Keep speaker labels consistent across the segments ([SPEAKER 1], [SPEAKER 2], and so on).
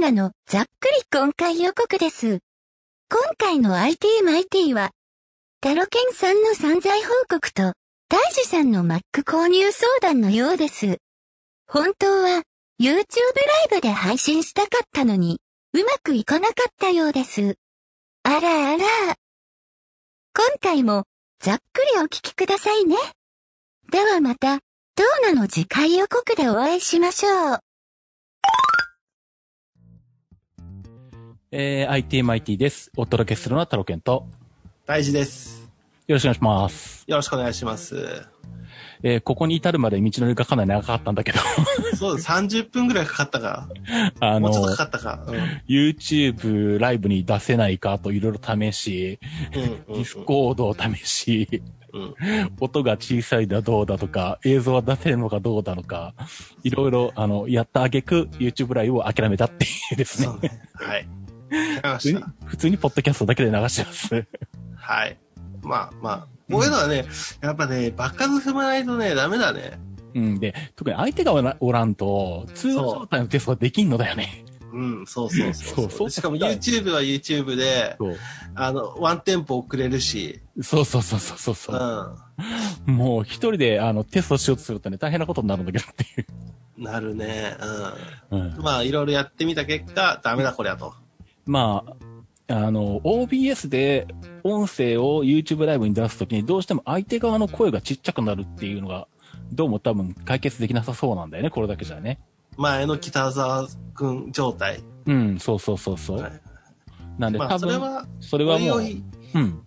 [SPEAKER 1] ナのざっくり今回予告です。今回の IT マイティは、タロケンさんの散財報告と、大樹さんの Mac 購入相談のようです。本当は、YouTube ライブで配信したかったのに、うまくいかなかったようです。あらあら。今回も、ざっくりお聞きくださいね。ではまた、ドーナの次回予告でお会いしましょう。
[SPEAKER 2] えー、ITMIT です。お届けするのはタロケンと。
[SPEAKER 3] 大事です。
[SPEAKER 2] よろしくお願いします。
[SPEAKER 3] よろしくお願いします。
[SPEAKER 2] えー、ここに至るまで道のりがかなり長かったんだけど
[SPEAKER 3] そう、30分ぐらいかかったか。あの、もうちょっとかかったか。
[SPEAKER 2] うん、YouTube ライブに出せないかといろいろ試し、うんうんうん、ディスコードを試し、うん、音が小さいだどうだとか、映像は出せるのかどうだとか、いろいろ、あの、やったあげく YouTube ライブを諦めたっていうですね。ね
[SPEAKER 3] はい。
[SPEAKER 2] 普通に、普通にポッドキャストだけで流してます。
[SPEAKER 3] はい。まあまあ、こういうのはね、やっぱね、場数踏まないとね、ダメだね。
[SPEAKER 2] うん、で、特に相手がおらんと、通話状態のテストができんのだよね。
[SPEAKER 3] うん、そうそうそうそうしかも YouTube は YouTube で、あの、ワンテンポ遅れるし。
[SPEAKER 2] そうそうそうそうそう。うん、もう一人であのテストしようとするとね、大変なことになるんだけどっていう。
[SPEAKER 3] なるね。うん。うん、まあ、いろいろやってみた結果、ダメだこりゃと。
[SPEAKER 2] まあ、あの、OBS で音声を YouTube ライブに出すときにどうしても相手側の声がちっちゃくなるっていうのが、どうも多分解決できなさそうなんだよね、これだけじゃね。
[SPEAKER 3] 前の北沢くん状態。
[SPEAKER 2] うん、そうそうそうそう。はい、なんで、まあ、多分、それは、それはもう、うん。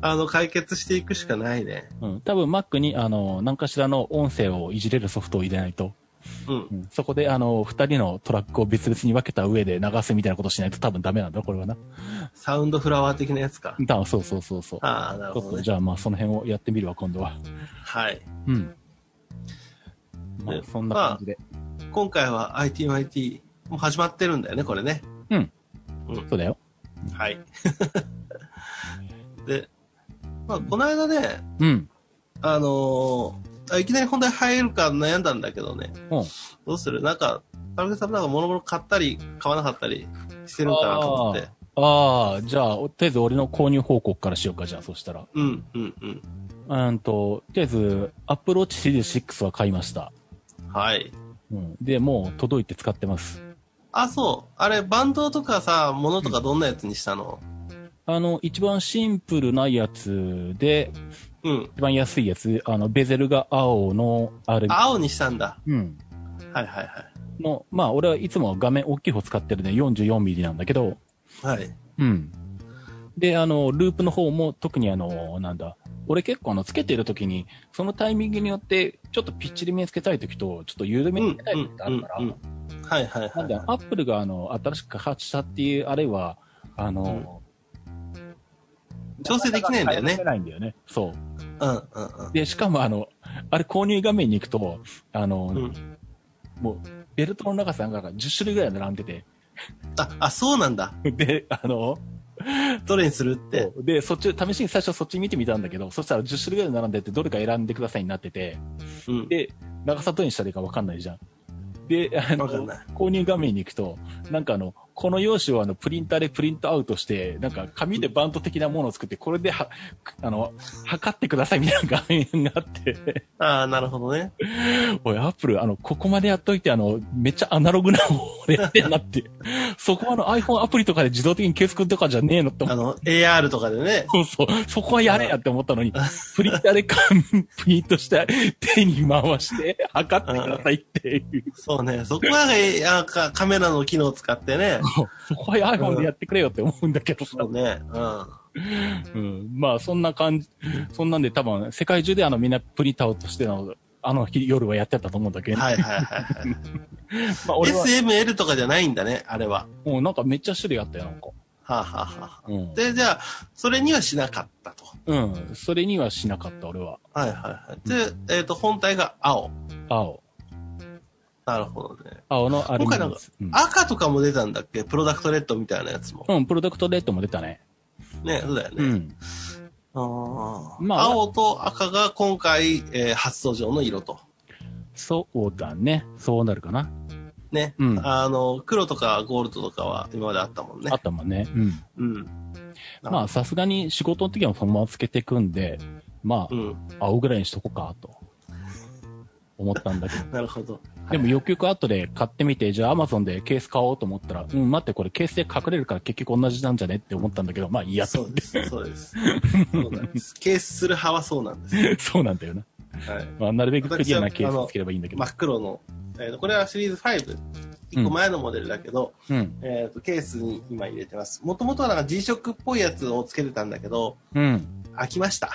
[SPEAKER 3] あの、解決していくしかないね。
[SPEAKER 2] うん、多分 Mac に、あの、何かしらの音声をいじれるソフトを入れないと。うん、そこで、あの、二人のトラックを別々に分けた上で流すみたいなことしないと多分ダメなんだ、これはな。
[SPEAKER 3] サウンドフラワー的なやつか。
[SPEAKER 2] だそうそうそうそう。
[SPEAKER 3] ああ、なるほど、ね、
[SPEAKER 2] じゃあ、まあ、その辺をやってみるわ、今度は。
[SPEAKER 3] はい。
[SPEAKER 2] うん。まあ、そんな感じで。ま
[SPEAKER 3] あ、今回は ITMIT、もう始まってるんだよね、これね。
[SPEAKER 2] うん。うん、そうだよ。
[SPEAKER 3] はい。で、まあ、この間ね、
[SPEAKER 2] うん。
[SPEAKER 3] あのーあいきなり本題入るか悩んだんだけどね。うん、どうするなんか、田中さんなんかもろもろ買ったり、買わなかったりしてるんかなと思って。
[SPEAKER 2] ああ、じゃあ、とりあえず俺の購入報告からしようか、じゃあ、そしたら。
[SPEAKER 3] うん、うん、うん。
[SPEAKER 2] うんと、とりあえず、アップローチシリーズ6は買いました。
[SPEAKER 3] はい。
[SPEAKER 2] うん、で、もう届いて使ってます。
[SPEAKER 3] あ、そう。あれ、バンドとかさ、ものとかどんなやつにしたの、
[SPEAKER 2] うん、あの、一番シンプルなやつで、
[SPEAKER 3] うん、
[SPEAKER 2] 一番安いやつ、あの、ベゼルが青の
[SPEAKER 3] RB。青にしたんだ。
[SPEAKER 2] うん。。
[SPEAKER 3] はいはいはい
[SPEAKER 2] の、まあ、俺はいつも画面大きい方使ってるね、44ミリなんだけど。
[SPEAKER 3] はい。
[SPEAKER 2] うん。で、あの、ループの方も特にあの、なんだ、俺結構あの、つけてる時に、そのタイミングによって、ちょっとピッチリ目つけたい時と、ちょっと緩めにつけたい時ってあるから。うんうん
[SPEAKER 3] うん、はいはいはい、はい。なんで、
[SPEAKER 2] アップルがあの、新しく開発したっていう、あれは、あの、
[SPEAKER 3] 調整できないんだよね。
[SPEAKER 2] ないんだよね。そう。
[SPEAKER 3] うんうんうん。
[SPEAKER 2] で、しかもあの、あれ購入画面に行くと、あの、うん、もう、ベルトの長さが10種類ぐらい並んでて。
[SPEAKER 3] あ、あ、そうなんだ。
[SPEAKER 2] で、あの、
[SPEAKER 3] どれにするって。
[SPEAKER 2] で、そっち、試しに最初そっち見てみたんだけど、そしたら10種類ぐらい並んでて、どれか選んでくださいになってて、うん、で、長さどれにしたらいいかわかんないじゃん。で、あの、購入画面に行くと、なんかあの、この用紙をあの、プリンターでプリントアウトして、なんか紙でバント的なものを作って、これでは、あの、測ってくださいみたいな画面があって
[SPEAKER 3] ああ、なるほどね。
[SPEAKER 2] おい、アップル、あの、ここまでやっといて、あの、めっちゃアナログなものやってんなって。そこはあの iPhone アプリとかで自動的に計測とかじゃねえのって
[SPEAKER 3] あの、AR とかでね。
[SPEAKER 2] そうそう。そこはやれやって思ったのに、プリンターでプリントして、手に回して、測ってくださいっていう。
[SPEAKER 3] そうね。そこは、ね、あかカメラの機能を使ってね。
[SPEAKER 2] そこは iPhone でやってくれよって思うんだけど
[SPEAKER 3] さ。そうね。うん。
[SPEAKER 2] うん、まあ、そんな感じ、そんなんで多分、世界中であのみんなプリターとしての、あの夜はやってたと思うんだけど、
[SPEAKER 3] ね、はいはいはいはい。まあ俺 SML とかじゃないんだね、あれは。
[SPEAKER 2] もうん、なんかめっちゃ種類あったよ、なんか。
[SPEAKER 3] はあ、はあはあ、うん、で、じゃあ、それにはしなかったと。
[SPEAKER 2] うん、それにはしなかった、俺は。
[SPEAKER 3] はいはいはい。で、えっ、ー、と、本体が青。
[SPEAKER 2] 青。
[SPEAKER 3] なるほどね。
[SPEAKER 2] 青のアルミ
[SPEAKER 3] 今回なんか、赤とかも出たんだっけプロダクトレッドみたいなやつも。
[SPEAKER 2] うん、プロダクトレッドも出たね。
[SPEAKER 3] ね、そうだよね。うん。あまあ、青と赤が今回、えー、初登場の色と。
[SPEAKER 2] そうだね。そうなるかな。
[SPEAKER 3] ね、
[SPEAKER 2] うん
[SPEAKER 3] あの、黒とかゴールドとかは今まであったもんね
[SPEAKER 2] あ。ったもんね。うん。
[SPEAKER 3] うん。
[SPEAKER 2] まあ、さすがに仕事の時はそのままつけていくんで、まあ、
[SPEAKER 3] うん。
[SPEAKER 2] 青ぐらいにしとこうか、と思ったんだけど。
[SPEAKER 3] なるほど。
[SPEAKER 2] でも、よくよく後で買ってみて、じゃあ Amazon でケース買おうと思ったら、うん、待って、これケースで隠れるから結局同じなんじゃねって思ったんだけど、まあ、いいや
[SPEAKER 3] そ
[SPEAKER 2] と。
[SPEAKER 3] うです。そうです。そうなんです。ケースする派はそうなんで す。
[SPEAKER 2] そうなんだよな。
[SPEAKER 3] はい。
[SPEAKER 2] まあ、なるべくクリアな
[SPEAKER 3] 私
[SPEAKER 2] ケ
[SPEAKER 3] はあ
[SPEAKER 2] ース
[SPEAKER 3] の
[SPEAKER 2] つければいいんだけど
[SPEAKER 3] 真。っ黒の、えーとこれはシリーズ5。一個前のモデルだけど、
[SPEAKER 2] うん。
[SPEAKER 3] えっ、と、ケースに今入れてます。もともとはなんか G-SHOCK っぽいやつをつけてたんだけど、
[SPEAKER 2] うん。
[SPEAKER 3] 飽きました。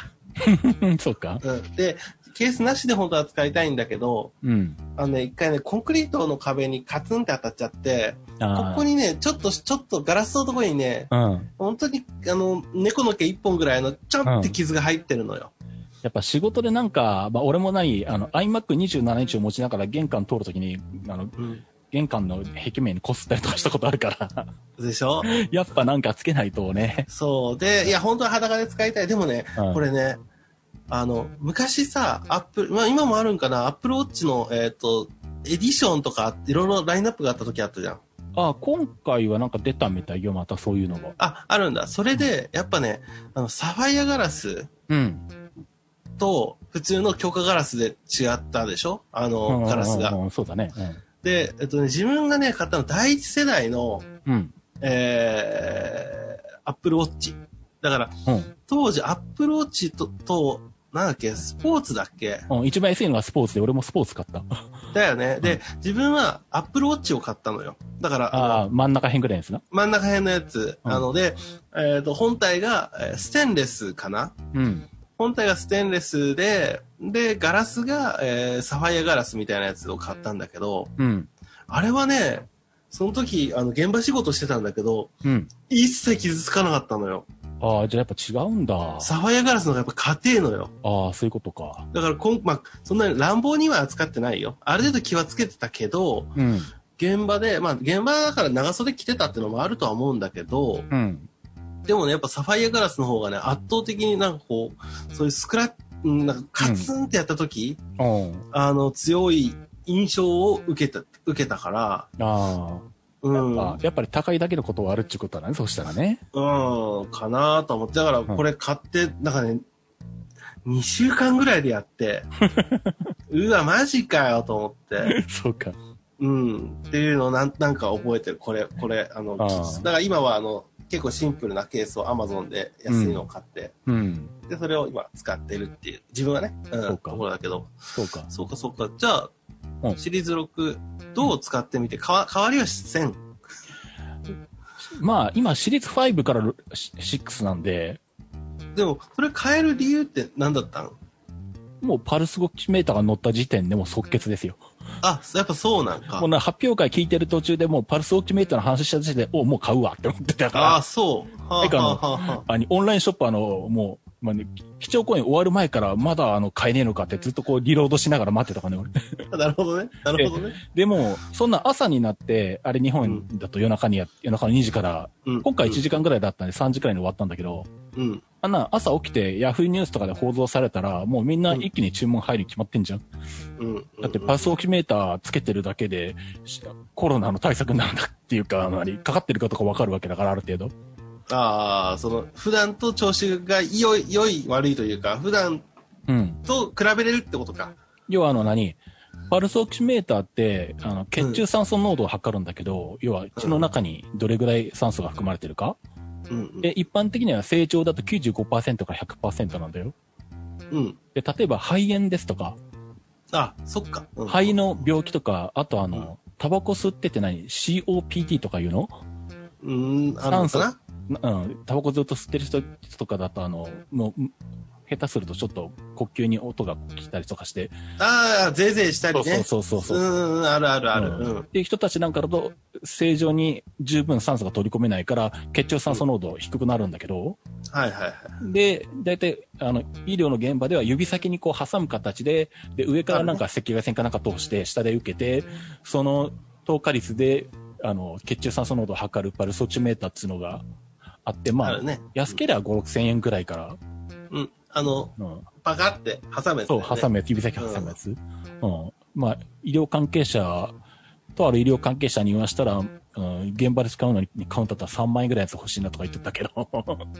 [SPEAKER 2] そうか。
[SPEAKER 3] うん。で、ケースなしで本当は使いたいんだけど、
[SPEAKER 2] うん。
[SPEAKER 3] あのね、一回ね、コンクリートの壁にカツンって当たっちゃって、こ
[SPEAKER 2] ああ
[SPEAKER 3] こ。にね、ちょっと、ちょっとガラスのところにね、
[SPEAKER 2] うん。
[SPEAKER 3] 本当に、あの、猫の毛一本ぐらいの、ちょんって傷が入ってるのよ。
[SPEAKER 2] やっぱ仕事でなんか、まあ、俺もない、あの、iMac27 インチを持ちながら玄関通るときに、あの、
[SPEAKER 3] うん。
[SPEAKER 2] 玄関の壁面に擦ったりとかしたことあるから、
[SPEAKER 3] でしょ
[SPEAKER 2] やっぱなんかつけないとね。
[SPEAKER 3] そう。で、いや、本当は裸で使いたい。でもね、
[SPEAKER 2] うん
[SPEAKER 3] これね、あの、昔さ、アップル、まあ今もあるんかな、アップルウォッチの、えっ、と、エディションとか、いろいろラインナップがあった時あったじゃん。
[SPEAKER 2] あ、今回はなんか出たみたいよ、またそういうのが。
[SPEAKER 3] あ、あるんだ。それで、やっぱね、あの、サファイアガラス
[SPEAKER 2] うん。
[SPEAKER 3] と、普通の強化ガラスで違ったでしょあの、ガラスが。。
[SPEAKER 2] そうだね。
[SPEAKER 3] で、えっとね、自分がね、買ったの第一世代の、
[SPEAKER 2] うん。うん。
[SPEAKER 3] えー、アップルウォッチ。だから、
[SPEAKER 2] うん
[SPEAKER 3] 当時アップルウォッチと、と、なんだっけ、スポーツだっけ
[SPEAKER 2] うん。一番安いのがスポーツで、俺もスポーツ買った。
[SPEAKER 3] だよね。で、自分はアップルウォッチを買ったのよ。だから、あ
[SPEAKER 2] あ
[SPEAKER 3] の
[SPEAKER 2] あ、真ん中辺ぐらいですな。
[SPEAKER 3] 真ん中辺のやつ。
[SPEAKER 2] うん
[SPEAKER 3] なので、えっ、と、本体が、えーステンレスかな
[SPEAKER 2] うん。
[SPEAKER 3] 本体がステンレスで、で、ガラスが、えーサファイアガラスみたいなやつを買ったんだけど、
[SPEAKER 2] うん。
[SPEAKER 3] あれはね、その時、あの、現場仕事してたんだけど、
[SPEAKER 2] うん。
[SPEAKER 3] 一切傷つかなかったのよ。
[SPEAKER 2] ああ、じゃあやっぱ違うんだ。あ
[SPEAKER 3] サファイアガラスの方がやっぱ硬いのよ。
[SPEAKER 2] あ、そういうことか。
[SPEAKER 3] だからこん、まあ、そんなに乱暴には扱ってないよ。ある程度気はつけてたけど、
[SPEAKER 2] うん。
[SPEAKER 3] 現場で、まあ、現場だから長袖着てたってのもあるとは思うんだけど、
[SPEAKER 2] うん。
[SPEAKER 3] でもね、やっぱサファイアガラスの方がね、圧倒的になんかこう、そういうスクラッ、うんなんかカツンってやった時、
[SPEAKER 2] うん。
[SPEAKER 3] あの、強い印象を受けた、受けたから、
[SPEAKER 2] あ
[SPEAKER 3] う
[SPEAKER 2] あ、
[SPEAKER 3] ん、うん
[SPEAKER 2] あ、やっぱり高いだけのことはあるっていうことだね、そうしたらね。
[SPEAKER 3] かなと思って、だからこれ買って、なんかね、2週間ぐらいで やって、うわ、マジかよと思って。
[SPEAKER 2] そうか。
[SPEAKER 3] うん。っていうのをなんなんか覚えてる。これ、これ、あの、
[SPEAKER 2] あー
[SPEAKER 3] だから今はあの、結構シンプルなケースを Amazon で安いのを買って、
[SPEAKER 2] うん。
[SPEAKER 3] で、それを今使ってるっていう、自分はね、うん、
[SPEAKER 2] そうか
[SPEAKER 3] ところだけど、
[SPEAKER 2] そうか。
[SPEAKER 3] そうかそうか。じゃあ、
[SPEAKER 2] うん
[SPEAKER 3] シリーズ6、どう使ってみて、かわ変わりはせん。
[SPEAKER 2] まあ、今、シリーズ5から6なんで、
[SPEAKER 3] でも、それ変える理由って何だったん
[SPEAKER 2] もうパルスオキシメーターが乗った時点でもう即決ですよ。
[SPEAKER 3] あ、やっぱそうなんか
[SPEAKER 2] もう。な発表会聞いてる途中でもうパルスオキシメーターの話した時点で、おもう買うわって思ってたか
[SPEAKER 3] あ
[SPEAKER 2] ら
[SPEAKER 3] あ、、そう。はあ、
[SPEAKER 2] てかあの
[SPEAKER 3] はあ、はあは
[SPEAKER 2] あのオンラインショップあの、もう、まあね、基調公演終わる前からまだあの買えねえのかってずっとこうリロードしながら待ってたからね、俺。
[SPEAKER 3] あ。 なるほどね。なるほどね。
[SPEAKER 2] でも、そんな朝になって、あれ日本だと夜中にや、夜中の2時から、
[SPEAKER 3] うん
[SPEAKER 2] 今回1時間ぐらいだったんで3時くらいに終わったんだけど、
[SPEAKER 3] うん。
[SPEAKER 2] あんな朝起きてヤフーニュースとかで報道されたら、もうみんな一気に注文入るに決まってんじゃん。
[SPEAKER 3] うん。うん
[SPEAKER 2] だってパスオキシメーターつけてるだけで、しコロナの対策なんだっていうか、あまりかかってるかとかわかるわけだから、ある程度。
[SPEAKER 3] ああ、その、普段と調子が良い、良い、悪いというか、普段
[SPEAKER 2] うん。
[SPEAKER 3] と比べれるってことか。
[SPEAKER 2] 要はあの何パルスオキシメーターって、あの、血中酸素濃度を測るんだけど、要は血の中にどれぐらい酸素が含まれてるか、
[SPEAKER 3] うん
[SPEAKER 2] で、一般的には成長だと95%から100%なんだよ。
[SPEAKER 3] うん。うん。
[SPEAKER 2] で、例えば肺炎ですとか、
[SPEAKER 3] あ、そっか。うん、
[SPEAKER 2] 肺の病気とか、あとあの、タバコ吸ってて何 ?COPT とかいうの
[SPEAKER 3] うん、あるのかな
[SPEAKER 2] なうん、タバコずっと吸ってる人とかだと、あの、もう、ん下手するとちょっと呼吸に音が来たりとかして、
[SPEAKER 3] ああ、ぜいぜいしたりね。
[SPEAKER 2] そうそうそうそう。
[SPEAKER 3] うん、あるあるある。
[SPEAKER 2] う
[SPEAKER 3] うんん。
[SPEAKER 2] っていう人たちなんかだと、正常に十分酸素が取り込めないから、血中酸素濃度低くなるんだけど、
[SPEAKER 3] はいはいはい。
[SPEAKER 2] で、大体、あの、医療の現場では指先にこう挟む形で、で、上からなんか赤外線かなんか通して、下で受けて、その透過率で、あの、血中酸素濃度を測るパルソチメーターっていうのがあって、ま
[SPEAKER 3] あ
[SPEAKER 2] あ
[SPEAKER 3] る、ね。
[SPEAKER 2] 安ければ5、6千円くらいから、
[SPEAKER 3] うん。あの、
[SPEAKER 2] うん、
[SPEAKER 3] パカって挟めて、
[SPEAKER 2] そう、挟
[SPEAKER 3] め。
[SPEAKER 2] むやつ、指先挟むやつ。うん。まあ、医療関係者とある医療関係者に言わしたら、うん、現場で使うのにカウントだったら3万円ぐらいのやつ欲しいなとか言ってたけど。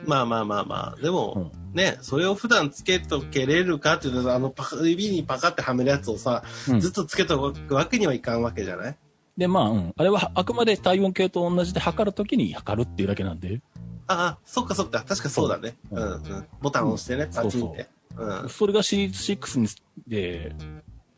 [SPEAKER 3] まあまあまあまあ。でも、ね、それを普段つけとけれるかっていうと、あのパカ、指にパカってはめるやつをさ、
[SPEAKER 2] うん
[SPEAKER 3] ずっとつけとくわけにはいかんわけじゃない
[SPEAKER 2] で、まあ、うん。あれはあくまで体温計と同じで測るときに測るっていうだけなんで、
[SPEAKER 3] ああ、そっかそっか。確かそうだね。
[SPEAKER 2] う
[SPEAKER 3] うんんうん。ボタンを押してね、パチンって。うん。
[SPEAKER 2] それがシリーズ6にすで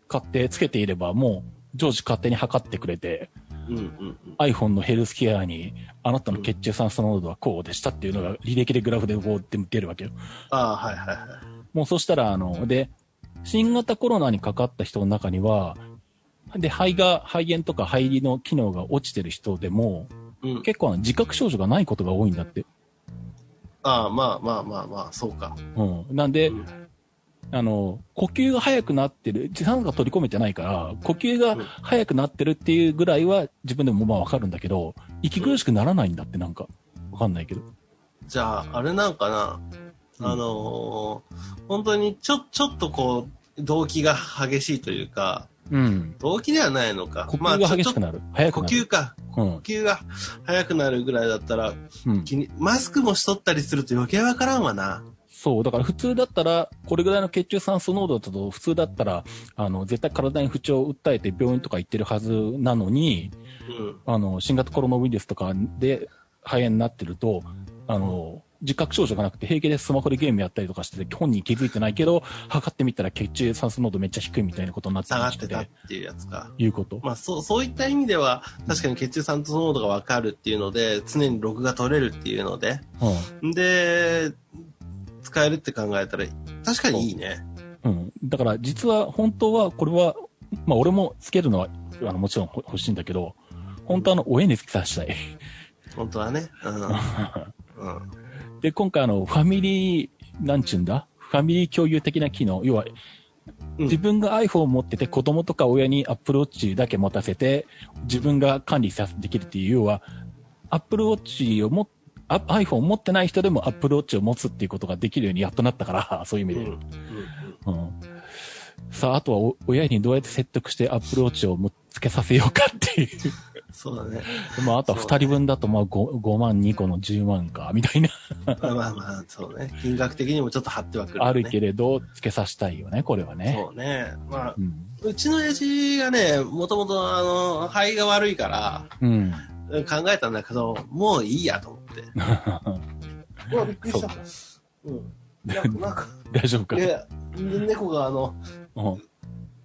[SPEAKER 2] 買ってつけていれば、もう常時勝手に測ってくれて、
[SPEAKER 3] うんうんうん。
[SPEAKER 2] iPhone のヘルスケアに、あなたの血中酸素濃度はこうでしたっていうのが履歴でグラフでこうって出るわけよ。
[SPEAKER 3] ああ、はいはいはい。
[SPEAKER 2] もうそしたら、あの、で、新型コロナにかかった人の中には、で、肺が、肺炎とか肺の機能が落ちてる人でも、
[SPEAKER 3] うん、
[SPEAKER 2] 結構あの自覚症状がないことが多いんだって。
[SPEAKER 3] ああ、まあまあまあまあ、そうか。
[SPEAKER 2] うん。なんで、
[SPEAKER 3] うん
[SPEAKER 2] あの、呼吸が速くなってる、酸素が取り込めてないから、呼吸が速くなってるっていうぐらいは自分でもまあわかるんだけど、息苦しくならないんだってなんか、わかんないけど。
[SPEAKER 3] じゃあ、あれなんかな、
[SPEAKER 2] うん
[SPEAKER 3] あのー本当にちょ、ちょっとこう、動機が激しいというか、
[SPEAKER 2] うん。
[SPEAKER 3] 動機ではないのか。
[SPEAKER 2] 呼
[SPEAKER 3] まあ
[SPEAKER 2] 吸が激しく
[SPEAKER 3] ちょ
[SPEAKER 2] なる。速
[SPEAKER 3] ちょ
[SPEAKER 2] く
[SPEAKER 3] 呼
[SPEAKER 2] なる。
[SPEAKER 3] 吸か。
[SPEAKER 2] うん
[SPEAKER 3] 呼。吸が速くなるぐらいだったら、
[SPEAKER 2] うん。
[SPEAKER 3] 気に、マスクもしとったりすると余計わからんわな。
[SPEAKER 2] そう、だから普通だったら、これぐらいの血中酸素濃度だと、普通だったら、あの、絶対体に不調を訴えて病院とか行ってるはずなのに、
[SPEAKER 3] うん。
[SPEAKER 2] あの、新型コロナウイルスとかで肺炎になってると、あの、自覚症状がなくて平気でスマホでゲームやったりとかしてて、本人気づいてないけど、測ってみたら血中酸素濃度めっちゃ低いみたいなことになって
[SPEAKER 3] 下
[SPEAKER 2] る
[SPEAKER 3] が
[SPEAKER 2] ら
[SPEAKER 3] っ
[SPEAKER 2] してく、
[SPEAKER 3] たってていうやつか。
[SPEAKER 2] いうこと。
[SPEAKER 3] まあ、そう、そういった意味では、確かに血中酸素濃度がわかるっていうので、常に録画取れるっていうので、で、使えるって考えたら、確かにいいね。
[SPEAKER 2] うん。うん。だから実は、本当は、これは、まあ俺もつけるのは、あの、もちろんほ欲しいんだけど、本当はあの、親につけさせたい。
[SPEAKER 3] 本当はね。 うん。うん。
[SPEAKER 2] で、今回あの、ファミリー、なんちゅうんだファミリー共有的な機能。要は、
[SPEAKER 3] うん
[SPEAKER 2] 自分が iPhone を持ってて子供とか親に Apple Watch だけ持たせて、自分が管理さできるっていう、要は、Apple Watch をも、あ iPhone を持ってない人でも Apple Watch を持つっていうことができるようにやっとなったから、 そういう
[SPEAKER 3] う
[SPEAKER 2] 意
[SPEAKER 3] ん
[SPEAKER 2] 味
[SPEAKER 3] う
[SPEAKER 2] で。
[SPEAKER 3] ん
[SPEAKER 2] うん。さあ、あとはお親にどうやって説得して Apple Watch をもつけさせようかっていう。
[SPEAKER 3] そうだね。
[SPEAKER 2] まあ、あとは2人分だと、まあ 5, 5万2個の10万か、みたいな。
[SPEAKER 3] まあまあまあ、そうね。金額的にもちょっと張ってはくる、ね。
[SPEAKER 2] あるけれど、つけさせたいよね、これはね。
[SPEAKER 3] そうね。まあ、
[SPEAKER 2] うん。
[SPEAKER 3] うちの親父がね、もともと、あの、肺が悪いから、
[SPEAKER 2] うん。
[SPEAKER 3] 考えたんだけど、もういいやと思って。うわ、びっくり
[SPEAKER 2] そう
[SPEAKER 3] した
[SPEAKER 2] か。。
[SPEAKER 3] うん。いや、なんか、
[SPEAKER 2] 大丈夫か
[SPEAKER 3] い。や、猫があの、
[SPEAKER 2] うん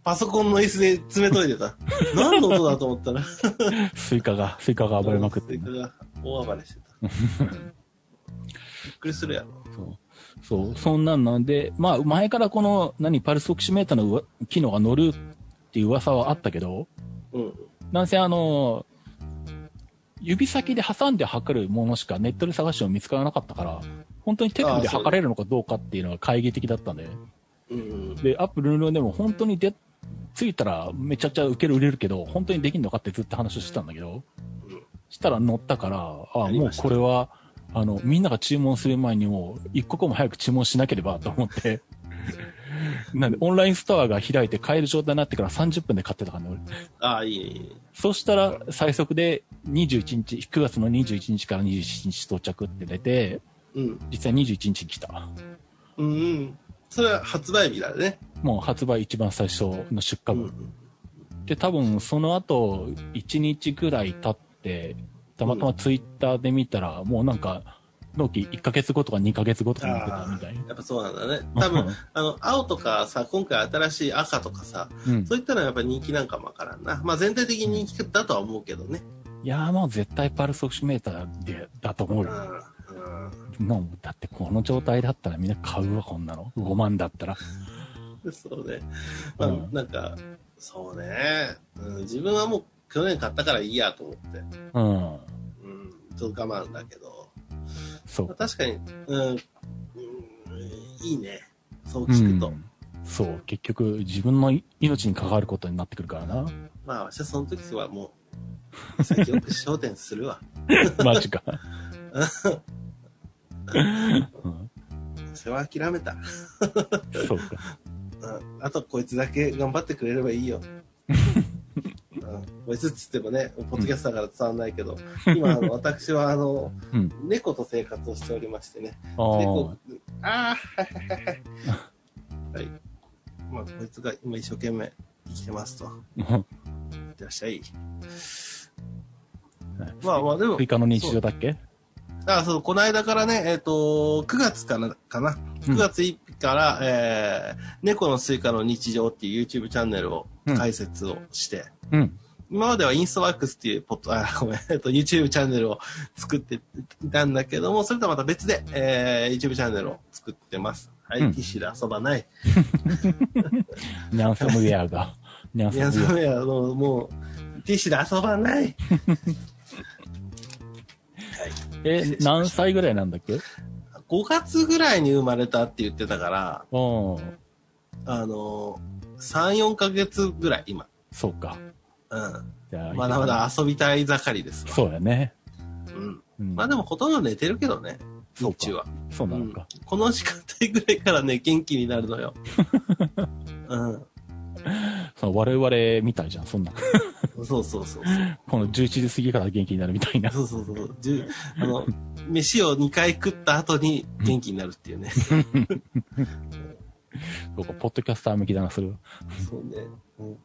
[SPEAKER 3] パソコンの椅子で詰めといてた。 何の音だと思ったら。
[SPEAKER 2] スイカが、スイカが暴れまくってる
[SPEAKER 3] スイ
[SPEAKER 2] ね。
[SPEAKER 3] カが大暴れしてた。びっくりするやろ。
[SPEAKER 2] そう。そう、そんなんなんで、まあ、前からこの、何、パルスオキシメーターのうわ機能が乗るっていう噂はあったけど、
[SPEAKER 3] うん。
[SPEAKER 2] なんせあの、指先で挟んで測るものしかネットで探しても見つからなかったから、本当に手首で測れるのかどうかっていうのが懐疑的だったんだよね。
[SPEAKER 3] うん。
[SPEAKER 2] で、アップルのでも本当にで、ついたらめちゃくちゃ受ける売れるけど、本当にできんのかってずっと話をしてたんだけど、
[SPEAKER 3] うん
[SPEAKER 2] したら乗ったから、あ
[SPEAKER 3] やり
[SPEAKER 2] もう
[SPEAKER 3] ました
[SPEAKER 2] これは、あの、みんなが注文する前にもう、一刻も早く注文しなければと思って、なんで、オンラインストアが開いて買える状態になってから30分で買ってたからね、俺。
[SPEAKER 3] ああ、いいね、いいね。
[SPEAKER 2] そしたら、最速で21日、9月の21日から27日到着って出て、
[SPEAKER 3] うん。
[SPEAKER 2] 実際21日に来た。
[SPEAKER 3] うんうん。それは発売日だね。
[SPEAKER 2] もう発売一番最初の出荷
[SPEAKER 3] う
[SPEAKER 2] 分。
[SPEAKER 3] ん。
[SPEAKER 2] で、多分その後、1日ぐらい経って、たまたまツイッターで見たら、もうなんか、納期1ヶ月後とか2ヶ月後とかになってたみたいな。
[SPEAKER 3] やっぱそうなんだね。多分、あの、青とかさ、今回新しい赤とかさ、
[SPEAKER 2] うん。
[SPEAKER 3] そういったのはやっぱ人気なんかもわからんな。まあ全体的に人気だとは思うけどね。
[SPEAKER 2] いやーもう絶対パルスオキシメーターで、だと思う
[SPEAKER 3] う
[SPEAKER 2] よ。
[SPEAKER 3] ん。うん
[SPEAKER 2] なだってこの状態だったらみんな買うわ、こんなの。5万だったら。
[SPEAKER 3] そうね。まあ、
[SPEAKER 2] うん
[SPEAKER 3] なんか、そうね、うん。自分はもう去年買ったからいいやと思って。
[SPEAKER 2] うん。
[SPEAKER 3] うん。ちょっと我慢だけど。
[SPEAKER 2] そ
[SPEAKER 3] まあ
[SPEAKER 2] う。
[SPEAKER 3] 確かに、うん、うん、いいね。そう聞くと。
[SPEAKER 2] うんそう。結局、自分の命に関わることになってくるからな。
[SPEAKER 3] まあ、私はその時はもう、先よく焦点するわ。
[SPEAKER 2] マ ジか。うん、
[SPEAKER 3] それは諦めた。
[SPEAKER 2] そうか。
[SPEAKER 3] うん。あと、こいつだけ頑張ってくれればいいよ。うん。別っつってもね、ポッドキャストだから伝わらないけど、今、 あの私は、あの、
[SPEAKER 2] うん
[SPEAKER 3] 猫と生活をしておりましてね。
[SPEAKER 2] あ
[SPEAKER 3] 猫
[SPEAKER 2] ー、
[SPEAKER 3] ああ、はいはいはいはい。はい。まあ、こいつが今一生懸命生きてますと。いってらっしゃい。まあまあ、でも
[SPEAKER 2] 追、加の日常だっけ
[SPEAKER 3] あそう、この間からね、えっ、と、9月からかな。
[SPEAKER 2] うん
[SPEAKER 3] 9月1日から、えー、猫のスイカの日常っていう YouTube チャンネルを
[SPEAKER 2] うん
[SPEAKER 3] 開設をして、
[SPEAKER 2] うん。
[SPEAKER 3] 今まではインストワークスっていうポッド、あ、ごめん、えっと、YouTube チャンネルを作っていたんだけども、それとはまた別で、えー、YouTube チャンネルを作ってます。はい、
[SPEAKER 2] うん
[SPEAKER 3] 岸田そばない。
[SPEAKER 2] ニャンサムウェア が。ニャン
[SPEAKER 3] いや、
[SPEAKER 2] サムウェ
[SPEAKER 3] そうや、もう、もう、ティッシュで遊ばない。
[SPEAKER 2] ア。え、何歳ぐらいなんだっけ
[SPEAKER 3] 5月ぐらいに生まれたって言ってたから、
[SPEAKER 2] うん。
[SPEAKER 3] あの、3、4ヶ月ぐらい、今。
[SPEAKER 2] そうか。
[SPEAKER 3] うん。
[SPEAKER 2] じゃあ
[SPEAKER 3] まだま。だ遊びたい盛りですわ。
[SPEAKER 2] そうやね。
[SPEAKER 3] うん。
[SPEAKER 2] うん
[SPEAKER 3] まあでもほとんど寝てるけどね、
[SPEAKER 2] そう
[SPEAKER 3] 日
[SPEAKER 2] か
[SPEAKER 3] 中は。
[SPEAKER 2] そうなのか。
[SPEAKER 3] うんこの時間帯ぐらいからね、元気になる のよ。う
[SPEAKER 2] そう我々みたいじゃん、そんな。
[SPEAKER 3] ん。そうそうそう。
[SPEAKER 2] この11時過ぎから元気になるみた いな。
[SPEAKER 3] そうそうそう。じゅあの、飯を2回食った後に元気になるってい うね。
[SPEAKER 2] そうか、ポッドキャスター向きだな、それは。
[SPEAKER 3] そうね。うん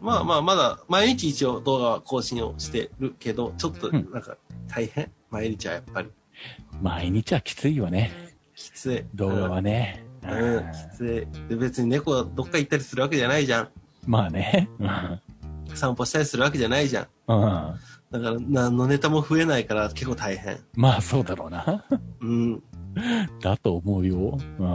[SPEAKER 3] まあまあ、まだ、毎日一応動画は更新をしてるけど、ちょっとなんか大変。毎日はやっぱり
[SPEAKER 2] 毎日はきついわね。
[SPEAKER 3] きつい。
[SPEAKER 2] 動画はね。
[SPEAKER 3] う
[SPEAKER 2] うん
[SPEAKER 3] ん。うん、きつい。で、別に猫はどっか行ったりするわけじゃないじゃん。
[SPEAKER 2] まあね。うん。
[SPEAKER 3] 散歩したりするわけじゃないじゃん。
[SPEAKER 2] うん
[SPEAKER 3] だから、何のネタも増えないから結構大変。
[SPEAKER 2] まあそうだろうな。
[SPEAKER 3] うん。
[SPEAKER 2] だと思うよ。う。
[SPEAKER 3] うん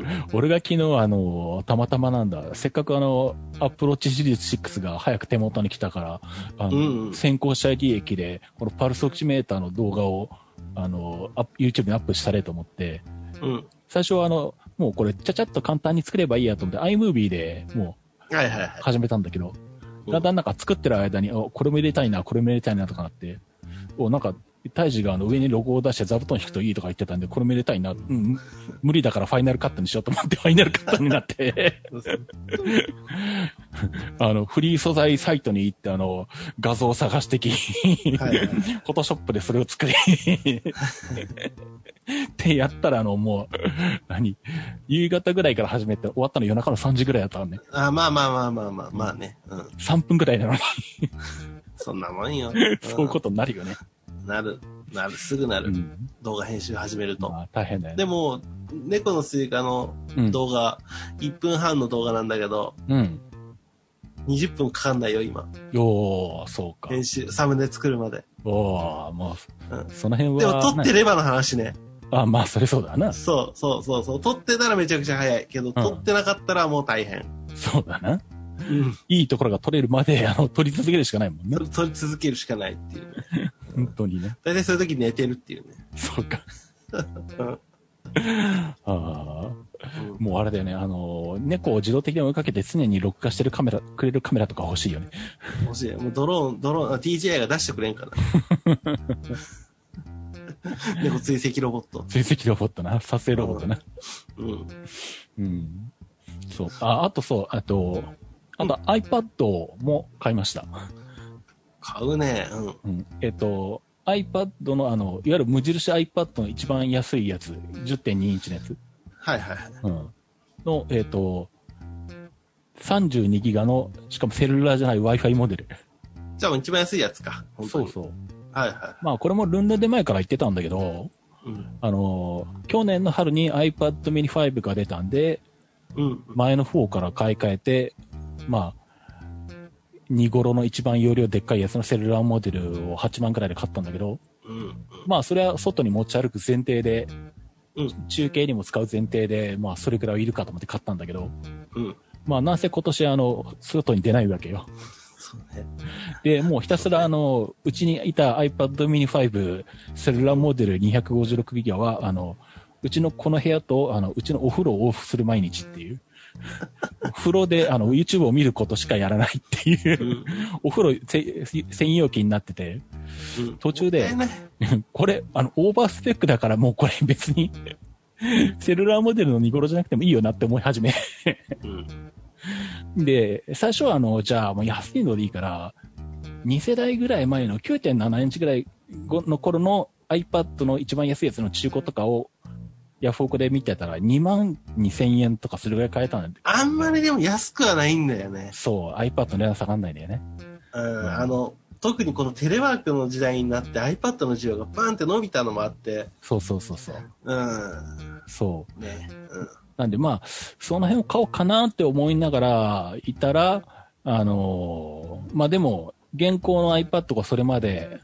[SPEAKER 3] ん。
[SPEAKER 2] 俺が昨日、あの、たまたまなんだ、せっかくあの、アップローチシリーズ6が早く手元に来たから、あの、
[SPEAKER 3] うんうん
[SPEAKER 2] 先行者利益で、このパルスオキシメーターの動画を、あの、アップ YouTube にアップしたれと思って、
[SPEAKER 3] うん。
[SPEAKER 2] 最初はあの、もうこれ、ちゃちゃっと簡単に作ればいいやと思って、iMovie でも
[SPEAKER 3] はいはいは
[SPEAKER 2] う
[SPEAKER 3] い。
[SPEAKER 2] 始めたんだけど、
[SPEAKER 3] うん
[SPEAKER 2] だんだんなんか作ってる間に、あこれも入れたいな、これも入れたいなとかなって、お、なんか、大治があの上にロゴを出して座布団引くといいとか言ってたんで、これも入れたいな、うん、無理だからファイナルカットにしようと思って、ファイナルカットになって。あの、フリー素材サイトに行って、あの、画像を探してき、
[SPEAKER 3] はいはい
[SPEAKER 2] フォトショップでそれを作り、ってやったら、あの、もう、何夕方ぐらいから始めて、終わったの夜中の3時ぐらいだったのね。
[SPEAKER 3] あまあまあまあまあまあ、まあね。うん。
[SPEAKER 2] 3分ぐらいなのに、
[SPEAKER 3] そんなもんよ。
[SPEAKER 2] そういうことになるよね。
[SPEAKER 3] うんなる。なる。すぐな
[SPEAKER 2] う
[SPEAKER 3] る。
[SPEAKER 2] ん。
[SPEAKER 3] 動画編集始めると。
[SPEAKER 2] まあ、大変だよね。
[SPEAKER 3] でも、猫のスイカの
[SPEAKER 2] うん、
[SPEAKER 3] 動画、1分半の動画なんだけど、
[SPEAKER 2] うん。
[SPEAKER 3] 20分かかんないよ、今。
[SPEAKER 2] よー、そうか。
[SPEAKER 3] 編集、サムネ作るまで。
[SPEAKER 2] おー、も
[SPEAKER 3] う
[SPEAKER 2] う、その辺は。
[SPEAKER 3] でも、撮って
[SPEAKER 2] る。
[SPEAKER 3] ればの話ね。
[SPEAKER 2] あ、まあ、それそうだな。
[SPEAKER 3] そうそうそうそう。撮ってたらめちゃくちゃ早いけど、撮ってなかったらもう大変。
[SPEAKER 2] そうだな。
[SPEAKER 3] うん。
[SPEAKER 2] いいところが撮れるまで、あの、撮り続けるしかないもんね
[SPEAKER 3] そ。れ撮り続けるしかないっていうね。
[SPEAKER 2] 本当にね。
[SPEAKER 3] 大体そういう時寝てるっていうね。
[SPEAKER 2] そう か。
[SPEAKER 3] うん
[SPEAKER 2] ああ。
[SPEAKER 3] うん
[SPEAKER 2] もうあれだよね、あの、猫を自動的に追いかけて常に録画してるカメラ、くれるカメラとか欲しいよね。
[SPEAKER 3] 欲しい。もうドローン、ドローン、あ DJI が出してくれんかな。 猫追跡ロボット。
[SPEAKER 2] 追跡ロボットな、撮影ロボットな。
[SPEAKER 3] うん。
[SPEAKER 2] うん。そう。あ、あとそう、あと、あと iPad も買いました。
[SPEAKER 3] 買うね。うん。
[SPEAKER 2] うん。えっと、iPad のあの、いわゆる無印 iPad の一番安いやつ、10.2インチのやつ。
[SPEAKER 3] はいはいはい。
[SPEAKER 2] うん。の、えっと、32ギガの、しかもセルラーじゃない Wi-Fi モデル。
[SPEAKER 3] じゃあもう一番安いやつか。本当
[SPEAKER 2] そ
[SPEAKER 3] に
[SPEAKER 2] うそう。
[SPEAKER 3] はいは
[SPEAKER 2] まあこれもルンルンで前から言ってたんだけど、
[SPEAKER 3] い。うん。
[SPEAKER 2] あの、去年の春に iPad mini 5が出たんで、
[SPEAKER 3] うん。
[SPEAKER 2] 前の4から買い替えて、まあ、2頃の一番容量でっかいやつのセルラーモデルを8万くらいで買ったんだけど、
[SPEAKER 3] うん。
[SPEAKER 2] まあ、それは外に持ち歩く前提で、
[SPEAKER 3] うん
[SPEAKER 2] 中継にも使う前提で、まあ、それくらいはいるかと思って買ったんだけど、
[SPEAKER 3] うん。
[SPEAKER 2] まあ、なんせ今年、あの、外に出ないわけよ。
[SPEAKER 3] そうね。
[SPEAKER 2] で、もうひたすら、あの、うちにいた iPad mini 5、セルラーモデル 256GB は、あの、うちのこの部屋と、あの、うちのお風呂を往復する毎日って いう。お風呂で、あの、YouTube を見ることしかやらないっていうう、
[SPEAKER 3] ん。
[SPEAKER 2] お風呂せ専用機になってて、
[SPEAKER 3] うん
[SPEAKER 2] 途中で
[SPEAKER 3] もったいない
[SPEAKER 2] これ、あの、オーバースペックだからもうこれ別に、セルラーモデルの2頃じゃなくてもいいよなって思い始め。
[SPEAKER 3] うん。
[SPEAKER 2] で、最初はあの、じゃあもう安いのでいいから、2世代ぐらい前の9.7インチぐらいの頃の iPad の一番安いやつの中古とかをヤフオクで見てたら2万2000円とかするぐらい買えたんで、
[SPEAKER 3] あんまりでも安くはないんだよね。
[SPEAKER 2] そう、iPad の値段下がんないんだよね。
[SPEAKER 3] うん、あの、特にこのテレワークの時代になって iPad の需要がバンって伸びたのもあって、
[SPEAKER 2] そうそうそうそう。
[SPEAKER 3] うん、
[SPEAKER 2] そう。
[SPEAKER 3] ね、うん。
[SPEAKER 2] なんでまあ、その辺を買おうかなって思いながらいたら、あのーまあでも、現行の iPad がそれまで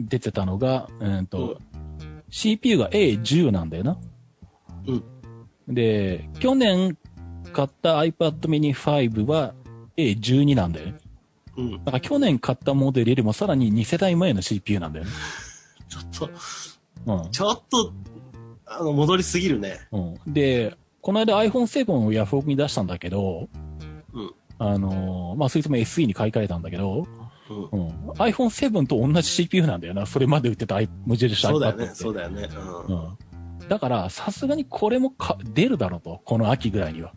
[SPEAKER 2] 出てたのが、うんと、CPU が A10 なんだよな。で、去年買った iPad mini 5は A12 なんだよね。
[SPEAKER 3] うん、
[SPEAKER 2] だから去年買ったモデルよりもさらに2世代前の CPU なんだよね。
[SPEAKER 3] ちょっと、
[SPEAKER 2] うん。
[SPEAKER 3] ちょっと、あの、戻りすぎるね。
[SPEAKER 2] うん、で、この間 iPhone7 をヤフオクに出したんだけど、
[SPEAKER 3] うん
[SPEAKER 2] あのーまあ、それとも SE に買い替えたんだけど、
[SPEAKER 3] うん。
[SPEAKER 2] うん、iPhone7 と同じ CPU なんだよな、それまで売ってた i- 無印 iPad
[SPEAKER 3] そうだよね、
[SPEAKER 2] って
[SPEAKER 3] そうだよね。うん。
[SPEAKER 2] うん、だから、さすがにこれもか出るだろうと、この秋ぐらいには。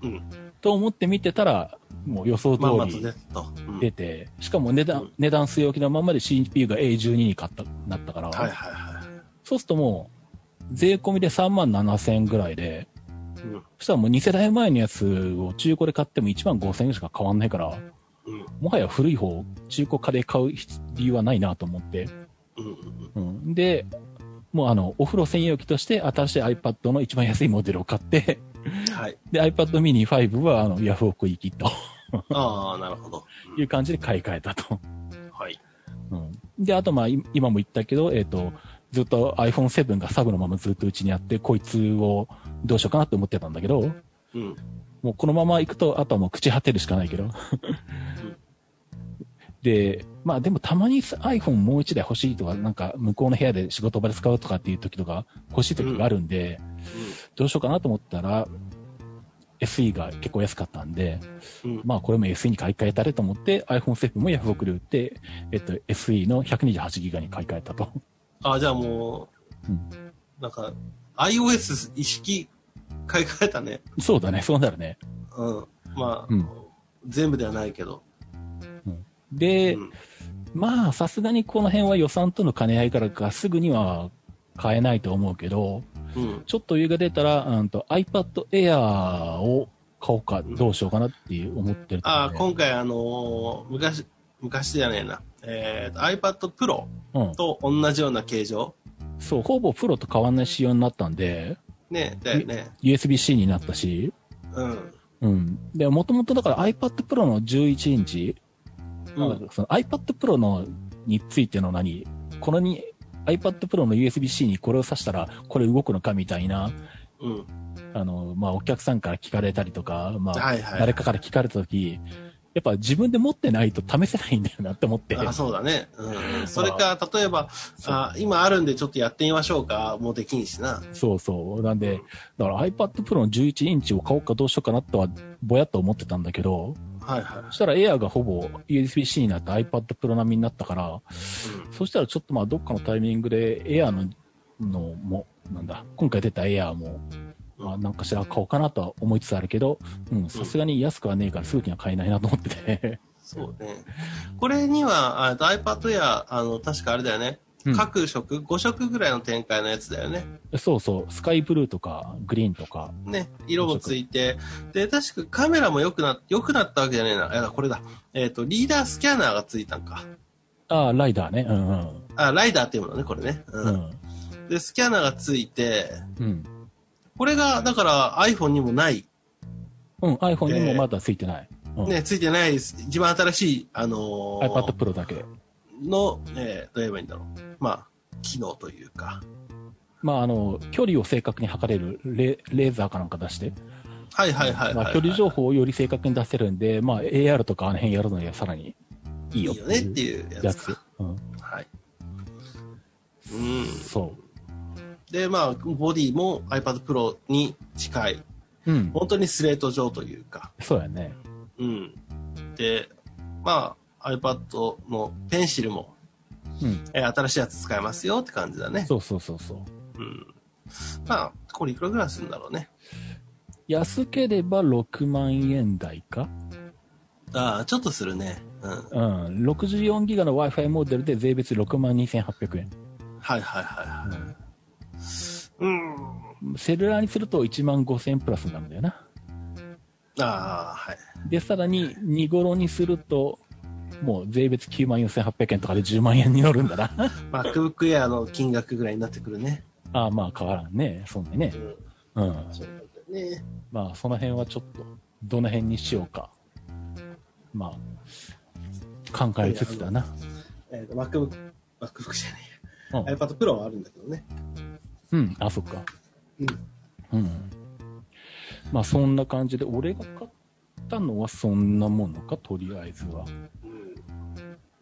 [SPEAKER 3] うん
[SPEAKER 2] と思って見てたら、もう予想通
[SPEAKER 3] まあまあと
[SPEAKER 2] り
[SPEAKER 3] ね、と。うん
[SPEAKER 2] 出て、しかも値段,、
[SPEAKER 3] うん
[SPEAKER 2] 値段据え置きのままで CPU が A12 に買ったなったから、
[SPEAKER 3] はいはいは
[SPEAKER 2] そうするともう、税込みで3万7000円ぐらいで、
[SPEAKER 3] い。うん。
[SPEAKER 2] そしたらもう2世代前のやつを中古で買っても1万5000円しか変わんないから、
[SPEAKER 3] うん。
[SPEAKER 2] もはや古い方を中古家で買う理由はないなと思って。
[SPEAKER 3] うんうん。
[SPEAKER 2] うん、で、もうあの、お風呂専用機として新しい iPad の一番安いモデルを買って、
[SPEAKER 3] うんはい。
[SPEAKER 2] で、iPad mini 5はあの、ヤフオク行きと
[SPEAKER 3] ああ、なるほど。
[SPEAKER 2] いう感じで買い替えたと。
[SPEAKER 3] はい。
[SPEAKER 2] うん、で、あとまあ、い今も言ったけど、えっ、と、ずっと iPhone7 がサブのままずっとうちにあって、こいつをどうしようかなって思ってたんだけど、
[SPEAKER 3] うん。
[SPEAKER 2] もうこのまま行くと、あとはもう朽ち果てるしかないけど。で、まあでもたまに iPhone もう一台欲しいとか、なんか向こうの部屋で仕事場で使うとかっていう時とか、欲しい時があるんで、どうしようかなと思ったら、SE が結構安かったんで、
[SPEAKER 3] うん。うん。
[SPEAKER 2] まあこれも SE に買い替えたれと思って、iPhone7 もヤフオクで売って、えっと SE の 128GB に買い替えたと。
[SPEAKER 3] ああ、じゃあも
[SPEAKER 2] う
[SPEAKER 3] う、なんか、iOS 意識買い替えたね。
[SPEAKER 2] そうだね、そうなるね。
[SPEAKER 3] うん。まあ
[SPEAKER 2] うん、
[SPEAKER 3] 全部ではないけど。
[SPEAKER 2] で、
[SPEAKER 3] うん
[SPEAKER 2] まあ、さすがにこの辺は予算との兼ね合いからか、すぐには買えないと思うけど、
[SPEAKER 3] うん。
[SPEAKER 2] ちょっと余裕が出たら、うん、と iPad Air を買おうか、どうしようかなっていう思ってるとこ
[SPEAKER 3] ああ、
[SPEAKER 2] ろ
[SPEAKER 3] 今回あのー昔、昔じゃねえな。えー、iPad
[SPEAKER 2] で、
[SPEAKER 3] Pro
[SPEAKER 2] うん。
[SPEAKER 3] と同じような形状。
[SPEAKER 2] そう、ほぼプロと変わんない仕様になったんで、
[SPEAKER 3] ね、だよね。
[SPEAKER 2] USB-C になったし、
[SPEAKER 3] うん。
[SPEAKER 2] うん。で、もともとだから iPad Pro の11インチ、
[SPEAKER 3] うん。
[SPEAKER 2] その iPad Pro のについての何、このに、iPad Pro の USB-C にこれを挿したら、これ動くのかみたいな、
[SPEAKER 3] うん。
[SPEAKER 2] あの、まあ、お客さんから聞かれたりとか、まあ、
[SPEAKER 3] はいはい。
[SPEAKER 2] 誰かから聞かれたとき、やっぱ自分で持ってないと試せないんだよなって思って。
[SPEAKER 3] あそうだね。うん。それか、例えば、
[SPEAKER 2] そう
[SPEAKER 3] あ今あるんでちょっとやってみましょうか。もうできんしな。
[SPEAKER 2] そうそう。なんで、
[SPEAKER 3] うん
[SPEAKER 2] だから iPad Pro の11インチを買おうかどうしようかなとは、ぼやっと思ってたんだけど、
[SPEAKER 3] はいは
[SPEAKER 2] そしたら Air がほぼ USB-C になって iPad Pro 並みになったから、
[SPEAKER 3] い。
[SPEAKER 2] そしたらちょっとまあどっかのタイミングで Air の、のも、なんだ、今回出た Air も、
[SPEAKER 3] うん
[SPEAKER 2] まあなんかしら買おうかなとは思いつつあるけど、うん、さすがに安くはねえからすぐには買えないなと思ってて。
[SPEAKER 3] そうね。これには、あ iPad や、あの、確かあれだよね。
[SPEAKER 2] うん
[SPEAKER 3] 各色、5色ぐらいの展開のやつだよね。
[SPEAKER 2] そうそう、スカイブルーとかグリーンとか、
[SPEAKER 3] ね。色もついて。で、確かカメラも良くな、良くなったわけじゃねえな。いや、これだ。えっ、と、リーダースキャナーがついたんか。
[SPEAKER 2] ああ、ライダーね。うんうん。
[SPEAKER 3] あ、ライダーっていうものね、これね。
[SPEAKER 2] う
[SPEAKER 3] うん。
[SPEAKER 2] ん。
[SPEAKER 3] で、スキャナーがついて、
[SPEAKER 2] うん。
[SPEAKER 3] これが、だから iPhone にもない
[SPEAKER 2] うん、iPhone にもまだついてない。うん
[SPEAKER 3] ね、ついてないです。一番新しい、あのー
[SPEAKER 2] iPad Pro だけ。
[SPEAKER 3] の、えーどう言えばいいんだろう。まあ、機能というか。
[SPEAKER 2] まあ、あの、距離を正確に測れるレレーザーかなんか出して、
[SPEAKER 3] はいはいはいはい、
[SPEAKER 2] まあ、距離情報をより正確に出せるんで、まあ、AR とかあの辺やるのにはさらにいい
[SPEAKER 3] いい
[SPEAKER 2] よ
[SPEAKER 3] よねっていうや
[SPEAKER 2] や
[SPEAKER 3] つ
[SPEAKER 2] つ
[SPEAKER 3] か。。
[SPEAKER 2] うん。
[SPEAKER 3] はい。うん。
[SPEAKER 2] そ
[SPEAKER 3] で、まあ、ボディも iPad Pro に近い。
[SPEAKER 2] う。うん。
[SPEAKER 3] 本当にスレート状というか。
[SPEAKER 2] そうやね。
[SPEAKER 3] うん。で、まあ、iPad のペンシルも、
[SPEAKER 2] うん。
[SPEAKER 3] えー新しいやつ使えますよって感じだね。
[SPEAKER 2] そうそうそうそう。
[SPEAKER 3] うん。まあ、これいくらぐらいするんだろうね。
[SPEAKER 2] 安ければ6万円台か
[SPEAKER 3] ああ、ちょっとするね。うん。はい
[SPEAKER 2] うん。64ギガの Wi-Fi モデルで税別6万2800円。
[SPEAKER 3] はいはいはい。うん。
[SPEAKER 2] セルラーにすると1万5000プラスなんだよな。
[SPEAKER 3] ああ、はい。
[SPEAKER 2] で、さらに、2頃にすると、もう税別9万4800円とかで10万円に乗るんだな。
[SPEAKER 3] MacBook Air の金額ぐらいになってくるね。
[SPEAKER 2] ああ、まあ変わらんね。そんなね
[SPEAKER 3] う。ん。
[SPEAKER 2] うん。
[SPEAKER 3] そうなんだよね。
[SPEAKER 2] まあ、その辺はちょっと、どの辺にしようか。まあ、考えつつだな。
[SPEAKER 3] えっ、と、MacBook、MacBook じゃね
[SPEAKER 2] う
[SPEAKER 3] えや。
[SPEAKER 2] ん。
[SPEAKER 3] iPad Pro はあるんだけどね。
[SPEAKER 2] うん、あ、そっか。
[SPEAKER 3] うん。
[SPEAKER 2] うん。まあ、そんな感じで、俺が買ったのはそんなものか、とりあえずは。
[SPEAKER 3] うん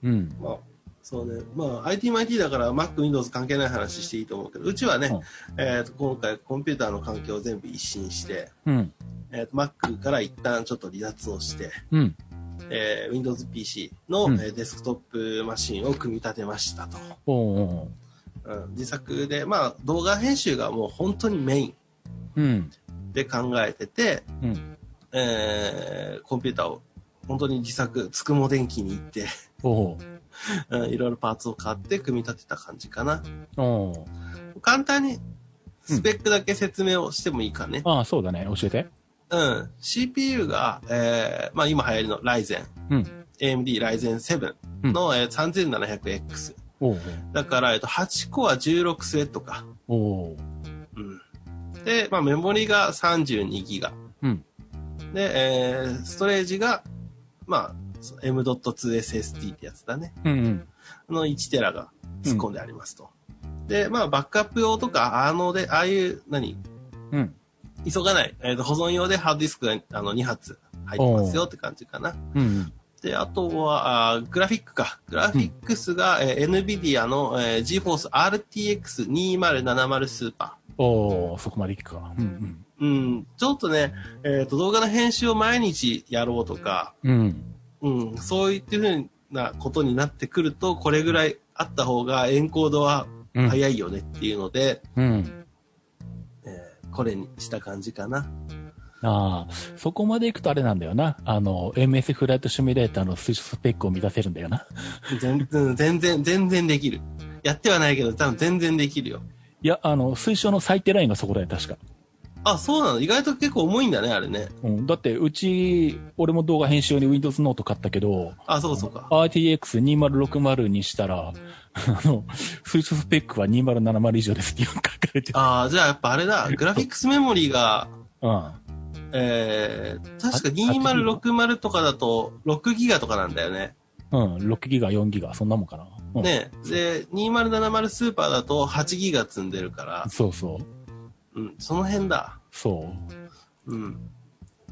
[SPEAKER 2] うん。
[SPEAKER 3] まあ、そうね。まあ、ITMIT だから Mac、Windows 関係ない話していいと思うけど、うちはね、えっ、と、今回コンピューターの環境を全部一新して、
[SPEAKER 2] うん。
[SPEAKER 3] えっ、と、Mac から一旦ちょっと離脱をして、
[SPEAKER 2] うん。
[SPEAKER 3] えー Windows PC の、
[SPEAKER 2] うん
[SPEAKER 3] えーデスクトップマシンを組み立てましたと。
[SPEAKER 2] おうおう
[SPEAKER 3] うん、自作で、まあ、動画編集がもう本当にメイン
[SPEAKER 2] うん。
[SPEAKER 3] で考えてて、
[SPEAKER 2] うん。
[SPEAKER 3] えーコンピューターを本当に自作、つくも電機に行って、
[SPEAKER 2] おう
[SPEAKER 3] うん、いろいろパーツを買って組み立てた感じかな。
[SPEAKER 2] おう
[SPEAKER 3] 簡単にスペックだけ説明をしてもいいかね。
[SPEAKER 2] ああ、そうだね。教えて。
[SPEAKER 3] うん。CPU が、えーまあ今流行りの Ryzen、
[SPEAKER 2] うん。
[SPEAKER 3] AMD Ryzen 7の、えー 3700X。
[SPEAKER 2] おう
[SPEAKER 3] だから、えっと、8コア16スレッドか。
[SPEAKER 2] おうおう
[SPEAKER 3] うん。で、まあメモリが32ギガ。
[SPEAKER 2] うん。
[SPEAKER 3] で、えーストレージが、まあ、そ M.2SSD ってやつだね。
[SPEAKER 2] うんうん。
[SPEAKER 3] あの1テラが突っ込んでありますと。で、まあ、バックアップ用とか、あので、ああいう、何、
[SPEAKER 2] うん。
[SPEAKER 3] 急がない、えーと保存用でハードディスクがあの2発入ってますよって感じかな。
[SPEAKER 2] うん。
[SPEAKER 3] で、あとは、あーグラフィックか。グラフィックスが、えー NVIDIA の、えー GForce RTX2070 スーパ
[SPEAKER 2] おうそこまでいくか。うん
[SPEAKER 3] ー。うん、ちょっとね、えっ、と、動画の編集を毎日やろうとか、
[SPEAKER 2] うん。うん。
[SPEAKER 3] うん、そういってふうなことになってくると、これぐらいあった方がエンコードは
[SPEAKER 2] うん。
[SPEAKER 3] 早いよねっていうので、
[SPEAKER 2] うん。
[SPEAKER 3] えーこれにした感じかな。
[SPEAKER 2] ああ、そこまでいくとあれなんだよな。あの、MS フライトシミュレーターのススペックを満たせるんだよな。
[SPEAKER 3] 全然、全然、全然できる。やってはないけど、多分全然できるよ。
[SPEAKER 2] いや、あの、推奨の最低ラインがそこだよ、確か。
[SPEAKER 3] あ、そうなの意外と結構重いんだね、あれね。
[SPEAKER 2] うん。だって、うち、俺も動画編集用に Windows ノート買ったけど、
[SPEAKER 3] あ、そうかそうか。
[SPEAKER 2] RTX2060 にしたら、あの、スイススペックは2070以上ですって書かれてる。
[SPEAKER 3] ああ、じゃあやっぱあれだ。グラフィックスメモリーが、
[SPEAKER 2] うん。
[SPEAKER 3] えー、確か
[SPEAKER 2] あ
[SPEAKER 3] 2060とかだと6ギガとかなんだよね。
[SPEAKER 2] うん、6ギガ、4ギガ、そんなもんかな。うん、
[SPEAKER 3] ね。で、2070スーパーだと8ギガ積んでるから、
[SPEAKER 2] そうそう。
[SPEAKER 3] うん、その辺だ。
[SPEAKER 2] そう。
[SPEAKER 3] うん。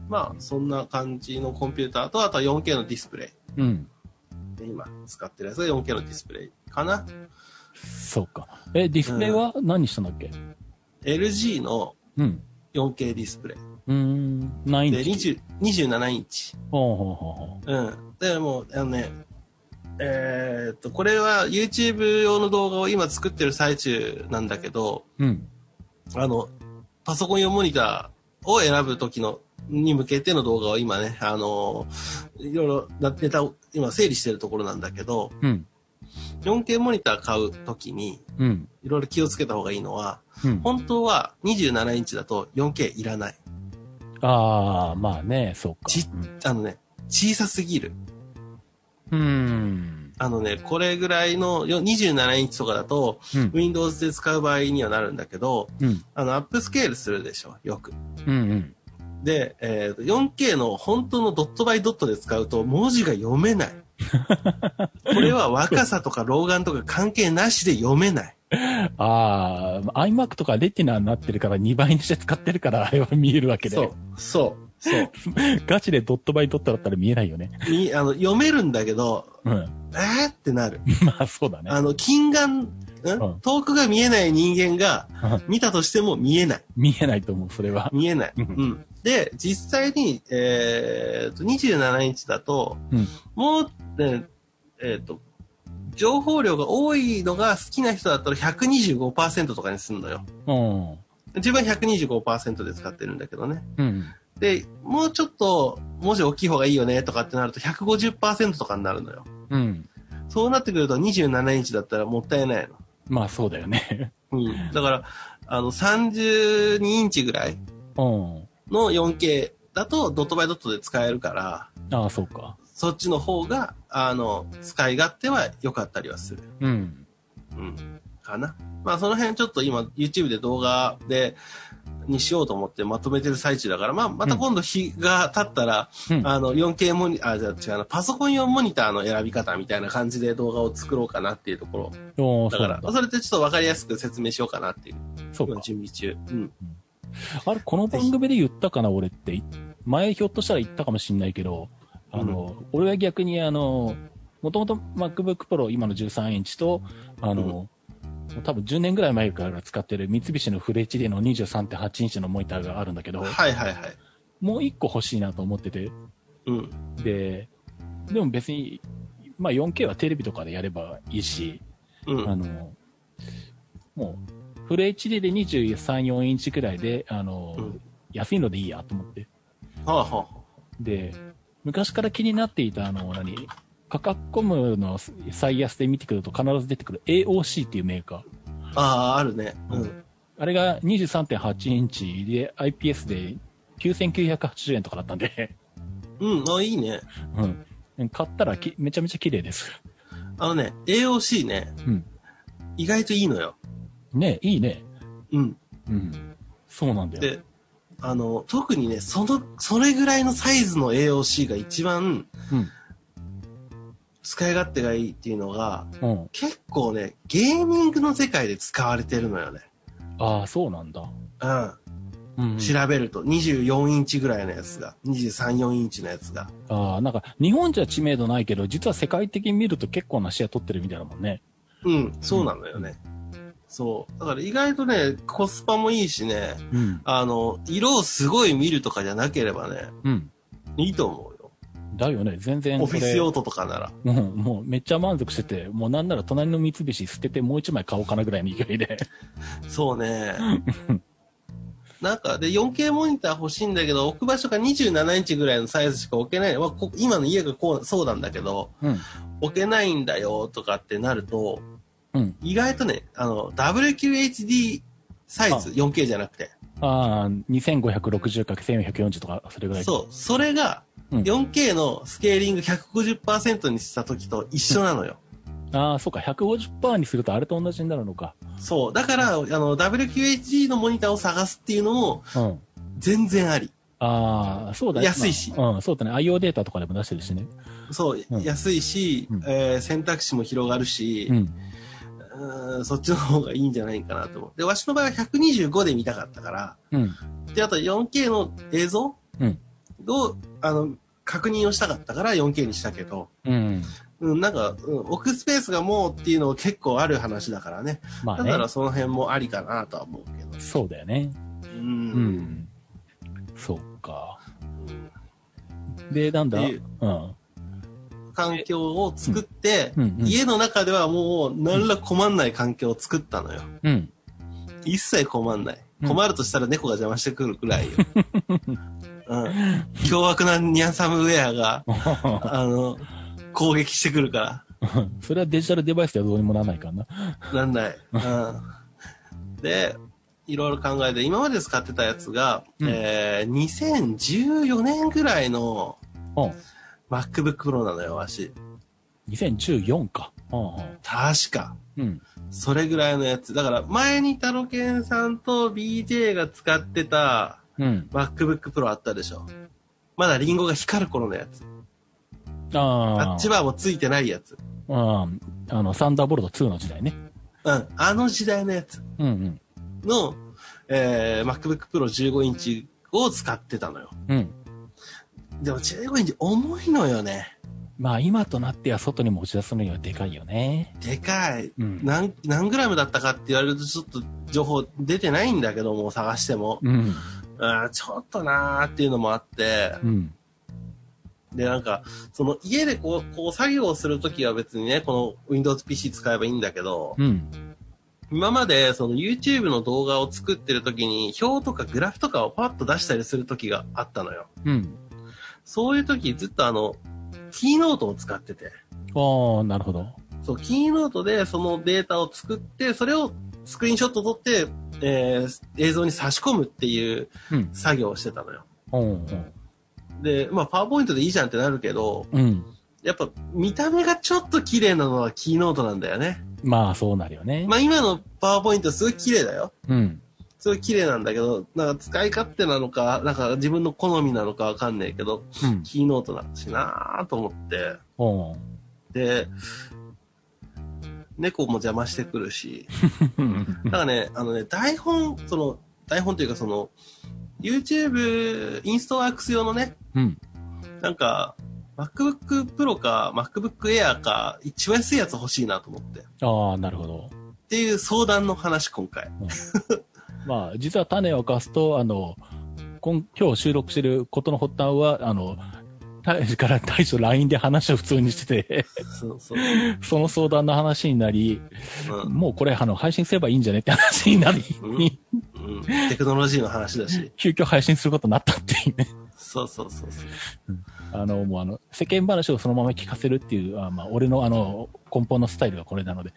[SPEAKER 3] まあ、そんな感じのコンピューターと、あとは 4K のディスプレイ。
[SPEAKER 2] うん。
[SPEAKER 3] で今使ってるやつが 4K のディスプレイかな。
[SPEAKER 2] そうか。え、ディスプレイは何したんだっけ
[SPEAKER 3] LG の
[SPEAKER 2] うん。
[SPEAKER 3] 4K ディスプレ
[SPEAKER 2] うーん、何
[SPEAKER 3] イ。
[SPEAKER 2] イ
[SPEAKER 3] で、
[SPEAKER 2] ンチ
[SPEAKER 3] 20 27インチ。
[SPEAKER 2] ほうほうほうほ
[SPEAKER 3] うん。でもう、あのね、えーっと、これは YouTube 用の動画を今作ってる最中なんだけど、
[SPEAKER 2] う。うん。
[SPEAKER 3] あの、パソコン用モニターを選ぶ時の、に向けての動画を今ね、あのいろいろなネタを今整理してるところなんだけど、
[SPEAKER 2] うん。
[SPEAKER 3] 4K モニター買う時に、
[SPEAKER 2] うん。
[SPEAKER 3] いろいろ気をつけた方がいいのは、
[SPEAKER 2] うん。
[SPEAKER 3] 本当は27インチだと 4K いらない。
[SPEAKER 2] ああ、まあね、そうか。
[SPEAKER 3] ちあのね、小さすぎる。
[SPEAKER 2] うん。うん。
[SPEAKER 3] あのね、これぐらいのよ27インチとかだと、
[SPEAKER 2] うん。
[SPEAKER 3] Windows で使う場合にはなるんだけど、
[SPEAKER 2] うん。
[SPEAKER 3] あの、アップスケールするでしょ、よく。
[SPEAKER 2] うん。
[SPEAKER 3] で、えーと 4K の本当のドットバイドットで使うと文字が読めない。これは若さとか老眼とか関係なしで読めない。
[SPEAKER 2] ああ、iMac とかレティナになってるから2倍にして使ってるからあれは見えるわけで。
[SPEAKER 3] そう。、そう、そう。
[SPEAKER 2] ガチでドットバイドットだったら見えないよね。
[SPEAKER 3] みあの読めるんだけど、
[SPEAKER 2] うん。
[SPEAKER 3] えーってなる。
[SPEAKER 2] まあそうだね。
[SPEAKER 3] あの、近眼、ん
[SPEAKER 2] ん
[SPEAKER 3] 遠くが見えない人間が
[SPEAKER 2] うん
[SPEAKER 3] 見たとしても見えない。
[SPEAKER 2] 見えないと思う、それは。
[SPEAKER 3] 見えない。
[SPEAKER 2] う
[SPEAKER 3] うんん。で、実際に、えー、と、27インチだと、
[SPEAKER 2] うん
[SPEAKER 3] もう、ね、えっ、と、情報量が多いのが好きな人だったら125%とかにするのよ。
[SPEAKER 2] うん。
[SPEAKER 3] 自分は125%で使ってるんだけどね。
[SPEAKER 2] うん。
[SPEAKER 3] で、もうちょっと文字大きい方がいいよねとかってなると150%とかになるのよ。
[SPEAKER 2] うん。
[SPEAKER 3] そうなってくると27インチだったらもったいないの。
[SPEAKER 2] まあそうだよね。
[SPEAKER 3] うん。だから、あの、32インチぐらい
[SPEAKER 2] うん。
[SPEAKER 3] の 4K だとドットバイドットで使えるから、
[SPEAKER 2] ああ、そうか。
[SPEAKER 3] そっちの方が、あの、使い勝手は良かったりはする。
[SPEAKER 2] うん。
[SPEAKER 3] うん。かな。まあその辺ちょっと今 YouTube で動画で、にしようと思ってまとめてる最中だから、まあまた今度日が経ったら、
[SPEAKER 2] うん
[SPEAKER 3] あの 4K モニ、あ、じゃあ違うな、パソコン用モニターの選び方みたいな感じで動画を作ろうかなっていうところ。
[SPEAKER 2] おーそ
[SPEAKER 3] だか
[SPEAKER 2] うな
[SPEAKER 3] ら
[SPEAKER 2] ん、だ。
[SPEAKER 3] それでちょっとわかりやすく説明しようかなっていう。
[SPEAKER 2] そう
[SPEAKER 3] 今
[SPEAKER 2] か。
[SPEAKER 3] 準備中。うん。
[SPEAKER 2] あれ、この番組で言ったかな、俺って。前ひょっとしたら言ったかもしんないけど、あの、俺は逆にあの、もともと MacBook Pro 今の13インチと、あの、多分10年ぐらい前から使ってる三菱のフル HD の23.8インチのモニターがあるんだけど、
[SPEAKER 3] はいはいはい。
[SPEAKER 2] もう1個欲しいなと思ってて、
[SPEAKER 3] うん。
[SPEAKER 2] で、でも別に、まあ 4K はテレビとかでやればいいし、
[SPEAKER 3] う
[SPEAKER 2] あ
[SPEAKER 3] ん。
[SPEAKER 2] の、もう、フル HD で23、4インチくらいで、あの、
[SPEAKER 3] うん
[SPEAKER 2] 安いのでいいやと思って。
[SPEAKER 3] はあは
[SPEAKER 2] で、昔から気になっていた、あの、何、カカッコムの最安で見てくると必ず出てくる AOC っていうメーカー。
[SPEAKER 3] あ。ああ、あるね。う。
[SPEAKER 2] うんあれが23.8インチで IPS で9980円とかだったんで、
[SPEAKER 3] うん。あ、いいね。
[SPEAKER 2] うん。買ったらきめちゃめちゃ綺麗です。
[SPEAKER 3] あのね、AOC ね、
[SPEAKER 2] うん
[SPEAKER 3] 意外といいのよ。
[SPEAKER 2] ねいいね。
[SPEAKER 3] うん。
[SPEAKER 2] うん。そうなんだよ。
[SPEAKER 3] で、あの、特にね、その、それぐらいのサイズの AOC が一番、
[SPEAKER 2] うん
[SPEAKER 3] 使い勝手がいいっていうのが、
[SPEAKER 2] うん。
[SPEAKER 3] 結構ね、ゲーミングの世界で使われてるのよね。
[SPEAKER 2] ああ、そうなんだ。
[SPEAKER 3] う
[SPEAKER 2] うんうん
[SPEAKER 3] ん。。調べると、24インチぐらいのやつが、23、4インチのやつが。
[SPEAKER 2] ああ、なんか、日本じゃ知名度ないけど、実は世界的に見ると結構な視野取ってるみたいだもんね。
[SPEAKER 3] うん、そうなのよね。そう。だから意外とね、コスパもいいしね、
[SPEAKER 2] うん。
[SPEAKER 3] あの、色をすごい見るとかじゃなければね、
[SPEAKER 2] うん。
[SPEAKER 3] いいと思うよ。
[SPEAKER 2] だよね、全然
[SPEAKER 3] オ
[SPEAKER 2] こ
[SPEAKER 3] フ
[SPEAKER 2] れ。
[SPEAKER 3] ィス用途とかなら。
[SPEAKER 2] うん、もうめっちゃ満足してて、もうなんなら隣の三菱捨ててもう一枚買おうかなぐらいの勢いで。
[SPEAKER 3] そうね。なんか、で、4K モニター欲しいんだけど、置く場所が27インチぐらいのサイズしか置けない。わこ今の家がこう、そうなんだけど、
[SPEAKER 2] うん。
[SPEAKER 3] 置けないんだよとかってなると、
[SPEAKER 2] うん。
[SPEAKER 3] 意外とね、あの、WQHD サイズ、4K じゃなくて。
[SPEAKER 2] ああ、2560×1440 とか、それぐらい。
[SPEAKER 3] そう、それが、
[SPEAKER 2] うん
[SPEAKER 3] 4K のスケーリング150%にした時と一緒なのよ。
[SPEAKER 2] ああ、そうか、150%にするとあれと同じになるのか。
[SPEAKER 3] そう。だから、あの、WQHD のモニターを探すっていうのも、
[SPEAKER 2] うん。
[SPEAKER 3] 全然あり。
[SPEAKER 2] ああ、そうだね。
[SPEAKER 3] 安いし
[SPEAKER 2] まあうん、そうだね。IO データとかでも出してるしね。
[SPEAKER 3] そう、
[SPEAKER 2] うん
[SPEAKER 3] 安いし、
[SPEAKER 2] うん
[SPEAKER 3] えー選択肢も広がるし
[SPEAKER 2] う、ん。
[SPEAKER 3] うーんそっちの方がいいんじゃないかなと思う。で、わしの場合は125で見たかったから、
[SPEAKER 2] うん。
[SPEAKER 3] で、あと 4K の映像を、
[SPEAKER 2] うん
[SPEAKER 3] あの、確認をしたかったから 4K にしたけど、
[SPEAKER 2] うん。
[SPEAKER 3] うん、なんか、うん、置くスペースがもうっていうの結構ある話だからね。
[SPEAKER 2] まあ
[SPEAKER 3] だ
[SPEAKER 2] ね
[SPEAKER 3] か。らその辺もありかなとは思うけど。
[SPEAKER 2] そうだよね。
[SPEAKER 3] う。
[SPEAKER 2] うんん。そうか。で、なんだ、
[SPEAKER 3] っ
[SPEAKER 2] う。
[SPEAKER 3] ていうん環境を作って、
[SPEAKER 2] うんうんうん
[SPEAKER 3] 家の中ではもう何ら困んない環境を作ったのよ。
[SPEAKER 2] うん。
[SPEAKER 3] 一切困んない。
[SPEAKER 2] うん
[SPEAKER 3] 困るとしたら猫が邪魔してくるく らいよ。うん。凶悪なニャンサムウェアが、あの、攻撃してくるか
[SPEAKER 2] それはデジタルデバイスではどうにもならないからな。
[SPEAKER 3] ら。なんない。うん。で、いろいろ考えて、今まで使ってたやつが、
[SPEAKER 2] うん
[SPEAKER 3] えー、2014年ぐらいの
[SPEAKER 2] うん。
[SPEAKER 3] MacBook Pro なのよ、わし。
[SPEAKER 2] 2014か。うん
[SPEAKER 3] 確か。
[SPEAKER 2] うん。
[SPEAKER 3] それぐらいのやつ。だから、前にタロケンさんと BJ が使ってた
[SPEAKER 2] うん。
[SPEAKER 3] MacBook Pro あったでしょ。まだリンゴが光る頃のやつ。
[SPEAKER 2] ああ。
[SPEAKER 3] あっちはもうついてないやつ。
[SPEAKER 2] うん。あの、サンダーボルト2の時代ね。
[SPEAKER 3] うん。あの時代のやつ
[SPEAKER 2] うん
[SPEAKER 3] の、えー、MacBook Pro 15インチを使ってたのよ。
[SPEAKER 2] うん。うん。
[SPEAKER 3] でも15インチ重いのよね。
[SPEAKER 2] まあ、今となっては外に持ち出すのにはでかいよね。
[SPEAKER 3] でかい。
[SPEAKER 2] うん。
[SPEAKER 3] 何、何グラムだったかって言われるとちょっと情報出てないんだけども、探しても。
[SPEAKER 2] うん。
[SPEAKER 3] あーちょっとなーっていうのもあって、
[SPEAKER 2] うん。
[SPEAKER 3] で、なんか、その家でこう、こう作業をするときは別にね、この Windows PC 使えばいいんだけど、
[SPEAKER 2] うん。
[SPEAKER 3] 今までその YouTube の動画を作ってる時に表とかグラフとかをパッと出したりする時があったのよ。
[SPEAKER 2] うん。
[SPEAKER 3] そういう時ずっとあの、キーノートを使ってて。
[SPEAKER 2] ああ、なるほど。
[SPEAKER 3] そう、キーノートでそのデータを作って、それをスクリーンショット撮って、えー映像に差し込むっていう
[SPEAKER 2] うん
[SPEAKER 3] 作業をしてたのよ。
[SPEAKER 2] うん。
[SPEAKER 3] で、まあ、パワーポイントでいいじゃんってなるけど、
[SPEAKER 2] うん。
[SPEAKER 3] やっぱ見た目がちょっと綺麗なのはキーノートなんだよね。
[SPEAKER 2] まあ、そうなるよね。
[SPEAKER 3] まあ、今のパワーポイントすごい綺麗だよ。
[SPEAKER 2] うん。
[SPEAKER 3] すごい綺麗なんだけど、なんか使い勝手なのか、なんか自分の好みなのかわかんないけど、
[SPEAKER 2] うん。
[SPEAKER 3] キーノートなんだしなぁと思って。
[SPEAKER 2] おう
[SPEAKER 3] で、猫も邪魔してくるし、
[SPEAKER 2] うん。
[SPEAKER 3] だからね、あのね、台本、その、台本というかその、YouTube、インストワークス用のね、
[SPEAKER 2] うん。
[SPEAKER 3] なんか、MacBook Pro か MacBook Air か、一番安いやつ欲しいなと思って。っ
[SPEAKER 2] ああ、なるほど。
[SPEAKER 3] ていう相談の話、今回。
[SPEAKER 2] まあ、実は種を貸すと、あの、今今日収録してることの発端は、あの、大使から大将 LINE で話を普通にしてて、
[SPEAKER 3] そうそう。
[SPEAKER 2] その相談の話になり、
[SPEAKER 3] う
[SPEAKER 2] もうこれ、あの、配信すればいいんじゃねって話になり、
[SPEAKER 3] うんん。うん。テクノロジーの話だし。
[SPEAKER 2] 急遽配信することになったっていうね。
[SPEAKER 3] そうそうそうそう。
[SPEAKER 2] あの、もうあの、世間話をそのまま聞かせるっていう、あまあ、俺のあの、根本のスタイルがこれなので。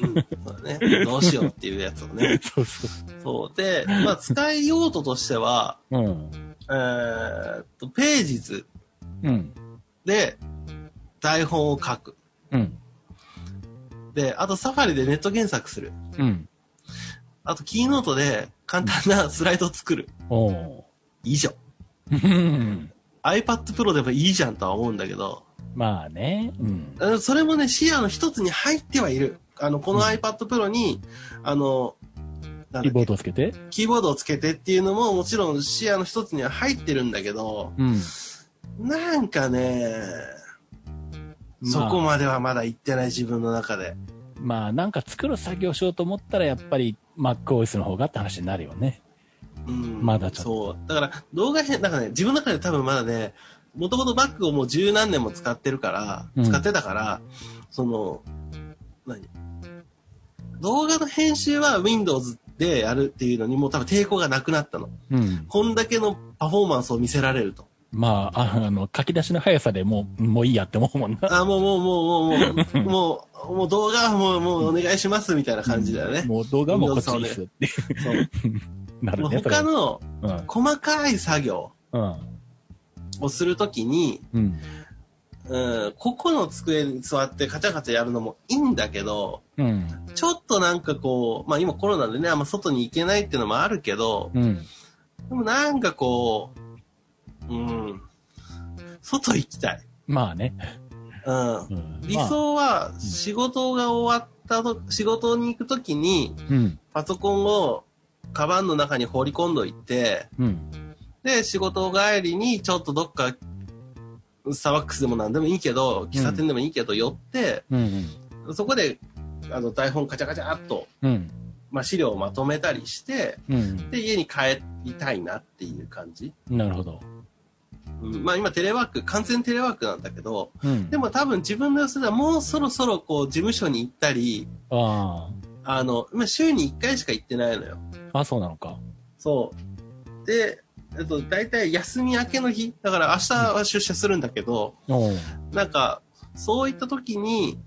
[SPEAKER 3] うん、そうだね。どうしようっていうやつをね。
[SPEAKER 2] そうそ
[SPEAKER 3] そう。で、まあ、使い用途としては、
[SPEAKER 2] う。うん。
[SPEAKER 3] えーっと、ページ図
[SPEAKER 2] うん。
[SPEAKER 3] で台本を書く。
[SPEAKER 2] うん。
[SPEAKER 3] で、あとサファリでネット検索する。
[SPEAKER 2] うん。
[SPEAKER 3] あとキーノートで簡単なスライドを作る。
[SPEAKER 2] おー
[SPEAKER 3] 以上。
[SPEAKER 2] うん。
[SPEAKER 3] iPad Pro でもいいじゃんとは思うんだけど、
[SPEAKER 2] まあね。うん。
[SPEAKER 3] あのそれもね、視野の一つに入ってはいる。あの、この iPad Pro に、あの、なん
[SPEAKER 2] キー
[SPEAKER 3] だっ
[SPEAKER 2] ボー
[SPEAKER 3] け
[SPEAKER 2] ドをつけて。
[SPEAKER 3] キーボードをつけてっていうのももちろん視野の一つには入ってるんだけど、
[SPEAKER 2] うん。
[SPEAKER 3] なんかね、そこまではまだ行ってない自分の中で。
[SPEAKER 2] まあなんか作る作業しようと思ったらやっぱり MacOS の方がって話になるよね。
[SPEAKER 3] うん
[SPEAKER 2] まだちょっ
[SPEAKER 3] そう。だから動画編、なんかね、自分の中で多分まだね、もともと Mac をもう十何年も使ってるから、
[SPEAKER 2] うん
[SPEAKER 3] 使ってたから、その、何動画の編集は Windows でやるっていうのにもう多分抵抗がなくなったの。
[SPEAKER 2] うん。
[SPEAKER 3] こんだけのパフォーマンスを見せられると。
[SPEAKER 2] まあ、ああの、書き出しの速さでもう、もういいやって思うもんな。
[SPEAKER 3] あ、もうもうもうもうもう、もう、もう動画はもうもうお願いしますみたいな感じだよね。
[SPEAKER 2] もう動画もこっちですって
[SPEAKER 3] そう
[SPEAKER 2] なる
[SPEAKER 3] もう
[SPEAKER 2] ね。それ
[SPEAKER 3] 他の
[SPEAKER 2] うん。
[SPEAKER 3] 細かい作業
[SPEAKER 2] うん。
[SPEAKER 3] をするときに、
[SPEAKER 2] うん。
[SPEAKER 3] うん、ここの机に座ってカチャカチャやるのもいいんだけど、
[SPEAKER 2] うん。
[SPEAKER 3] ちょっとなんかこう、まあ今コロナでね、あんま外に行けないっていうのもあるけど、
[SPEAKER 2] うん。
[SPEAKER 3] でもなんかこう、うん、外行きたい。
[SPEAKER 2] まあね。
[SPEAKER 3] うん。
[SPEAKER 2] うん、
[SPEAKER 3] 理想は仕事が終わったと、仕事に行くときに、
[SPEAKER 2] まあうん。
[SPEAKER 3] パソコンをカバンの中に放り込んどいて、
[SPEAKER 2] うん。
[SPEAKER 3] で、仕事帰りにちょっとどっか、サワックスでも何でもいいけど、喫茶店でもいいけど、寄って、
[SPEAKER 2] うん。
[SPEAKER 3] そこで、あの、台本カチャカチャっと、
[SPEAKER 2] うん。
[SPEAKER 3] まあ、資料をまとめたりして、
[SPEAKER 2] うん。
[SPEAKER 3] で、家に帰りたいなっていう感じ。
[SPEAKER 2] なるほど。
[SPEAKER 3] うん、まあ、今テレワーク、完全テレワークなんだけど、
[SPEAKER 2] うん。
[SPEAKER 3] でも多分自分の様子ではもうそろそろこう、事務所に行ったり、
[SPEAKER 2] あ
[SPEAKER 3] あの、まあ、週に1回しか行ってないのよ。
[SPEAKER 2] あ。あ、そうなのか。
[SPEAKER 3] そう。で、えっと、大体休み明けの日、だから明日は出社するんだけど、
[SPEAKER 2] おう
[SPEAKER 3] なんか、そういった時に、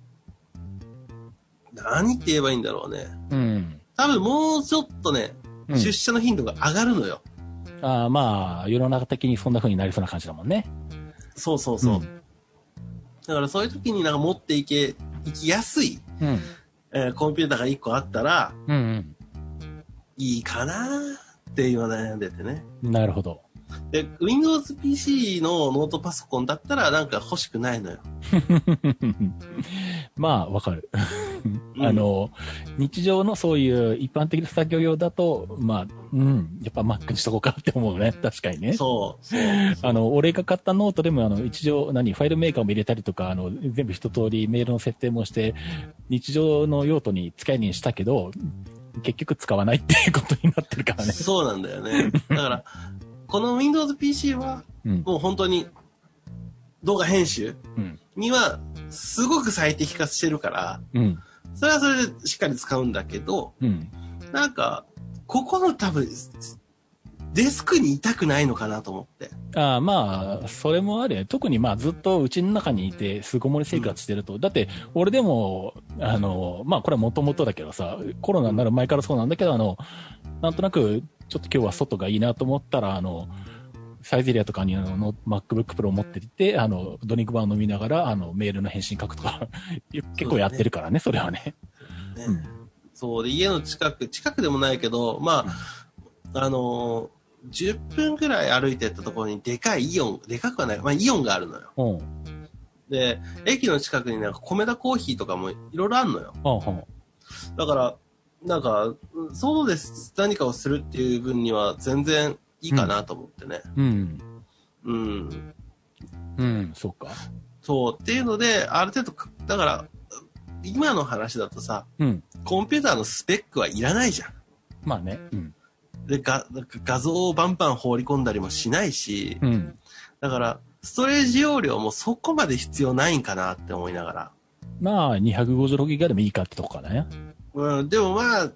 [SPEAKER 3] 何って言えばいいんだろうね。
[SPEAKER 2] うん。
[SPEAKER 3] 多分もうちょっとね、
[SPEAKER 2] うん、
[SPEAKER 3] 出社の頻度が上がるのよ。
[SPEAKER 2] ああまあ、世の中的にそんな風になりそうな感じだもんね。
[SPEAKER 3] そうそうそう。だからそういう時になんか持っていけ、行きやすい、
[SPEAKER 2] うん。うん。
[SPEAKER 3] えーコンピューターが1個あったら、
[SPEAKER 2] うん。
[SPEAKER 3] いいかなって今悩んでてね。
[SPEAKER 2] うん。なるほど。
[SPEAKER 3] で、Windows PC のノートパソコンだったらなんか欲しくないのよ。
[SPEAKER 2] まあ、わかる。
[SPEAKER 3] うん
[SPEAKER 2] あの、日常のそういう一般的な作業用だと、まあ、うん、やっぱ Mac にしとこうかって思うね。確かにね。
[SPEAKER 3] そう。 そう
[SPEAKER 2] あの、俺が買ったノートでも、あの、一応、何、ファイルメーカーも入れたりとか、あの、全部一通りメールの設定もして、日常の用途に使いにしたけど、結局使わないっていうことになってるからね。
[SPEAKER 3] そうなんだよね。だから、この Windows PC は
[SPEAKER 2] うん。
[SPEAKER 3] もう本当に動画編集
[SPEAKER 2] うん。
[SPEAKER 3] にはすごく最適化してるから、
[SPEAKER 2] うん。
[SPEAKER 3] それはそれでしっかり使うんだけど、
[SPEAKER 2] うん。
[SPEAKER 3] なんか、ここの多分、デスクにいたくないのかなと思って。
[SPEAKER 2] ああまあ、それもあるよね。特にまあずっとうちの中にいて、巣ごもり生活してると。だって、俺でも、あの、まあこれはもともとだけどさ、コロナになる前からそうなんだけど、あの、なんとなく、ちょっと今日は外がいいなと思ったら、あの、サイゼリアとかにあのの MacBook Pro 持ってって、あの、ドリンクバー飲みながら、あの、メールの返信書くとか、 結構やってるからね、それはね。
[SPEAKER 3] ね
[SPEAKER 2] うん
[SPEAKER 3] そうで、家の近く、近くでもないけど、まあ、あのー10分ぐらい歩いてったところにでかいイオン、でかくはない、まあイオンがあるのよ。
[SPEAKER 2] うん。うん
[SPEAKER 3] で、駅の近くになんか米田コーヒーとかもいろいろあるのよ。
[SPEAKER 2] うん。
[SPEAKER 3] だから、なんか、うん外で何かをするっていう分には全然いいかなと思ってね。
[SPEAKER 2] うん。
[SPEAKER 3] うん
[SPEAKER 2] うん、そうか。
[SPEAKER 3] そう、っていうので、ある程度、だから、今の話だとさ、
[SPEAKER 2] うん。
[SPEAKER 3] コンピューターのスペックはいらないじゃん。
[SPEAKER 2] まあね。うん。
[SPEAKER 3] で、が画像をバンバン放り込んだりもしないし、
[SPEAKER 2] うん。
[SPEAKER 3] だから、ストレージ容量もそこまで必要ないんかなって思いながら。
[SPEAKER 2] まあ、256ギガでもいいかってとこかね。
[SPEAKER 3] うん、でもまあ、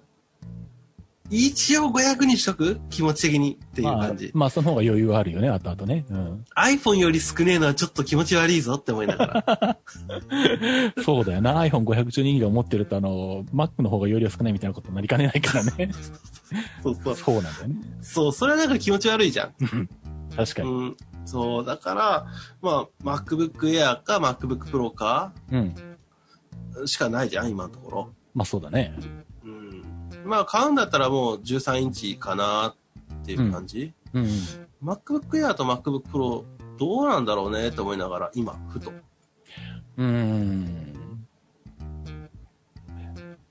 [SPEAKER 3] 一応500にしとく気持ち的にっていう感じ。
[SPEAKER 2] まあ、まあ、その方が余裕はあるよね、あとあとね。うん。
[SPEAKER 3] iPhone より少ねえのはちょっと気持ち悪いぞって思いながら。
[SPEAKER 2] そうだよな。iPhone512 ギガ持ってると、あの、Mac の方が容量少ないみたいなことになりかねないからね。
[SPEAKER 3] そうそう。
[SPEAKER 2] そうなんだよね。
[SPEAKER 3] そう、それはなんか気持ち悪いじゃん。
[SPEAKER 2] 確かに。
[SPEAKER 3] うん、そう、だから、まあ、MacBook Air か MacBook Pro か
[SPEAKER 2] うん。
[SPEAKER 3] しかないじゃん、今のところ。
[SPEAKER 2] まあ、そうだね。
[SPEAKER 3] うん。まあ、買うんだったらもう13インチかなっていう感じ。
[SPEAKER 2] うん。
[SPEAKER 3] MacBook Air と MacBook Pro どうなんだろうねって思いながら、今、ふと。
[SPEAKER 2] うん。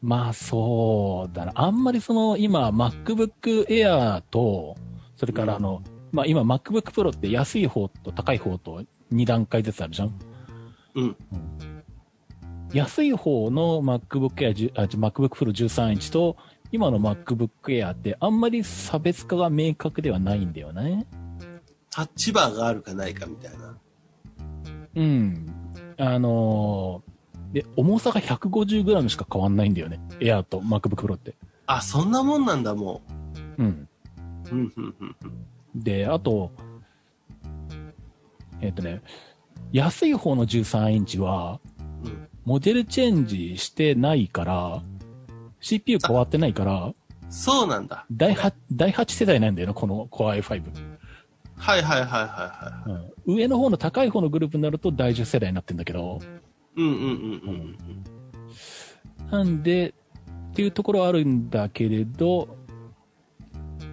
[SPEAKER 2] まあ、そうだな。あんまりその、今、MacBook Air と、それからあの、まあ今、MacBook Pro って安い方と高い方と2段階ずつあるじゃん。
[SPEAKER 3] うん。
[SPEAKER 2] 安い方の MacBook Air 10、あ、じゃ MacBook Pro 13インチと、今の MacBook Air ってあんまり差別化が明確ではないんだよね。
[SPEAKER 3] タッチバーがあるかないかみたいな。
[SPEAKER 2] うん。あのーで、重さが 150g しか変わんないんだよね。Air と MacBook Pro って。
[SPEAKER 3] あ、そんなもんなんだ、も
[SPEAKER 2] うん。
[SPEAKER 3] う。うん、うん、うんうん。
[SPEAKER 2] で、あと、えっ、とね、安い方の13インチは、
[SPEAKER 3] うん
[SPEAKER 2] モデルチェンジしてないから、CPU 変わってないから、
[SPEAKER 3] そうなんだ。
[SPEAKER 2] 第 8, 第8世代なんだよな、この Core i5。
[SPEAKER 3] はいはいはいはいは
[SPEAKER 2] うん上の方の高い方のグループになると第10世代になってんだけど、
[SPEAKER 3] い。うんうんうんうんうん。
[SPEAKER 2] なんで、っていうところはあるんだけれど、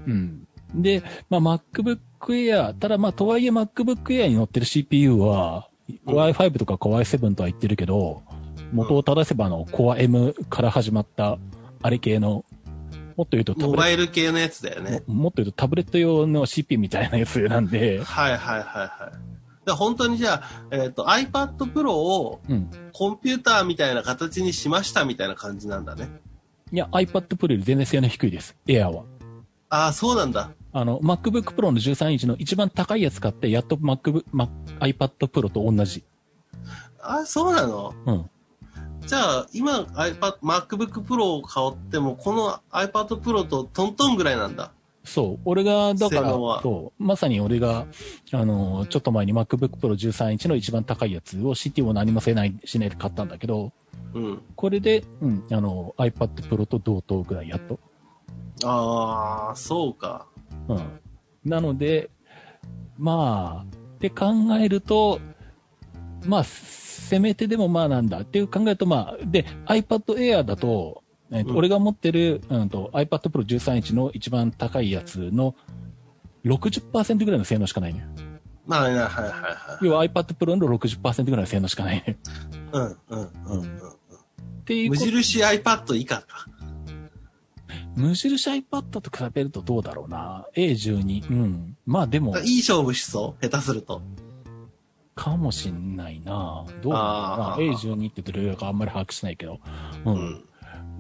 [SPEAKER 2] うん。で、まあ、MacBook Air、ただまあ、とはいえ MacBook Air に乗ってる CPU は、
[SPEAKER 3] うん
[SPEAKER 2] Core i5 とか Core i7 とは言ってるけど、元を正せばあの、Core M から始まった、あれ系の、もっと言うとタ
[SPEAKER 3] モ
[SPEAKER 2] ブ
[SPEAKER 3] バ
[SPEAKER 2] レ
[SPEAKER 3] イル系のやつだよね。
[SPEAKER 2] ット、もっと言うとタブレット用の CPU みたいなやつなんで、
[SPEAKER 3] はいはいはいはい。で本当にじゃあ、えっ、と、iPad Pro を
[SPEAKER 2] うん。
[SPEAKER 3] コンピューターみたいな形にしましたみたいな感じなんだね。
[SPEAKER 2] いや、iPad Pro より全然性能低いです。Air は。
[SPEAKER 3] ああ、そうなんだ。
[SPEAKER 2] あの、MacBook Pro の13インチの一番高いやつ買って、やっと MacBook、Mac、iPad Pro と同じ。
[SPEAKER 3] ああ、そうなの
[SPEAKER 2] うん。
[SPEAKER 3] じゃあ、今 iPad、MacBook Pro を買っても、この iPad Pro とトントンぐらいなんだ。
[SPEAKER 2] そう。俺が、だから、
[SPEAKER 3] 性能は
[SPEAKER 2] そう。まさに俺が、あの、ちょっと前に MacBook Pro 13インチの一番高いやつを CT も何もせない、しないで買ったんだけど、
[SPEAKER 3] うん。
[SPEAKER 2] これで、うん、あの、iPad Pro と同等ぐらいやっと。
[SPEAKER 3] ああ、そうか。
[SPEAKER 2] うん。なので、まあ、って考えると、まあ、せめてでもまあなんだっていう考えるとまあ、で、iPad Air だと、えっと
[SPEAKER 3] うん
[SPEAKER 2] 俺が持ってる、うん、と iPad Pro 13インチの一番高いやつの60%ぐらいの性能しかないね。
[SPEAKER 3] まあ、はいはいはいはい。
[SPEAKER 2] 要は iPad Pro の60%ぐらいの性能しかないね。
[SPEAKER 3] うんうんうん
[SPEAKER 2] っ
[SPEAKER 3] うん。
[SPEAKER 2] ていう
[SPEAKER 3] 無
[SPEAKER 2] こと
[SPEAKER 3] 印 iPad 以下か。
[SPEAKER 2] 無印 iPad と比べるとどうだろうな。A12。うん。まあでも、
[SPEAKER 3] いい勝負しそう下手すると。
[SPEAKER 2] かもしんないなどうなのかな
[SPEAKER 3] あー
[SPEAKER 2] ?A12 ってどれかあんまり把握してないけど。う。
[SPEAKER 3] うん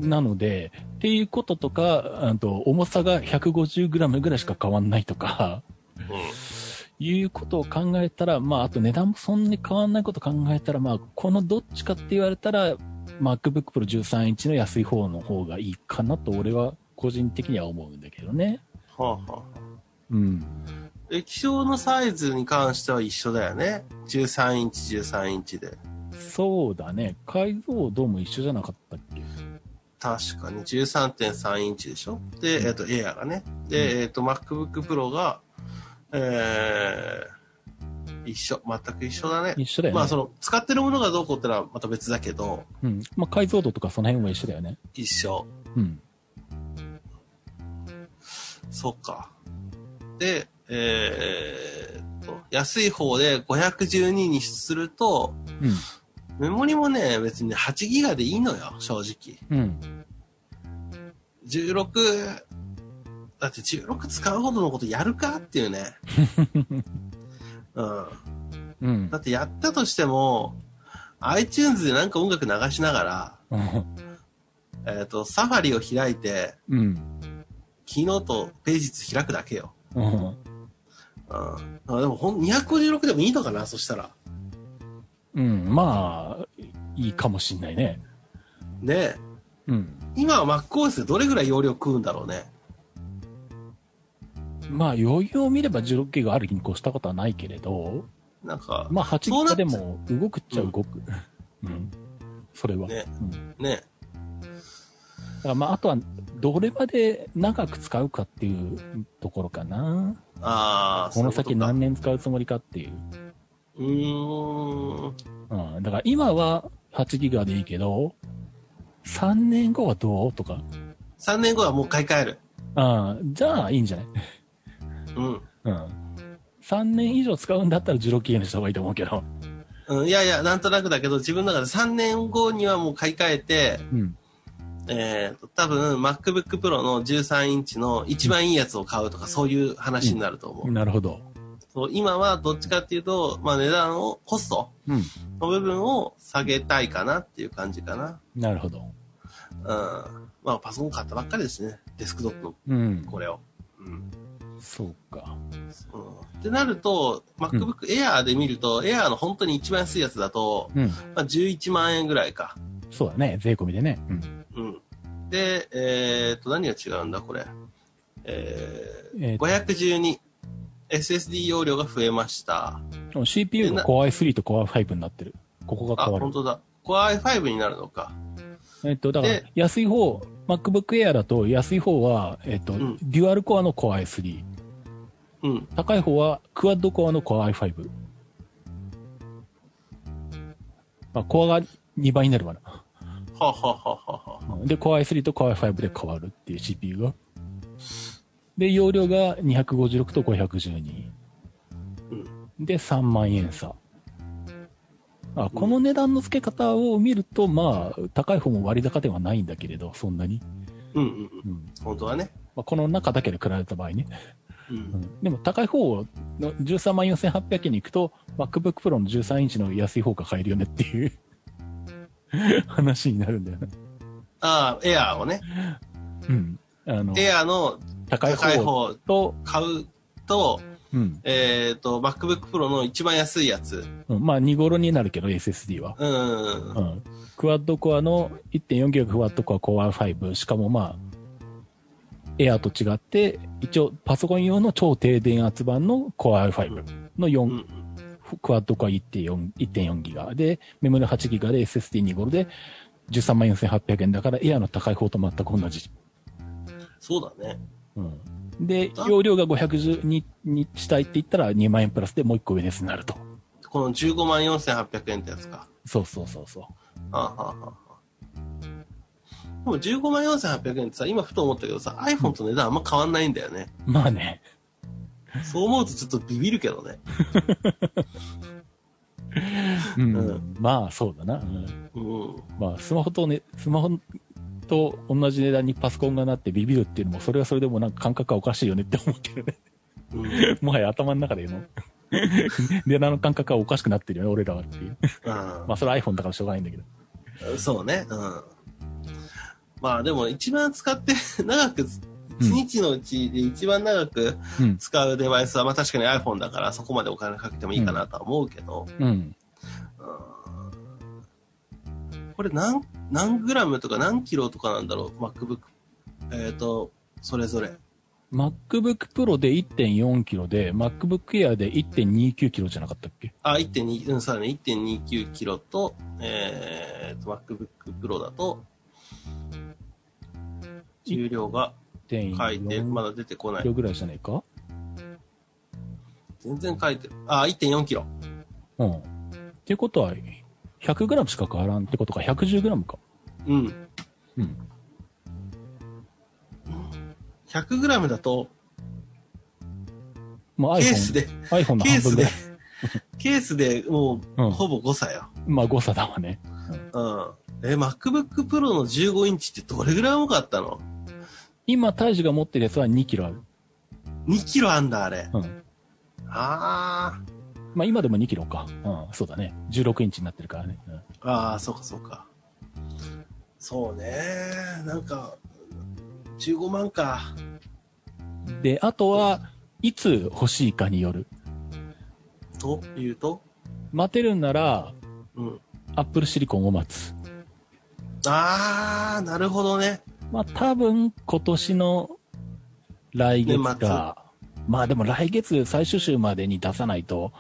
[SPEAKER 3] ん。
[SPEAKER 2] なので、っていうこととか、あと、重さが 150g ぐらいしか変わんないとか、 いうことを考えたら、まあ、あと値段もそんなに変わんないこと考えたら、まあ、このどっちかって言われたら、 MacBook Pro 13インチの安い方の方がいいかなと俺は個人的には思うんだけどね。
[SPEAKER 3] はあ、はあ、
[SPEAKER 2] うん。
[SPEAKER 3] 液晶のサイズに関しては一緒だよね。13インチ、13インチで。
[SPEAKER 2] そうだね。解像度も一緒じゃなかったっけ
[SPEAKER 3] 確かに13.3インチでしょで、えっ、と、エアがね。で、えっ、と、MacBook Pro が、えー、一緒。全く一緒だね。
[SPEAKER 2] 一緒だよね。
[SPEAKER 3] まあ、その、使ってるものがどうこうってのはまた別だけど、
[SPEAKER 2] うん。まあ、解像度とかその辺は一緒だよね。
[SPEAKER 3] 一緒。
[SPEAKER 2] うん。
[SPEAKER 3] そっか。で、えーっと、安い方で512にすると、メモリもね、別にね8ギガでいいのよ、正直。
[SPEAKER 2] うん。うん。
[SPEAKER 3] 16、だって16使うほどのことやるかってい うね。うん。
[SPEAKER 2] うん
[SPEAKER 3] だ。ってやったとしても、iTunes でなんか音楽流しながら、えーっと、サファリを開いて、
[SPEAKER 2] うん。
[SPEAKER 3] 昨日とページ図開くだけよ。
[SPEAKER 2] うん。
[SPEAKER 3] うん。あでもほん、256でもいいのかな、そしたら。
[SPEAKER 2] うん。まあ、いいかもしんないね。
[SPEAKER 3] ね
[SPEAKER 2] うん。
[SPEAKER 3] 今は MacOS でどれぐらい容量食うんだろうね。
[SPEAKER 2] まあ、余裕を見れば16ギガあるに越したことはないけれど、
[SPEAKER 3] なんか、
[SPEAKER 2] まあ、8
[SPEAKER 3] そう
[SPEAKER 2] ギガ
[SPEAKER 3] なっちゃ
[SPEAKER 2] で
[SPEAKER 3] う
[SPEAKER 2] も動くっちゃ動く。うん。それは。
[SPEAKER 3] ね
[SPEAKER 2] うん
[SPEAKER 3] ね、
[SPEAKER 2] だからまあ、あとは、どれまで長く使うかっていうところかな。
[SPEAKER 3] ああ、
[SPEAKER 2] この
[SPEAKER 3] そうい
[SPEAKER 2] 先
[SPEAKER 3] うとか
[SPEAKER 2] 何年使うつもりかっていう。
[SPEAKER 3] うーん。
[SPEAKER 2] うん。だから今は8ギガでいいけど、3年後はどうとか。
[SPEAKER 3] 3年後はもう買い替える。
[SPEAKER 2] うん。じゃあ、いいんじゃない
[SPEAKER 3] うん。
[SPEAKER 2] うん。3年以上使うんだったら16ギガにした方がいいと思うけど。
[SPEAKER 3] うん、いやいや、なんとなくだけど、自分の中で3年後にはもう買い替えて、
[SPEAKER 2] うん。
[SPEAKER 3] えーと、多分 MacBook Pro の13インチの一番いいやつを買うとか、そういう話になると思う。
[SPEAKER 2] なるほど。
[SPEAKER 3] そう今はどっちかっていうと、まあ値段を、コスト
[SPEAKER 2] うん。
[SPEAKER 3] の部分を下げたいかなっていう感じかな。
[SPEAKER 2] なるほど。
[SPEAKER 3] うん。まあパソコン買ったばっかりですね。デスクトップの
[SPEAKER 2] うん。
[SPEAKER 3] これを。うん。
[SPEAKER 2] そうか。
[SPEAKER 3] うんってなると、MacBook Air で見ると、Air の本当に一番安いやつだと、
[SPEAKER 2] うん。
[SPEAKER 3] まあ、11万円ぐらいか。
[SPEAKER 2] そうだね。税込みでね。うん。
[SPEAKER 3] うん。で、えー、と、何が違うんだ、これ。え
[SPEAKER 2] えー
[SPEAKER 3] ー、
[SPEAKER 2] と
[SPEAKER 3] 512。SSD 容量が増えました。
[SPEAKER 2] CPU が Core i3 と Core i5 になってる。ここが
[SPEAKER 3] あ、
[SPEAKER 2] 変わる
[SPEAKER 3] 本。当だ。Core i5 になるのか。
[SPEAKER 2] えっと、だから
[SPEAKER 3] で、
[SPEAKER 2] 安い方、MacBook Air だと安い方は、えっと、
[SPEAKER 3] ん
[SPEAKER 2] デュアルコアの Core i3。
[SPEAKER 3] うん。
[SPEAKER 2] 高い方は、クワッドコアの Core i5。まあ、コアが2倍になるわな。
[SPEAKER 3] はあ、はあはあはあは
[SPEAKER 2] うんで、Core i3 と Core i5 で変わるっていう CPU が。で、容量が256と512。で、3万円差。あ、この値段の付け方を見ると、まあ、高い方も割高ではないんだけれど、そんなに。
[SPEAKER 3] あ。うんうんうん。
[SPEAKER 2] うん。
[SPEAKER 3] 本当はね。
[SPEAKER 2] まあ、この中だけで比べた場合ね。
[SPEAKER 3] う。
[SPEAKER 2] うんん、でも高い方の13万4800円に行くと、MacBook Pro の13インチの安い方が買えるよねって いう話になるんだよね。
[SPEAKER 3] ああ、Air をね。
[SPEAKER 2] うん。あの、
[SPEAKER 3] Air の
[SPEAKER 2] 高い
[SPEAKER 3] 高い
[SPEAKER 2] 方
[SPEAKER 3] 方
[SPEAKER 2] と、
[SPEAKER 3] 買うと、
[SPEAKER 2] うん。
[SPEAKER 3] えっ、と、MacBook Pro の一番安いやつ。
[SPEAKER 2] うんまあ、2頃になるけど、SSD は。
[SPEAKER 3] うん
[SPEAKER 2] う。ん。クワッドコアの1.4ギガクワッドコア Core i5。しかもまあ、Air と違って、一応パソコン用の超低電圧版の Core i5 の4、
[SPEAKER 3] うん
[SPEAKER 2] クワッドコア1.4 1.4ギガで、メモリ8ギガで SSD2 ゴロで13万4800円だから、エアの高い方と全く同じ。
[SPEAKER 3] そうだね。
[SPEAKER 2] うん、で、容量が512にしたいって言ったら2万円プラスでもう1個上ですになると。
[SPEAKER 3] この15万4800円ってやつか。
[SPEAKER 2] そうそうそうそ
[SPEAKER 3] ああああああでも15万4800円ってさ、今ふと思ったけどさ、iPhone と値段あんま変わんないんだよね。
[SPEAKER 2] う。まあね。
[SPEAKER 3] そう思うとちょっとビビるけどね。
[SPEAKER 2] うん。
[SPEAKER 3] うん
[SPEAKER 2] まあそうだな。うん、
[SPEAKER 3] うん。
[SPEAKER 2] まあスマホとね、スマホと同じ値段にパソコンがなってビビるっていうのも、それはそれでもなんか感覚がおかしいよねって思うけどね。
[SPEAKER 3] うん。
[SPEAKER 2] もは や頭の中での値段の感覚がおかしくなってるよね、俺ら はっていう。
[SPEAKER 3] あ
[SPEAKER 2] まあそれは iPhone だからしょうがないんだけど。
[SPEAKER 3] あそうね。うん。まあでも一番使って 長く、一日のうちで一番長く
[SPEAKER 2] うん。
[SPEAKER 3] 使うデバイスは、まあ確かに iPhone だからそこまでお金かけてもいいかなとは思うけど、
[SPEAKER 2] うん。
[SPEAKER 3] これ何何グラムとか何キロとかなんだろう、MacBook。えっ、と、それぞれ。
[SPEAKER 2] MacBook Pro で1.4キロで、MacBook Air で1.29キロじゃなかったっけ
[SPEAKER 3] あ、1.2、うん、さらに1.29キロと、えーと、MacBook Pro だと、重量が書いて、ま
[SPEAKER 2] 1.4
[SPEAKER 3] だ出てこな
[SPEAKER 2] キロ
[SPEAKER 3] い。
[SPEAKER 2] ぐらいじゃないか
[SPEAKER 3] 全然書いてる。あ、1.4キロ。
[SPEAKER 2] うん。っていうことは、100グラムしか変わらんってことか、110グラムか。
[SPEAKER 3] うん。
[SPEAKER 2] うん。
[SPEAKER 3] 100グラムだと、
[SPEAKER 2] まあ
[SPEAKER 3] ケース
[SPEAKER 2] iPhone、
[SPEAKER 3] で、
[SPEAKER 2] iPhone の
[SPEAKER 3] ケー
[SPEAKER 2] 半分ぐ
[SPEAKER 3] スで
[SPEAKER 2] らい。、
[SPEAKER 3] ケースでも
[SPEAKER 2] う
[SPEAKER 3] う、
[SPEAKER 2] ん。
[SPEAKER 3] ほぼ誤差よ。
[SPEAKER 2] まあ誤差だわね。
[SPEAKER 3] うん。え、MacBook Pro の15インチってどれぐらい重かったの
[SPEAKER 2] 今、大樹が持ってるやつは2キロある。
[SPEAKER 3] ?2 キロあんだ、あれ。
[SPEAKER 2] うん。
[SPEAKER 3] あー。
[SPEAKER 2] まあ今でも2キロか。うん、そうだね。16インチになってるからね。うん
[SPEAKER 3] あー、そうか、そうか。そうね。なんか、15万か。
[SPEAKER 2] で、あとは、いつ欲しいかによる。
[SPEAKER 3] というと
[SPEAKER 2] 待てるんなら、
[SPEAKER 3] うん。
[SPEAKER 2] Apple シリコンを待つ。
[SPEAKER 3] あー、なるほどね。
[SPEAKER 2] まあ多分、今年の来月
[SPEAKER 3] 年末
[SPEAKER 2] か。まあでも来月最終週までに出さないと、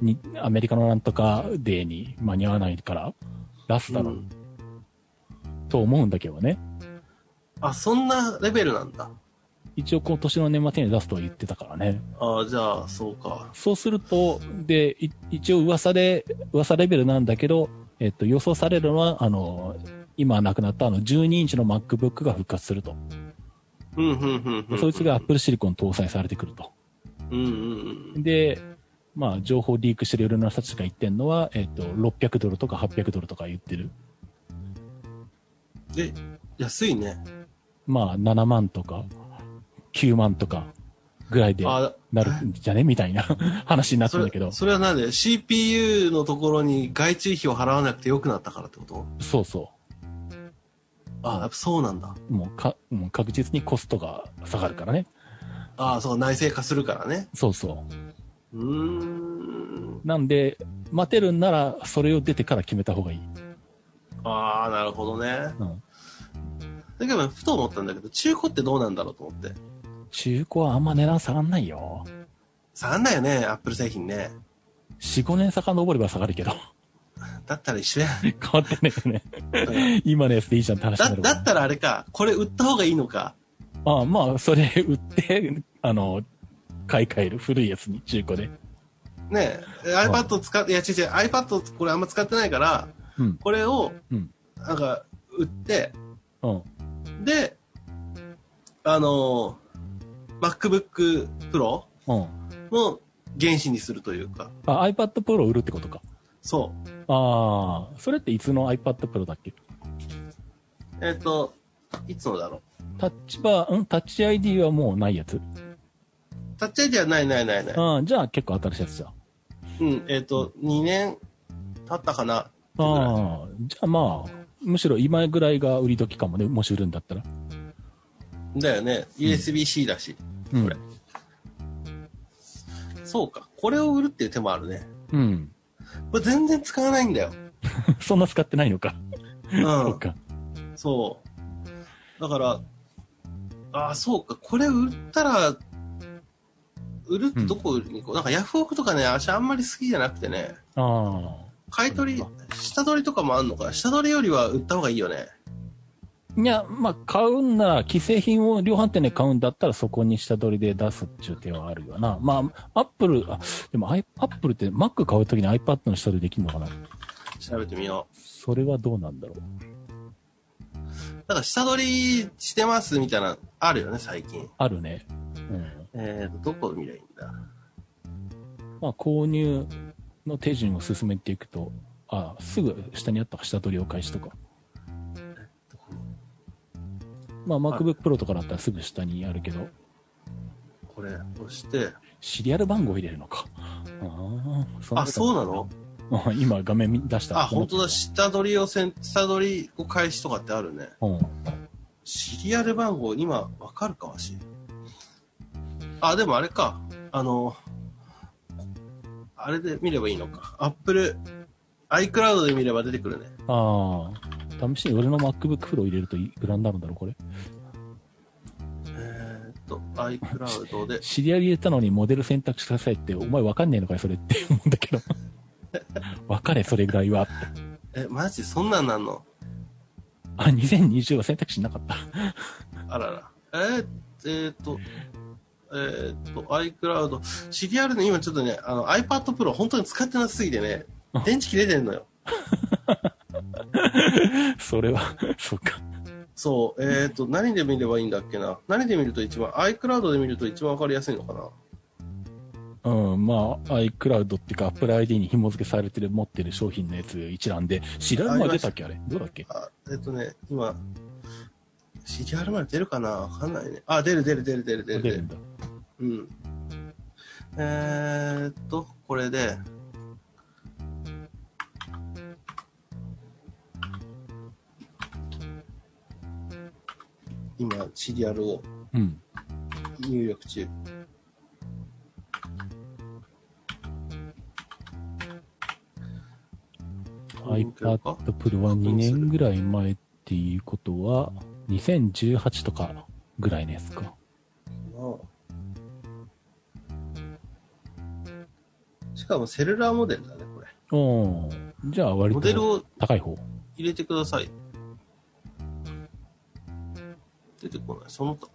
[SPEAKER 2] にアメリカのなんとかデーに間に合わないから、出すだろう、
[SPEAKER 3] うん
[SPEAKER 2] と思うんだけどね。
[SPEAKER 3] あ、そんなレベルなんだ。
[SPEAKER 2] 一応今年の年末に出すと言ってたからね。
[SPEAKER 3] あー、じゃあ、そうか。
[SPEAKER 2] そうすると、で、い一応噂で、噂レベルなんだけど、えっと、予想されるのは、あの、今亡くなったあの12インチの MacBook が復活すると。
[SPEAKER 3] うん、うん、うんうん。
[SPEAKER 2] そいつが Apple Silicon 搭載されてくると。
[SPEAKER 3] うん、うん、
[SPEAKER 2] で、まあ、情報リークしてるいろんな人たちが言ってるのは、えっと、600ドルとか800ドルとか言ってる。
[SPEAKER 3] うん。で、安いね。
[SPEAKER 2] まあ、7万とか、9万とか、ぐらいで、
[SPEAKER 3] あ
[SPEAKER 2] なるんじゃねみた いな話になったんだけど。
[SPEAKER 3] それそれはなんで CPU のところに外注費を払わなくてよくなったからってこと
[SPEAKER 2] そうそ
[SPEAKER 3] あやっぱそうなんだ。
[SPEAKER 2] う。もう、か、もう確実にコストが下がるからね。
[SPEAKER 3] ああ、そう、内製化するからね。
[SPEAKER 2] そうそう。
[SPEAKER 3] うーん。
[SPEAKER 2] なんで、待てるんなら、それを出てから決めた方がいい。
[SPEAKER 3] ああ、なるほどね。
[SPEAKER 2] うん。
[SPEAKER 3] だけど、ふと思ったんだけど、中古ってどうなんだろうと思って。
[SPEAKER 2] 中古はあんま値段下がんないよ。
[SPEAKER 3] 下がんないよね、アップル製品ね。
[SPEAKER 2] 4、5年遡れば下がるけど。
[SPEAKER 3] だったら一緒や。
[SPEAKER 2] 変わってないよね。今のやつでいいじゃんって話に
[SPEAKER 3] だ
[SPEAKER 2] なる
[SPEAKER 3] だった
[SPEAKER 2] ら。
[SPEAKER 3] らあれか、これ売った方がいいのか。
[SPEAKER 2] ああまあ、それ売って、あの、買い替える。古いやつに、中古で。
[SPEAKER 3] ねえ、iPad を使って、いや違う違う、iPad これあんま使ってないから、
[SPEAKER 2] うん。
[SPEAKER 3] これを
[SPEAKER 2] うん、
[SPEAKER 3] なんか、売って、
[SPEAKER 2] うん。
[SPEAKER 3] で、あのー MacBook Pro
[SPEAKER 2] うん。
[SPEAKER 3] の原子にするというか、
[SPEAKER 2] あ、iPad Pro 売るってことか。
[SPEAKER 3] そう。
[SPEAKER 2] ああ、それっていつの iPad Pro だっけ
[SPEAKER 3] えっ、と、いつのだろ
[SPEAKER 2] タッチバー、んタッチ ID はもうないやつ。
[SPEAKER 3] う。タッチ ID はないないないない。
[SPEAKER 2] ああ、じゃあ結構新しいやつじゃん。
[SPEAKER 3] うん、えっ、と、2年経ったかな。
[SPEAKER 2] ああ、じゃあまあ、むしろ今ぐらいが売り時かもね、もし売るんだったら。
[SPEAKER 3] だよね。USB-C だし。
[SPEAKER 2] うん。
[SPEAKER 3] これそうか。これを売るっていう手もあるね。
[SPEAKER 2] うん。
[SPEAKER 3] これ全然使わないんだよ。
[SPEAKER 2] そんな使ってないのか。そううか。
[SPEAKER 3] ん。そう。だから、ああ、そうか。これ売ったら、売るってどこ売りに行こう。なんかヤフオクとかね、私あんまり好きじゃなくてね。
[SPEAKER 2] ああ。
[SPEAKER 3] 買い取り
[SPEAKER 2] そう、
[SPEAKER 3] 下取りとかもあんのか。下取りよりは売った方がいいよね。
[SPEAKER 2] いや、まあ、買うんなら、既製品を量販店で買うんだったら、そこに下取りで出すっていう手はあるよな。まあ、アップル、あ、でも、アイアップルって Mac 買うときに iPad の下取りできるのかな
[SPEAKER 3] 調べてみよ
[SPEAKER 2] それはどうなんだろう。
[SPEAKER 3] う。だから下取りしてますみたいな、あるよね、最近。
[SPEAKER 2] あるね。うん。
[SPEAKER 3] えーと、どこ見りゃいいんだ。
[SPEAKER 2] まあ、購入の手順を進めていくと、あすぐ下にあった下取りを開始とか。
[SPEAKER 3] どこに
[SPEAKER 2] まあ、MacBook Pro とかだったらすぐ下にあるけど、
[SPEAKER 3] これ、押して、
[SPEAKER 2] シリアル番号入れるのか。ああ、そん
[SPEAKER 3] あ、
[SPEAKER 2] こと
[SPEAKER 3] そうなの
[SPEAKER 2] うん今画面見出した。
[SPEAKER 3] あ、本当だ、下取りをせん、下取りを開始とかってあるね。
[SPEAKER 2] うん。
[SPEAKER 3] シリアル番号、今、わかるか、わし。あ、でもあれか。あの、あれで見ればいいのか。Apple、iCloud で見れば出てくるね。
[SPEAKER 2] ああ。試しに俺の MacBook Pro 入れるといくらになるんだろう、これ。
[SPEAKER 3] えーっと、iCloud で。
[SPEAKER 2] 知り合い入れたのにモデル選択してくださいって、お前わかんねえのかよ、それって思うんだけど。 わかれ、それぐらいは。
[SPEAKER 3] え、マジそんなんなんの
[SPEAKER 2] あ、2020は選択肢なかった。
[SPEAKER 3] あらら。えー、えーっと、えーっと、iCloud。シリアルね、今ちょっとね、あの iPad Pro 本当に使ってなすぎてね、電池切れてんのよ。
[SPEAKER 2] それは、そっか。
[SPEAKER 3] そう、えーっと、何で見ればいいんだっけな。何で見ると一番、iCloud で見ると一番わかりやすいのかな。
[SPEAKER 2] うん、まあ、iCloud っていうか Apple ID に紐付けされてる、持ってる商品のやつ一覧で、知らん前出たっけあれどうだっけ
[SPEAKER 3] あ、えっとね、今、シリアルまで出るかなわかんないね。あ、出る出る出る出る出
[SPEAKER 2] 出
[SPEAKER 3] る出
[SPEAKER 2] る
[SPEAKER 3] る。
[SPEAKER 2] んだ。
[SPEAKER 3] うん。えー、っと、これで、今、シリアルを
[SPEAKER 2] うん。
[SPEAKER 3] 入力中。
[SPEAKER 2] iPad Pro は2年ぐらい前っていうことは、2018とかぐらいのやつか。
[SPEAKER 3] しかもセルラーモデルだね、これ。
[SPEAKER 2] うん。じゃあ割
[SPEAKER 3] モデル
[SPEAKER 2] と
[SPEAKER 3] を
[SPEAKER 2] 高い方。
[SPEAKER 3] 入れてください。出てこない。その他。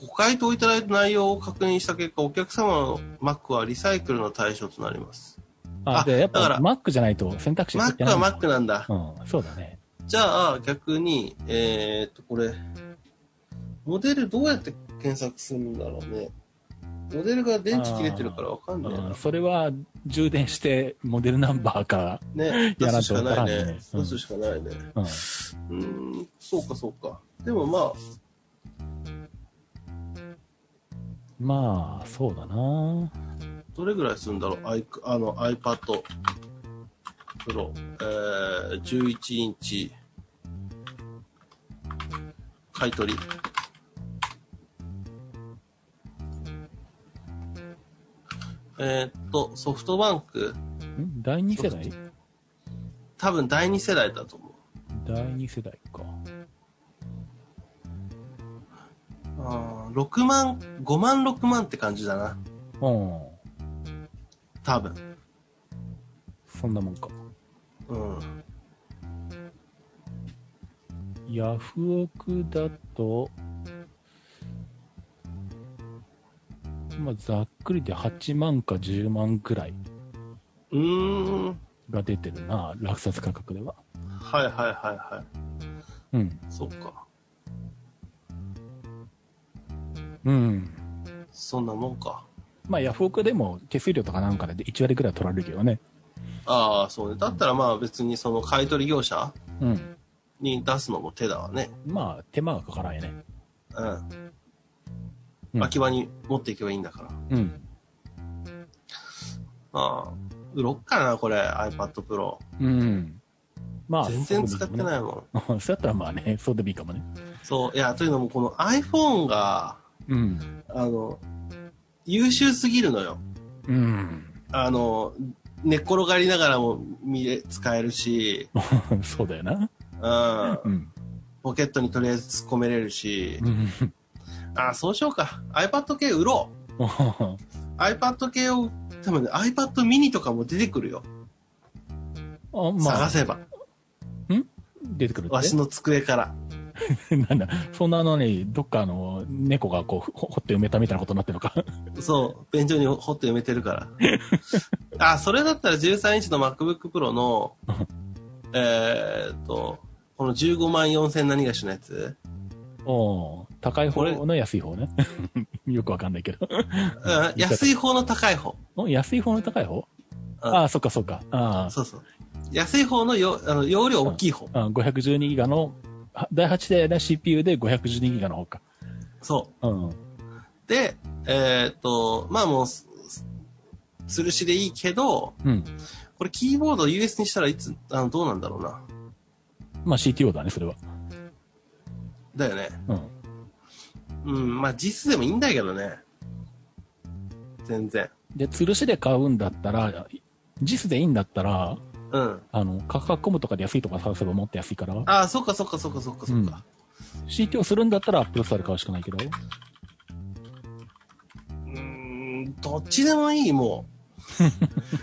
[SPEAKER 3] ご回答いただいた内容を確認した結果、お客様の Mac はリサイクルの対象となります。
[SPEAKER 2] あ、
[SPEAKER 3] あ
[SPEAKER 2] で、やっ
[SPEAKER 3] だ
[SPEAKER 2] ぱ
[SPEAKER 3] から
[SPEAKER 2] Mac じゃないと選択肢入って
[SPEAKER 3] Mac
[SPEAKER 2] ない
[SPEAKER 3] は。Mac なんだ。
[SPEAKER 2] うん、そうだね。
[SPEAKER 3] じゃあ、逆に、えー、っと、これ、モデルどうやって検索するんだろうね。モデルが電池切れてるからわかんない
[SPEAKER 2] うん、
[SPEAKER 3] な。
[SPEAKER 2] それは充電してモデルナンバーか、
[SPEAKER 3] ね、
[SPEAKER 2] や
[SPEAKER 3] 出
[SPEAKER 2] らん
[SPEAKER 3] す
[SPEAKER 2] と
[SPEAKER 3] し
[SPEAKER 2] わ
[SPEAKER 3] か
[SPEAKER 2] から
[SPEAKER 3] なんい
[SPEAKER 2] ね
[SPEAKER 3] ね。
[SPEAKER 2] うん
[SPEAKER 3] 出すしかないね。
[SPEAKER 2] うん、
[SPEAKER 3] うーん、そうかそうか。でもまあ、
[SPEAKER 2] まあそうだな
[SPEAKER 3] どれぐらいするんだろう、アイクあの iPad Pro、えー、11インチ、買い取り。えーっと、ソフトバンク、
[SPEAKER 2] ん第2世代
[SPEAKER 3] 多分第2世代だと思う。
[SPEAKER 2] 第2世代か
[SPEAKER 3] あー6万、5万、6万って感じだな。
[SPEAKER 2] うん
[SPEAKER 3] 多分。
[SPEAKER 2] そんなもんか
[SPEAKER 3] うん。
[SPEAKER 2] ヤフオクだとまあざっくりで8万か10万くらいう
[SPEAKER 3] ーん。
[SPEAKER 2] が出てるな落札価格では
[SPEAKER 3] はいはいはいはい。
[SPEAKER 2] うん
[SPEAKER 3] そっか。
[SPEAKER 2] うん
[SPEAKER 3] そんなもんか。
[SPEAKER 2] まあヤフオクでも手数料とかなんかで1割くらい取られるけどね
[SPEAKER 3] ああ、そうね。だったらまあ別にその買い取り業者
[SPEAKER 2] うん
[SPEAKER 3] に出すのも手だわね。
[SPEAKER 2] まあ手間がかからんよね
[SPEAKER 3] うん。
[SPEAKER 2] うん
[SPEAKER 3] 空き場に持っていけばいいんだから。
[SPEAKER 2] うん
[SPEAKER 3] ああ、売ろっかな、これ。iPad Pro。
[SPEAKER 2] うんまあ
[SPEAKER 3] 全然使って
[SPEAKER 2] い
[SPEAKER 3] ないもん。
[SPEAKER 2] そうだったらまあね、そうでもいいかもね。
[SPEAKER 3] そう。いや、というのもこの iPhone が、
[SPEAKER 2] うん。
[SPEAKER 3] あの、優秀すぎるのよ。
[SPEAKER 2] うん。
[SPEAKER 3] あの、寝っ転がりながらも見れ、使え るし、
[SPEAKER 2] そうだよな。
[SPEAKER 3] うん。
[SPEAKER 2] うん。
[SPEAKER 3] ポケットにとりあえず突っ込めれるし。
[SPEAKER 2] うん。
[SPEAKER 3] ああ、そうしようか。iPad 系売ろう。iPad 系を、多分ね、iPad mini とかも出てくるよ。
[SPEAKER 2] あ、ま
[SPEAKER 3] 探
[SPEAKER 2] あ、
[SPEAKER 3] せば。
[SPEAKER 2] 出てくるっ。
[SPEAKER 3] わしての机から。
[SPEAKER 2] なんだ、そんなのに、どっかあの、猫がこう、ほ掘って埋めたみたいなことになってるのか。
[SPEAKER 3] そう。便所に掘って埋めてる から。あ、それだったら13インチの MacBook Pro の、えーっと、この15万4000何がしのやつ。
[SPEAKER 2] おー高い方
[SPEAKER 3] これ
[SPEAKER 2] の安い方ね。よくわかんないけど。
[SPEAKER 3] うん、安い方の高い方。
[SPEAKER 2] お安い方の高い方
[SPEAKER 3] うん
[SPEAKER 2] ああ、そっかそっか。あ
[SPEAKER 3] そうそう。安い方のよあの容量大きい方。
[SPEAKER 2] あ、512ギガの、は第8代の CPU で512ギガの方か。
[SPEAKER 3] そ
[SPEAKER 2] うん。
[SPEAKER 3] う。で、えーっと、まあもう、すす吊るしでいいけど、
[SPEAKER 2] うん。
[SPEAKER 3] これキーボードを US にしたらいつ、あの、どうなんだろうな。
[SPEAKER 2] まあ CTO だね、それは。
[SPEAKER 3] だよね。
[SPEAKER 2] うん。
[SPEAKER 3] うん、まあ実でもいいんだけどね。全然。
[SPEAKER 2] で、吊るしで買うんだったら、JIS でいいんだったら、
[SPEAKER 3] うん。
[SPEAKER 2] あの、価格コムとかで安いとか探せばもっと安いから、
[SPEAKER 3] ああ、そっかそっかそっかそっかそっか。
[SPEAKER 2] CT をするんだったらアップルストアで買うしかないけど、
[SPEAKER 3] うーん、どっちでもいい、も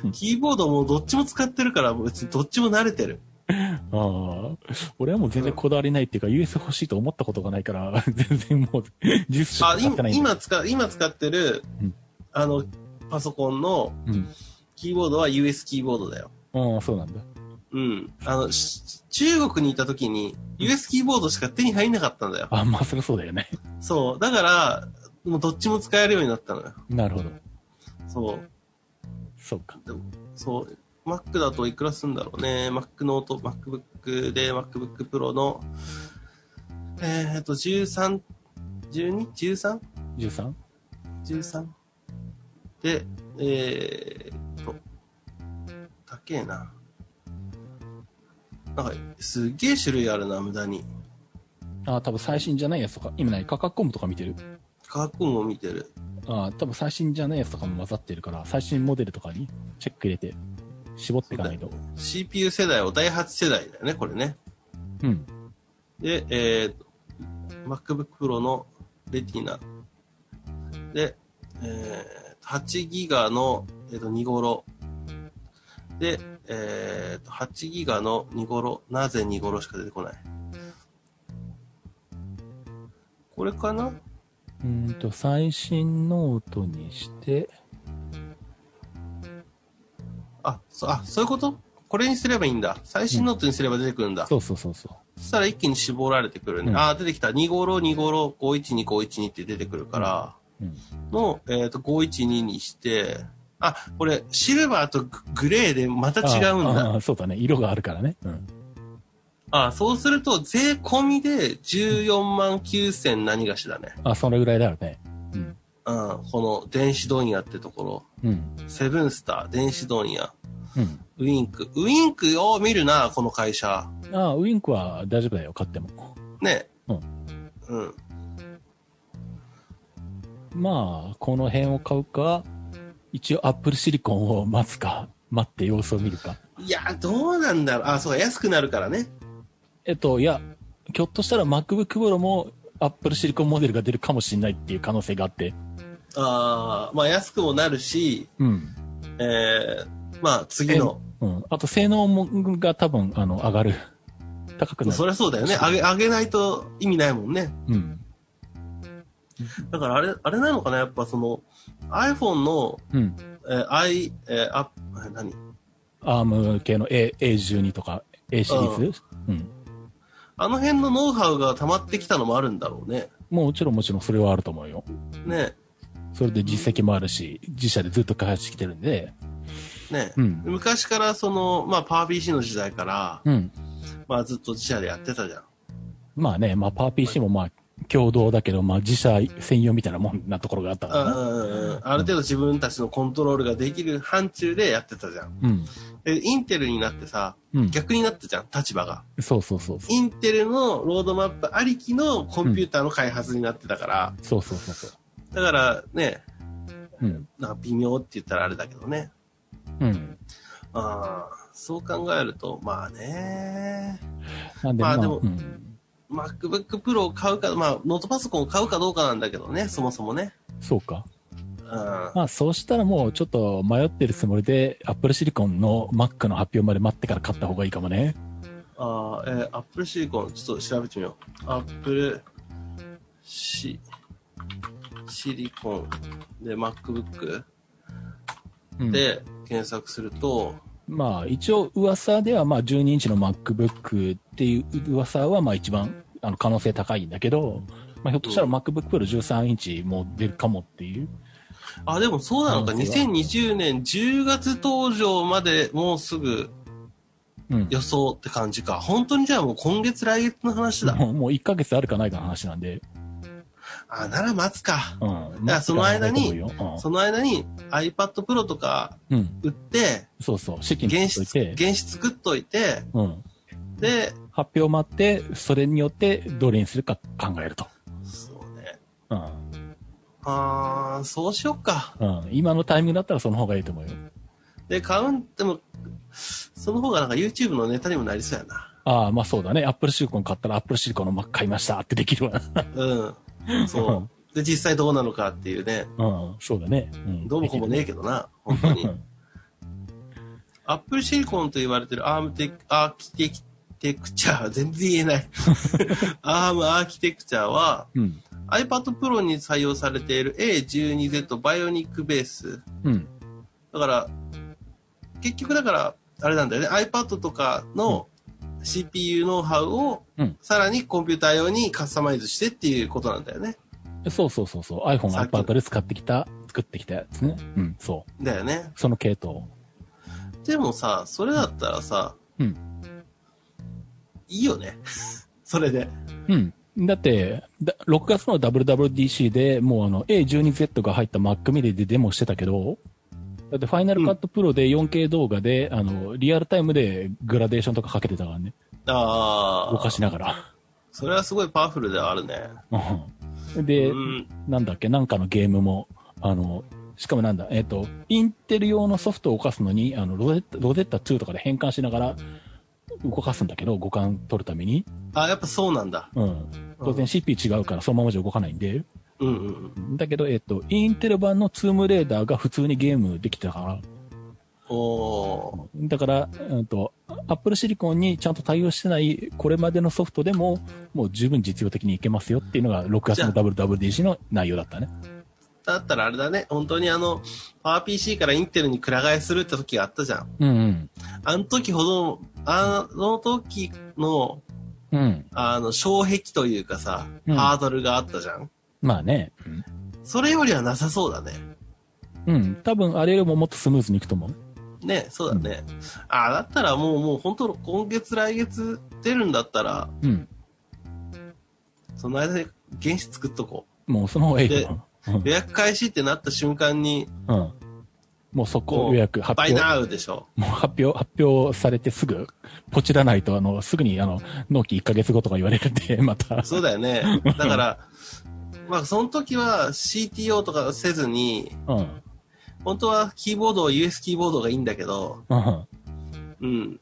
[SPEAKER 3] う。キーボードもどっちも使ってるから、別にどっちも慣れてる。
[SPEAKER 2] ああ、俺はもう全然こだわりないっていうか、US 欲しいと思ったことがないから、 全然もう、ジュースしか
[SPEAKER 3] あ、
[SPEAKER 2] 使って
[SPEAKER 3] 今
[SPEAKER 2] ないんだ
[SPEAKER 3] 今使う、今使ってる、
[SPEAKER 2] うん
[SPEAKER 3] あの、パソコンの
[SPEAKER 2] うん。
[SPEAKER 3] キーボードは US キーボードだよ。
[SPEAKER 2] ああ、そうなんだ。
[SPEAKER 3] うん。あの、し中国にいた時に US キーボードしか手に入んなかったんだよ。
[SPEAKER 2] あ、まあ、そりゃそうだよね。
[SPEAKER 3] そう。だから、もうどっちも使えるようになったのよ。
[SPEAKER 2] なるほど。
[SPEAKER 3] そう。
[SPEAKER 2] そうか。
[SPEAKER 3] そう。Mac だといくらすんだろうね。Mac ノート、MacBook で MacBook Pro の、えー、っと、13、12?13?13?
[SPEAKER 2] 13?
[SPEAKER 3] で、えー、っと、高えな。なんか、すっげえ種類あるな、無駄に。
[SPEAKER 2] ああ、多分最新じゃないやつとか、今ない、価格コムとか見てる。
[SPEAKER 3] 価格も見てる。
[SPEAKER 2] ああ、多分最新じゃないやつとかも混ざってるから、最新モデルとかにチェック入れて、絞っていかないと。
[SPEAKER 3] CPU 世代を第8世代だよね、これね。
[SPEAKER 2] うん。
[SPEAKER 3] で、えー、MacBook Pro のレティナ。で、えー、8ギガの、えー、と2頃。で、えー、と8ギガの2頃。なぜ2頃しか出てこない。これかな
[SPEAKER 2] うーんと、最新ノートにして、
[SPEAKER 3] あそ、あ、そういうことこれにすればいいんだ。最新ノートにすれば出てくるんだ。
[SPEAKER 2] そうそうそうそ
[SPEAKER 3] そしたら一気に絞られてくるね。
[SPEAKER 2] うん
[SPEAKER 3] ああ、出てきた。2五郎、2五郎、512、512って出てくるから、
[SPEAKER 2] う。うん。
[SPEAKER 3] の、えっ、と、512にして、あ、これ、シルバーとグレーでまた違うん
[SPEAKER 2] ああ
[SPEAKER 3] だ。
[SPEAKER 2] あそうだね。色があるからね。うん。
[SPEAKER 3] あそうすると、税込みで14万9000何がしだね。
[SPEAKER 2] あ、それぐらいだよね。うん。
[SPEAKER 3] うん、この、電子問屋ってとこ
[SPEAKER 2] うん。
[SPEAKER 3] ろ、セブンスター、電子問屋、
[SPEAKER 2] うん。
[SPEAKER 3] ウインク。ウインクを見るな、この会社。
[SPEAKER 2] ああ、ウインクは大丈夫だよ、買っても。
[SPEAKER 3] ね。
[SPEAKER 2] うん。
[SPEAKER 3] うん。
[SPEAKER 2] まあ、この辺を買うか、一応アップルシリコンを待つか、待って様子を見るか。
[SPEAKER 3] いや、どうなんだろう。あ、そう、安くなるからね。
[SPEAKER 2] えっと、いや、ひょっとしたら MacBook Pro もアップルシリコンモデルが出るかもしれないっていう可能性があって。
[SPEAKER 3] ああ、まあ安くもなるし、
[SPEAKER 2] うん。
[SPEAKER 3] えー、まあ次の、
[SPEAKER 2] うん。あと、性能もが多分、あの、上がる。高くな
[SPEAKER 3] そ
[SPEAKER 2] る。
[SPEAKER 3] りゃそうだよね。上げ、上げないと意味ないもんね。
[SPEAKER 2] うん。
[SPEAKER 3] だからあれ、あれなのかなやっぱその、iPhone の、
[SPEAKER 2] うん。
[SPEAKER 3] えー、i、えー、アップ、え何
[SPEAKER 2] アーム系の A、A12 とか A シリーズうん。
[SPEAKER 3] あの辺のノウハウが溜まってきたのもあるんだろうね。
[SPEAKER 2] もちろんもちろんそれはあると思うよ。
[SPEAKER 3] ね
[SPEAKER 2] それで実績もあるし、自社でずっと開発してきてるんで。
[SPEAKER 3] ね、
[SPEAKER 2] うん。
[SPEAKER 3] 昔からその、まあパワー PC の時代から、
[SPEAKER 2] うん。
[SPEAKER 3] まあずっと自社でやってたじゃん。
[SPEAKER 2] まあね、まあ、パー PC もまあ、共同だけど、まあ、自社専用みたいなもんなところがあったか
[SPEAKER 3] う
[SPEAKER 2] ら
[SPEAKER 3] ん
[SPEAKER 2] な。
[SPEAKER 3] うんうんうん。ある程度自分たちのコントロールができる範疇でやってたじゃん。
[SPEAKER 2] うん。
[SPEAKER 3] で、インテルになってさ、
[SPEAKER 2] うん。
[SPEAKER 3] 逆になったじゃん、立場が。
[SPEAKER 2] そうそうそうそう。
[SPEAKER 3] インテルのロードマップありきのコンピューターの開発になってたから、
[SPEAKER 2] そうそうそうそう。
[SPEAKER 3] だからね、
[SPEAKER 2] うん。
[SPEAKER 3] なんか微妙って言ったらあれだけどね。
[SPEAKER 2] うん。
[SPEAKER 3] あーそう考えると、まあね、
[SPEAKER 2] なんで、
[SPEAKER 3] ま
[SPEAKER 2] ま
[SPEAKER 3] あ
[SPEAKER 2] あ、
[SPEAKER 3] でも
[SPEAKER 2] うん。
[SPEAKER 3] MacBook Pro を買うか、まあノートパソコンを買うかどうかなんだけどね、そもそもね。
[SPEAKER 2] そうか。
[SPEAKER 3] うん、あ
[SPEAKER 2] まあ、そうしたらもう、ちょっと迷ってるつもりで、Apple Silicon の Mac の発表まで待ってから買った方がいいかもね。
[SPEAKER 3] ーえー、Apple Silicon、ちょっと調べてみよう。Apple シシリコンで MacBook
[SPEAKER 2] うん、
[SPEAKER 3] で検索すると、
[SPEAKER 2] まあ、一応、噂では、まあ、12インチの MacBook っていう噂は、まあ、一番、あの、可能性高いんだけど、まあ、ひょっとしたら MacBook Pro 13インチも出るかもっていう。
[SPEAKER 3] あ、でもそうなのか。
[SPEAKER 2] 可能性は
[SPEAKER 3] 2020年10月登場までもうすぐ
[SPEAKER 2] うん。
[SPEAKER 3] 予想って感じか。本当にじゃあもう今月来月の話だ。
[SPEAKER 2] もうもう1ヶ月あるかないかの話なんで。
[SPEAKER 3] あ、なら待つか。
[SPEAKER 2] うん。
[SPEAKER 3] だからその間に
[SPEAKER 2] 待ってたらないと思うよ
[SPEAKER 3] その間に iPad Pro とか
[SPEAKER 2] うん。うん。
[SPEAKER 3] 売って、
[SPEAKER 2] そうそう。資金
[SPEAKER 3] 原
[SPEAKER 2] 取っ
[SPEAKER 3] 子
[SPEAKER 2] といて、
[SPEAKER 3] 原子作っといて、
[SPEAKER 2] うん。
[SPEAKER 3] で、
[SPEAKER 2] 発表待って、それによってどれにするか考えると。
[SPEAKER 3] そうね。
[SPEAKER 2] うん。
[SPEAKER 3] あー、そうしよっか。
[SPEAKER 2] うん。今のタイミングだったらその方がいいと思うよ。
[SPEAKER 3] で、買うん、でも、その方がなんか YouTube のネタにもなりそうやな。
[SPEAKER 2] ああ、まあそうだね。アップルシリコン買ったらアップルシリコンの Mac 買いましたってできるわな。
[SPEAKER 3] うん。 そう。で、実際どうなのかっていうね。
[SPEAKER 2] うん、そうだね。うん、
[SPEAKER 3] どうもこうもねえけど な、本当に。アップルシリコンと言われてるアームテアーキテクチャー、全然言え ない。アームアーキテクチャーは、
[SPEAKER 2] うん。
[SPEAKER 3] iPad Pro に採用されている A12Z バイオニックベース。
[SPEAKER 2] うん。
[SPEAKER 3] だから、結局だから、あれなんだよね、iPad とかの CPU ノウハウを
[SPEAKER 2] うん、
[SPEAKER 3] さらにコンピューター用にカスタマイズしてっていうことなんだよね。
[SPEAKER 2] そうそうそうそう。iPhone、
[SPEAKER 3] さっきの
[SPEAKER 2] iPad で使ってきた、作ってきたやつね。うん、そう。
[SPEAKER 3] だよね。
[SPEAKER 2] その系統。
[SPEAKER 3] でもさ、それだったらさ、
[SPEAKER 2] うん
[SPEAKER 3] いいよね。 それで。
[SPEAKER 2] うん。だって、だ6月の WWDC でもうあの A12Z が入った Mac mini でデモしてたけど、だってファイナルカットプロで 4K 動画で、あの、リアルタイムでグラデーションとかかけてたからね。
[SPEAKER 3] ああ。
[SPEAKER 2] 動かしながら。
[SPEAKER 3] それはすごいパワフルではあるね。
[SPEAKER 2] うんで、
[SPEAKER 3] うん。
[SPEAKER 2] なんだっけ、なんかのゲームも、あの、しかもなんだ、えっ、と、インテル用のソフトを動かすのに、あの、ロゼッタ、ロゼッタ2とかで変換しながら動かすんだけど、互換取るために。
[SPEAKER 3] あ、やっぱそうなんだ。
[SPEAKER 2] うん。当然 CPU 違うからそのままじゃ動かないんで。
[SPEAKER 3] うんうんうん。
[SPEAKER 2] だけど、えっ、と、インテル版のツームレーダーが普通にゲームできてたから、
[SPEAKER 3] おー。
[SPEAKER 2] だから、うんと、アップルシリコンにちゃんと対応してない、これまでのソフトでも、もう十分実用的にいけますよっていうのが、6月の
[SPEAKER 3] じ
[SPEAKER 2] WWDC の内容だったね。
[SPEAKER 3] だったらあれだね、本当にあの、パワー PC からインテルにくら替えするって時があったじゃん。
[SPEAKER 2] うん
[SPEAKER 3] あの時ほど、あの時の、
[SPEAKER 2] うん。うん。
[SPEAKER 3] あの、障壁というかさ、
[SPEAKER 2] うん
[SPEAKER 3] ハードルがあったじゃん。
[SPEAKER 2] まあね。
[SPEAKER 3] それよりはなさそうだね。
[SPEAKER 2] うん。多分、あれよりももっとスムーズにいくと思う。
[SPEAKER 3] ね、そうだね。ああ、だったらもう、もう本当の今月来月出るんだったら、
[SPEAKER 2] うん。
[SPEAKER 3] その間で原子作っとこ
[SPEAKER 2] もうその方がいいかな。
[SPEAKER 3] う。予約開始ってなった瞬間に、
[SPEAKER 2] うん。うんもうそこ
[SPEAKER 3] こう
[SPEAKER 2] 予約発
[SPEAKER 3] バイ
[SPEAKER 2] 表。
[SPEAKER 3] ナウでしょ。
[SPEAKER 2] もう発表、発表されてすぐ、ポチらないと、あの、すぐに、あの、納期1ヶ月後とか言われるんで、 また。
[SPEAKER 3] そうだよね。だから、 まあ、その時は CTO とかせずに、
[SPEAKER 2] うん。うん
[SPEAKER 3] 本当はキーボードを US キーボードがいいんだけど、
[SPEAKER 2] ま
[SPEAKER 3] うん。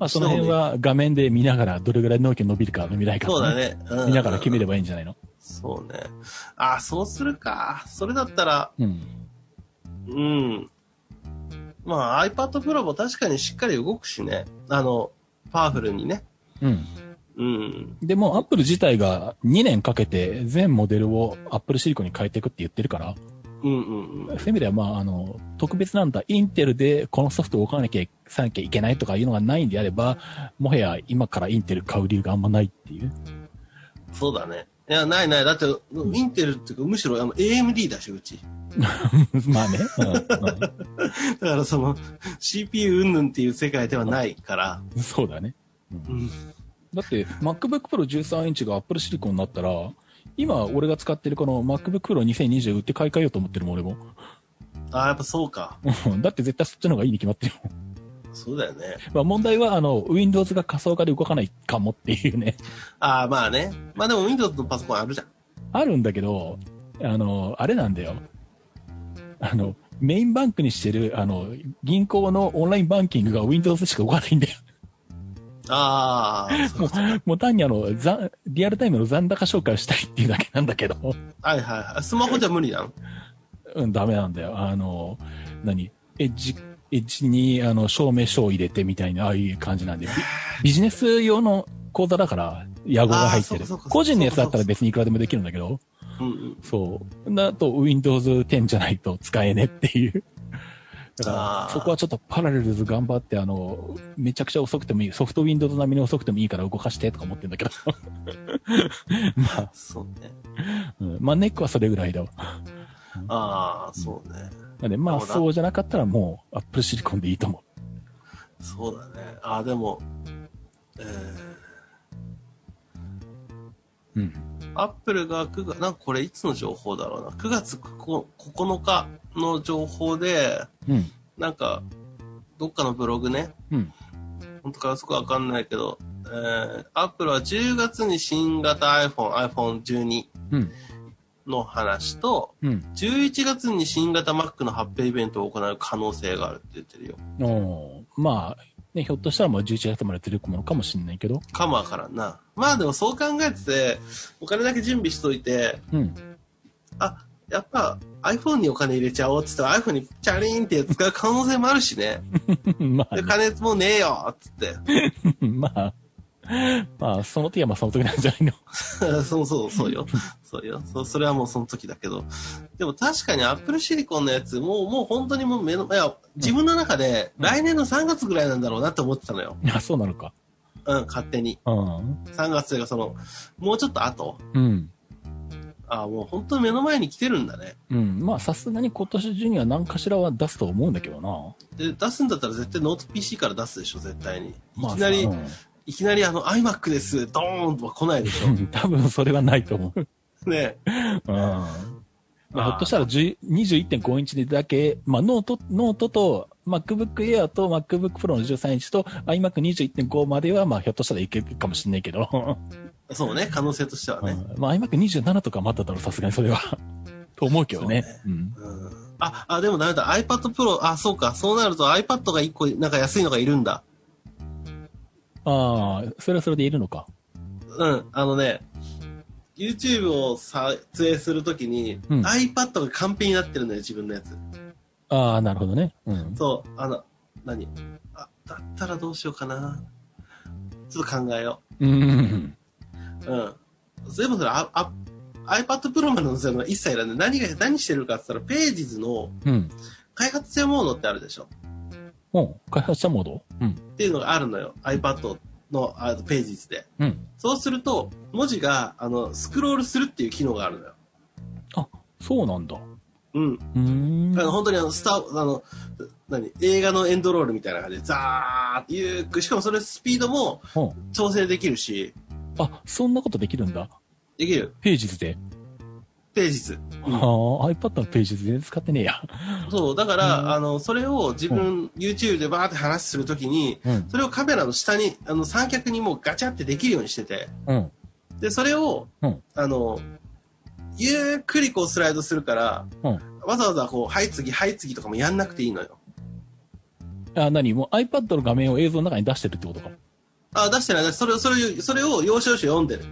[SPEAKER 2] あ、その辺は画面で見ながら、どれぐらい納期伸びるか伸びないか、
[SPEAKER 3] そうだ。ね。うん
[SPEAKER 2] 見ながら決めればいいんじゃないの
[SPEAKER 3] そうね。ああ、そうするか。それだったら、
[SPEAKER 2] うん。
[SPEAKER 3] うん。まあ、iPad Pro も確かにしっかり動くしね。あの、パワフルにね。
[SPEAKER 2] うん。
[SPEAKER 3] うん。
[SPEAKER 2] でも、アップル自体が2年かけて全モデルをアップルシリコンに変えていくって言ってるから、
[SPEAKER 3] うんうんうん。
[SPEAKER 2] そういう意味では、まあ、あの、特別なんだ、インテルでこのソフトを動かなきゃさなきゃいけないとかいうのがないんであれば、もはや今からインテル買う理由があんまないっていう。
[SPEAKER 3] そうだね。いや、ないない。だって、インテルっていうか、むしろあの AMD だし、うち。
[SPEAKER 2] まあね。うん
[SPEAKER 3] だからその、CPU 云々っていう世界ではないから。
[SPEAKER 2] うんそうだね。
[SPEAKER 3] うん。
[SPEAKER 2] だって、MacBook Pro 13インチが Apple シリコンになったら、今、俺が使ってるこの MacBook Pro 2020売って買い替えようと思ってるもん、俺も。
[SPEAKER 3] ああ、やっぱそうか。
[SPEAKER 2] うんだって絶対そっちの方がいいに決まってるもん。
[SPEAKER 3] そうだよね。
[SPEAKER 2] まあ問題は、あの、Windows が仮想化で動かないかもっていうね。
[SPEAKER 3] ああ、まあね。まあでも Windows のパソコンあるじゃん。
[SPEAKER 2] あるんだけど、あの、あれなんだよ。あの、メインバンクにしてる、あの、銀行のオンラインバンキングが Windows しか動かないんだよ。
[SPEAKER 3] ああ、そうか
[SPEAKER 2] もう単にあの、ざリアルタイムの残高紹介をしたいっていうだけなんだけど、
[SPEAKER 3] はいはいはい。スマホじゃ無理なの
[SPEAKER 2] うん、ダメなんだよ。あの、何エッジ、エッジに、あの、証明書を入れてみたいな、ああいう感じなんで。ビビジネス用の口座だから、野望が入って
[SPEAKER 3] あ
[SPEAKER 2] る
[SPEAKER 3] ーそうかそうかそう。か
[SPEAKER 2] 個人のやつだったら別にいくらでもできるんだけど、
[SPEAKER 3] うんうん。
[SPEAKER 2] そう。だと Windows 10じゃないと使えねっていう。だか
[SPEAKER 3] あー
[SPEAKER 2] ら、そこはちょっとパラレルズ頑張って、あの、めちゃくちゃ遅くてもいい。ソフト Windows 並みに遅くてもいいから動かしてとか思ってんだけど。まあ、
[SPEAKER 3] そうね。
[SPEAKER 2] うん、 まあネックはそれぐらいだわ。
[SPEAKER 3] ああ、そうね。
[SPEAKER 2] なんで、まあ
[SPEAKER 3] そうだ
[SPEAKER 2] そうじゃなかったらもう Apple シリコンでいいと思
[SPEAKER 3] そうだね。ああ、でも、え
[SPEAKER 2] う。うん。
[SPEAKER 3] ー、アップルが9月、なんかこれいつの情報だろうな。9月9日の情報で、
[SPEAKER 2] うん。
[SPEAKER 3] なんか、どっかのブログね、
[SPEAKER 2] うん。
[SPEAKER 3] 本当かそこわかんないけど、えー、アップルは10月に新型 iPhone、iPhone12
[SPEAKER 2] うん。
[SPEAKER 3] の話と、
[SPEAKER 2] うん。
[SPEAKER 3] 11月に新型 Mac の発表イベントを行う可能性があるって言ってるよ。
[SPEAKER 2] おーまあ、ね、ひょっとしたらもう11月まで出てくるのかもしれないけど。
[SPEAKER 3] かもわからんな。まあでもそう考えてて、お金だけ準備しといて、
[SPEAKER 2] うん。
[SPEAKER 3] あ、やっぱ iPhone にお金入れちゃおうっつって iPhone にチャリーンって使う可能性もあるしね。
[SPEAKER 2] まあ
[SPEAKER 3] で、金もうねえよっつって。
[SPEAKER 2] ね、まあ、まあ、その時はまあその時なんじゃないの。
[SPEAKER 3] そうそう、そうよ。そうよ。そそれはもうその時だけど。でも確かに Apple シリコンのやつ、もう、もう本当にもう目の、いや、自分の中で
[SPEAKER 2] うん
[SPEAKER 3] 来年の3月ぐらいなんだろうなって思ってたのよ。
[SPEAKER 2] あ、そうなのか。
[SPEAKER 3] うん、勝手に。
[SPEAKER 2] うん。
[SPEAKER 3] 3月というかその、もうちょっと後。
[SPEAKER 2] うん。
[SPEAKER 3] あもう本当に目の前に来てるんだね。
[SPEAKER 2] うん。まあ、さすがに今年中には何かしらは出すと思うんだけどな。
[SPEAKER 3] で、出すんだったら絶対ノート PC から出すでしょ、絶対に。い
[SPEAKER 2] まあ、
[SPEAKER 3] きなり、
[SPEAKER 2] うん
[SPEAKER 3] いきなりあの iMac です、ドーンとは来ないでし
[SPEAKER 2] うん多分それはないと思う。
[SPEAKER 3] ょ。ね。
[SPEAKER 2] うん。まあ、
[SPEAKER 3] あー
[SPEAKER 2] ひょっとしたら10 21.5インチでだけ、まあ、ノート、ノートと MacBook Air と MacBook Pro の13インチと iMac21.5 までは、まあ、ひょっとしたらいけるかもしれないけど、
[SPEAKER 3] そうね、可能性としては
[SPEAKER 2] う
[SPEAKER 3] ね。
[SPEAKER 2] んまあ、iMac27 とかまだだろう、さすがにそれは。と思うけどね。うん。
[SPEAKER 3] うん。あ、あ、でもダメだ。iPad Pro、あ、そうか。そうなると iPad が1個、なんか安いのがいるんだ。
[SPEAKER 2] ああ、それはそれでいるのか。
[SPEAKER 3] うん、あのね、YouTube を撮影するときに、
[SPEAKER 2] うん
[SPEAKER 3] iPad が完璧になってるのよ、自分のやつ。
[SPEAKER 2] ああ、なるほどね。うん。
[SPEAKER 3] そう、あの、何あ、だったらどうしようかな。ちょっと考えよ
[SPEAKER 2] うん。
[SPEAKER 3] う。うん。そういえばそれ、あ、あ iPad Pro までのせるのは一切いらない。何が、何してるかって言ったら、ページズの
[SPEAKER 2] うん。
[SPEAKER 3] 開発者モードってあるでしょ。
[SPEAKER 2] もう、開発者モードうん。
[SPEAKER 3] っていうのがあるのよ。iPad のあページズで。
[SPEAKER 2] うん。
[SPEAKER 3] そうすると、文字が、あの、スクロールするっていう機能があるのよ。
[SPEAKER 2] そうなんだ。
[SPEAKER 3] うん。
[SPEAKER 2] うーん。
[SPEAKER 3] あの本当にあのスターあの何映画のエンドロールみたいな感じでザーってゆっくりしかもそれスピードも
[SPEAKER 2] うん
[SPEAKER 3] 調整できるし
[SPEAKER 2] あ、そんなことできるんだ。
[SPEAKER 3] できる
[SPEAKER 2] ページズで。
[SPEAKER 3] ページズ、うん
[SPEAKER 2] ああ、iPad のページズ全然使ってねえや。
[SPEAKER 3] そうだから、
[SPEAKER 2] うん
[SPEAKER 3] あのそれを自分 YouTube でバーって話するときに
[SPEAKER 2] うん。
[SPEAKER 3] それをカメラの下にあの三脚にもうガチャってできるようにしてて
[SPEAKER 2] うん。
[SPEAKER 3] でそれを、
[SPEAKER 2] うん
[SPEAKER 3] あのゆっくりこうスライドするから、
[SPEAKER 2] うん
[SPEAKER 3] わざわざこうはい次はい次とかもやんなくていいのよ
[SPEAKER 2] あ、何もう iPad の画面を映像の中に出してるってことか。
[SPEAKER 3] あ出してない出してそれをそれをそれを要所要所読んでる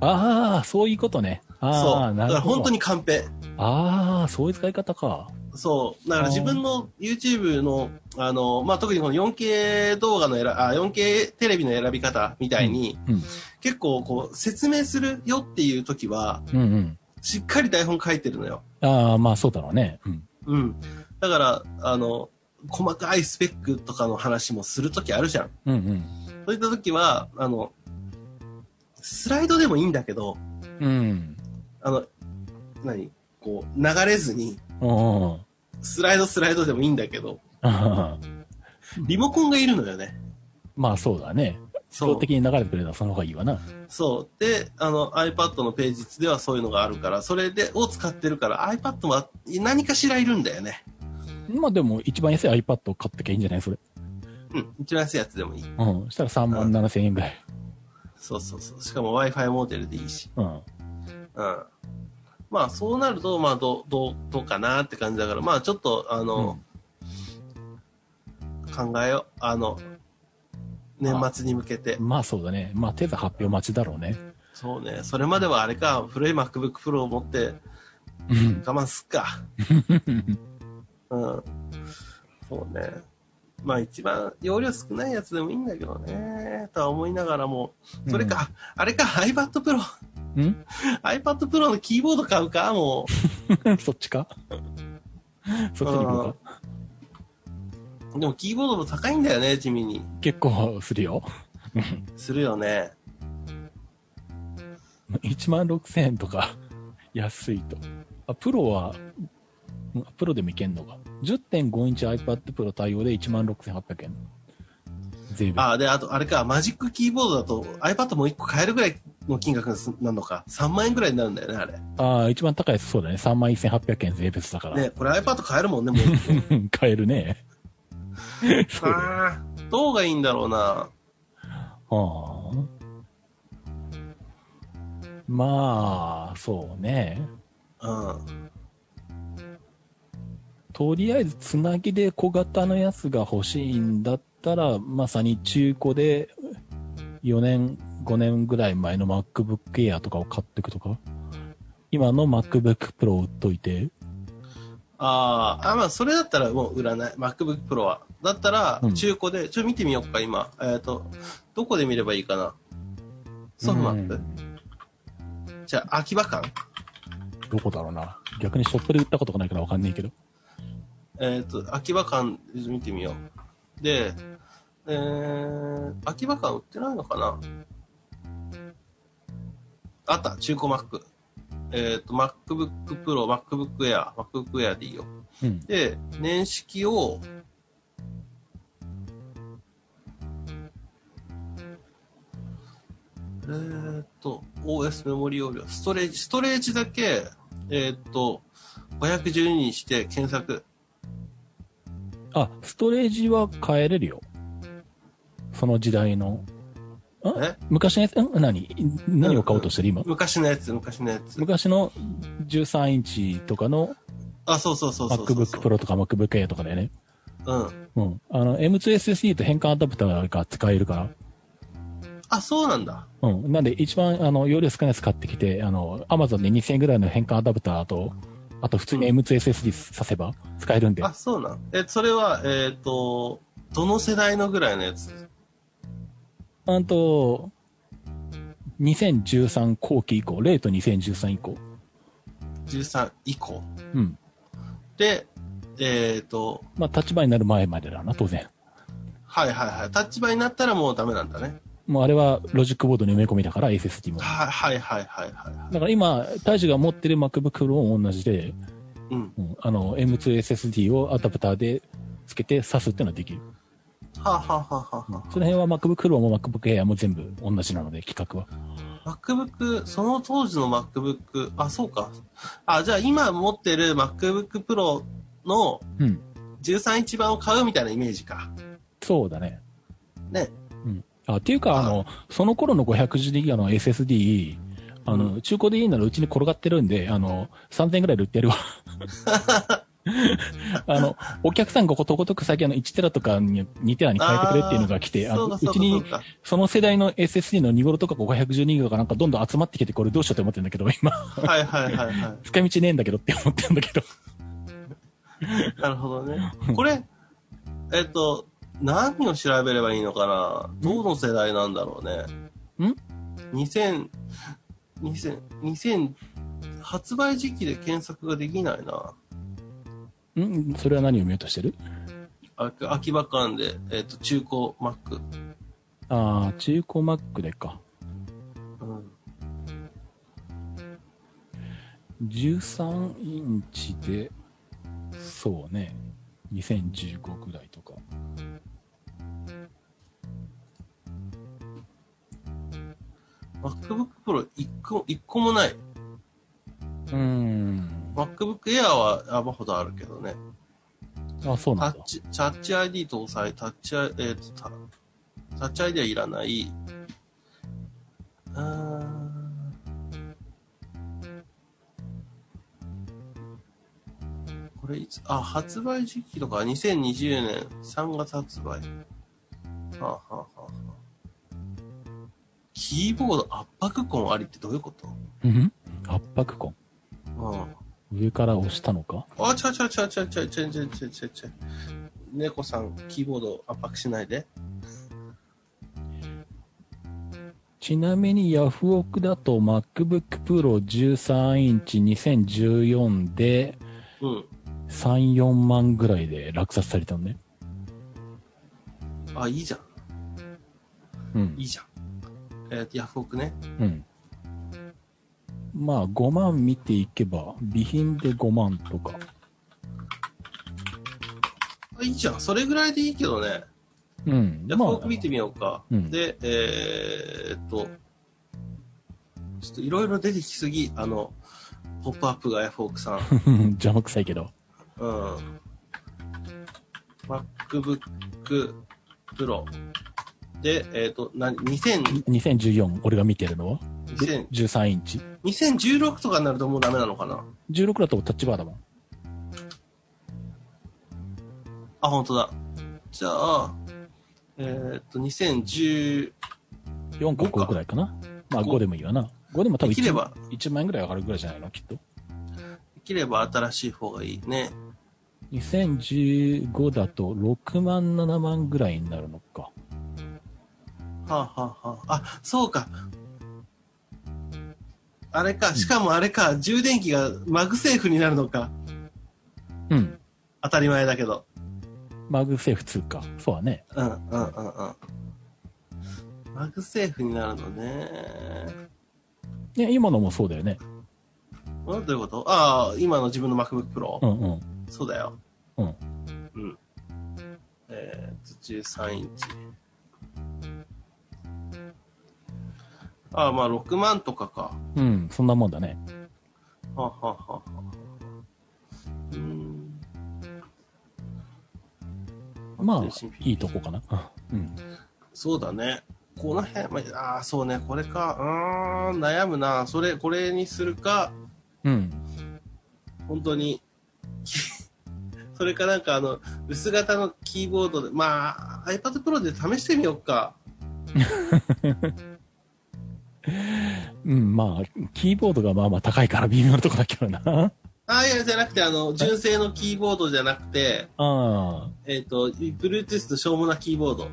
[SPEAKER 2] ああ、そういうことね。あ
[SPEAKER 3] そ
[SPEAKER 2] あ、
[SPEAKER 3] う。
[SPEAKER 2] なる
[SPEAKER 3] だから
[SPEAKER 2] ほど。
[SPEAKER 3] 本当にカンペ。
[SPEAKER 2] ああ、そういう使い方か。
[SPEAKER 3] そう。だから自分の YouTube の、あの、まあ、特にこの 4K 動画の選あ、4K テレビの選び方みたいに、
[SPEAKER 2] うんうん
[SPEAKER 3] 結構こう、説明するよっていう時は、
[SPEAKER 2] うんうん。
[SPEAKER 3] しっかり台本書いてるのよ。
[SPEAKER 2] ああ、まあそうだろうね。うん。
[SPEAKER 3] うん。だから、あの、細かいスペックとかの話もする時あるじゃん。
[SPEAKER 2] うん
[SPEAKER 3] そういった時は、あの、スライドでもいいんだけど、
[SPEAKER 2] うん。うん。
[SPEAKER 3] あの、何こう、流れずに、
[SPEAKER 2] うんうん。
[SPEAKER 3] スライドスライドでもいいんだけど、
[SPEAKER 2] あー
[SPEAKER 3] リモコンがいるのよね。
[SPEAKER 2] まあそうだね。自動的に流れてくれたらその方がいいわな。
[SPEAKER 3] そう。で、あの、iPad のページではそういうのがあるから、それで、を使ってるから、iPad は何かしらいるんだよね。
[SPEAKER 2] まあでも一番安い iPad を買ってきゃいいんじゃないそれ。
[SPEAKER 3] うん。一番安いやつでもいい。
[SPEAKER 2] うん。したら3万7千円ぐらい。
[SPEAKER 3] そうそうそう。しかも Wi-Fi モデルでいいし。
[SPEAKER 2] うん。
[SPEAKER 3] うん。まあ、そうなると、まあ、どう、どう、どうかなって感じだから、まあ、ちょっと、あの、考えよう。あの、年末に向けて。
[SPEAKER 2] まあそうだね。まあ手座発表待ちだろうね。
[SPEAKER 3] そうね。それまではあれか、古い MacBook Pro を持って
[SPEAKER 2] うん。
[SPEAKER 3] 我慢すっか。うん。そうね。まあ一番容量少ないやつでもいいんだけどね、とは思いながらも、それか、あれか、iPad Pro。
[SPEAKER 2] うん。
[SPEAKER 3] iPad Pro のキーボード買うか、も
[SPEAKER 2] そっちかそっちに行こうか。
[SPEAKER 3] う。でもキーボードも高いんだよね、地味に。
[SPEAKER 2] 結構するよ。
[SPEAKER 3] するよね。
[SPEAKER 2] 1万6000円とか安いと。あ、プロは、うんプロでもいけんのか。10.5インチ iPad Pro 対応で1万6800円。税別。
[SPEAKER 3] ああ、で、あと、あれか、マジックキーボードだと iPad もう1個買えるぐらいの金額なのか。3万円ぐらいになるんだよね、あれ。
[SPEAKER 2] ああ、一番高いやつそうだね。3万1800円税別だから。
[SPEAKER 3] ね、これ iPad 買える もんね、もう一
[SPEAKER 2] うん 買える ね。
[SPEAKER 3] 個。ああ、どうがいいんだろう
[SPEAKER 2] あ
[SPEAKER 3] な。
[SPEAKER 2] あまあ、そうね。
[SPEAKER 3] うん。
[SPEAKER 2] とりあえずつなぎで小型のやつが欲しいんだったら、まさに中古で4年、5年ぐらい前の MacBook Air とかを買っていくとか、今の MacBook Pro を売っといて、
[SPEAKER 3] あーあ、まあ、それだったらもう売らない。MacBook Pro は。だったら
[SPEAKER 2] う、ん
[SPEAKER 3] 中古で、ちょっと見てみようか、今。えっ、と、どこで見ればいいかな。ソフマップ、
[SPEAKER 2] う
[SPEAKER 3] じゃあ、秋葉館
[SPEAKER 2] どこだろうな。逆にショップで売ったことがないからわかんないけど。
[SPEAKER 3] えっ、と、秋葉館見てみよう。で、えー、秋葉館売ってないのかなあった、中古 Mac。えっ、と、MacBook Pro、MacBook Air、MacBook Air でいいよ。
[SPEAKER 2] うん。
[SPEAKER 3] で、年式を、えーっと、OS メモリ容量、ストレージ、ストレージだけ、えーっと、512にして検索。
[SPEAKER 2] あ、ストレージは変えれるよ。その時代の。
[SPEAKER 3] え
[SPEAKER 2] 昔のやつ、ん何何を買おうとしてる今。
[SPEAKER 3] 昔のやつ、昔のやつ。
[SPEAKER 2] 昔の13インチとかの
[SPEAKER 3] あ、そうそうそうそうそう。
[SPEAKER 2] MacBook Pro とか MacBook Air とかだよね。
[SPEAKER 3] うん。
[SPEAKER 2] うん。あの、M2SSD と変換アダプターが使えるか
[SPEAKER 3] あ、そうなんだ。
[SPEAKER 2] ら。うん。なんで、一番、あの、容量少ないやつ買ってきて、あの、Amazon で2000円ぐらいの変換アダプターと、あと普通に M2SSD させば使えるんで。
[SPEAKER 3] あ、そうなん。え、それは、えーっと、どの世代のぐらいのやつ
[SPEAKER 2] あと、2013後期以降、0と2013以降。
[SPEAKER 3] ?13 以降。
[SPEAKER 2] うん。
[SPEAKER 3] で、えーっと、
[SPEAKER 2] まあ、立場になる前までだな、当然。
[SPEAKER 3] はいはいはい。タッチ場になったらもうダメなんだね。
[SPEAKER 2] もうあれはロジックボードに埋め込みだから、SSD も。
[SPEAKER 3] はいはいはいはいは
[SPEAKER 2] だから今、大樹が持ってる MacBook Pro も同じで、
[SPEAKER 3] い。うん。
[SPEAKER 2] うん、あの、M2SSD をアダプターで付けて挿すっていうのはできる。
[SPEAKER 3] はあ、はあはあはあ
[SPEAKER 2] その
[SPEAKER 3] は
[SPEAKER 2] 辺は MacBook Pro も MacBook Air も全部同じなので、企画は。
[SPEAKER 3] あ、MacBook、その当時の MacBook、あ、そうか。あ、じゃあ今持ってる MacBook Pro の
[SPEAKER 2] うん。
[SPEAKER 3] 13インチ版を買うみたいなイメージか。
[SPEAKER 2] そうだね。
[SPEAKER 3] ね。
[SPEAKER 2] あ、っていうか、あの、その頃の 512GB の SSD、あの、中古でいいならうちに転がってるんで、あの、3000円ぐらいで売ってやるわ。あの、お客さんがことごとく最近あの1テラとかに2テラに変えてくれっていうのが来て、あ
[SPEAKER 3] そ
[SPEAKER 2] の
[SPEAKER 3] う
[SPEAKER 2] う
[SPEAKER 3] か
[SPEAKER 2] ち
[SPEAKER 3] そうかそ
[SPEAKER 2] に
[SPEAKER 3] うか。
[SPEAKER 2] その世代の SSD の2頃とか512がなんかどんどん集まってきて、これどうしようって思ってるんだけど、今、
[SPEAKER 3] はいはいはいは
[SPEAKER 2] 使い道ねえんだけどって思ってるんだけど。
[SPEAKER 3] い。なるほどね。これ、えっと、何を調べればいいのかなどの世代なんだろうね。
[SPEAKER 2] ん
[SPEAKER 3] ?2000、2000、2000、発売時期で検索ができないな。
[SPEAKER 2] んそれは何を見ようとしてる
[SPEAKER 3] あ秋葉館で、えっ、と、中古 Mac。
[SPEAKER 2] ああ、中古 Mac でか。
[SPEAKER 3] うん。
[SPEAKER 2] 13インチで、そうね、2015ぐらいとか。
[SPEAKER 3] MacBook Pro 一個、一個もない。
[SPEAKER 2] うーん。
[SPEAKER 3] MacBook Air は山ほどあるけどね。
[SPEAKER 2] あ、そう
[SPEAKER 3] タ
[SPEAKER 2] なん
[SPEAKER 3] ッ
[SPEAKER 2] だ。
[SPEAKER 3] チ、タッチ ID 搭載、タッチ I、えっ、と、タタッチ ID はいらない。うーん。これいつ、あ、発売時期とか、2020年3月発売。はあ、はあはあはあ、キーボード圧迫痕ありってどういうこと
[SPEAKER 2] うん圧迫痕。
[SPEAKER 3] うん。
[SPEAKER 2] 上から押したのか
[SPEAKER 3] あ、ちゃうちゃうちゃうちゃうちゃうちゃうちゃうちゃうちゃうちゃう。猫さん、キーボード圧迫しないで。
[SPEAKER 2] ちなみにヤフオクだと MacBook Pro 13インチ2014で
[SPEAKER 3] うん。
[SPEAKER 2] 3、4万ぐらいで落札されたのね。
[SPEAKER 3] あ、いいじゃん。
[SPEAKER 2] うん
[SPEAKER 3] いい。じゃん。えーと、ヤフオクね。
[SPEAKER 2] うん。まあ5万見ていけば、備品で5万とか。
[SPEAKER 3] あ、いいじゃん。それぐらいでいいけどね。
[SPEAKER 2] うん。
[SPEAKER 3] ヤフオク見てみようか。
[SPEAKER 2] うん
[SPEAKER 3] で、えーっと、ちょっといろいろ出てきすぎ、あの、ポップアップがヤフオ クさん。
[SPEAKER 2] まあ邪魔くさいけど。
[SPEAKER 3] うん。MacBook Pro。で、えーっと、何 ?2000、
[SPEAKER 2] 2014、俺が見てるのは
[SPEAKER 3] 2000
[SPEAKER 2] 13インチ。
[SPEAKER 3] 2016とかになるともうダメなのかな
[SPEAKER 2] 16だとタッチバーだもん。
[SPEAKER 3] あ、本当だ。じゃあ、えーっと、2010、
[SPEAKER 2] 4か
[SPEAKER 3] 五か
[SPEAKER 2] 5くらいかな。まあ
[SPEAKER 3] 五
[SPEAKER 2] 5でもいいわな。5でも多分
[SPEAKER 3] できれ
[SPEAKER 2] 1,
[SPEAKER 3] ば、
[SPEAKER 2] 1万円ぐらい上がるぐらいじゃないのきっと。
[SPEAKER 3] できれば新しい方がいいね。
[SPEAKER 2] 2015だと6万7万ぐらいになるのか。
[SPEAKER 3] はあ、はあはあ、あ、そうか。あれか、しかもあれか、充電器がマグセーフになるのか。
[SPEAKER 2] うん。
[SPEAKER 3] 当たり前だけど。
[SPEAKER 2] マグセーフ2か。そうだね。
[SPEAKER 3] うん、うん、うん、うん。マグセーフになるのね。
[SPEAKER 2] ね、今のもそうだよね。
[SPEAKER 3] あどういうことああ、今の自分の MacBook Pro。
[SPEAKER 2] うんうん。
[SPEAKER 3] そうだよ。
[SPEAKER 2] うん。
[SPEAKER 3] うん。えーっと、13インチ。ああ、まあ6万とかか。
[SPEAKER 2] うん、そんなもんだね。
[SPEAKER 3] はあ、はあはあはあ、うーん。
[SPEAKER 2] まあ、いいとこかな。うん。
[SPEAKER 3] そうだね。この辺、まあ、あーそうね、これか。うーん、悩むな。それ、これにするか、
[SPEAKER 2] うん。
[SPEAKER 3] 本当に。 それかなんかあの、薄型のキーボードで、まあ、iPad Pro で試してみようか。
[SPEAKER 2] うん、まあ、キーボードがまあまあ高いから微妙なとこだけどな。
[SPEAKER 3] ああ、いや、じゃなくて、あの、純正のキーボードじゃなくて、
[SPEAKER 2] あ
[SPEAKER 3] えっ、と、Bluetooth のしょうもなキーボード。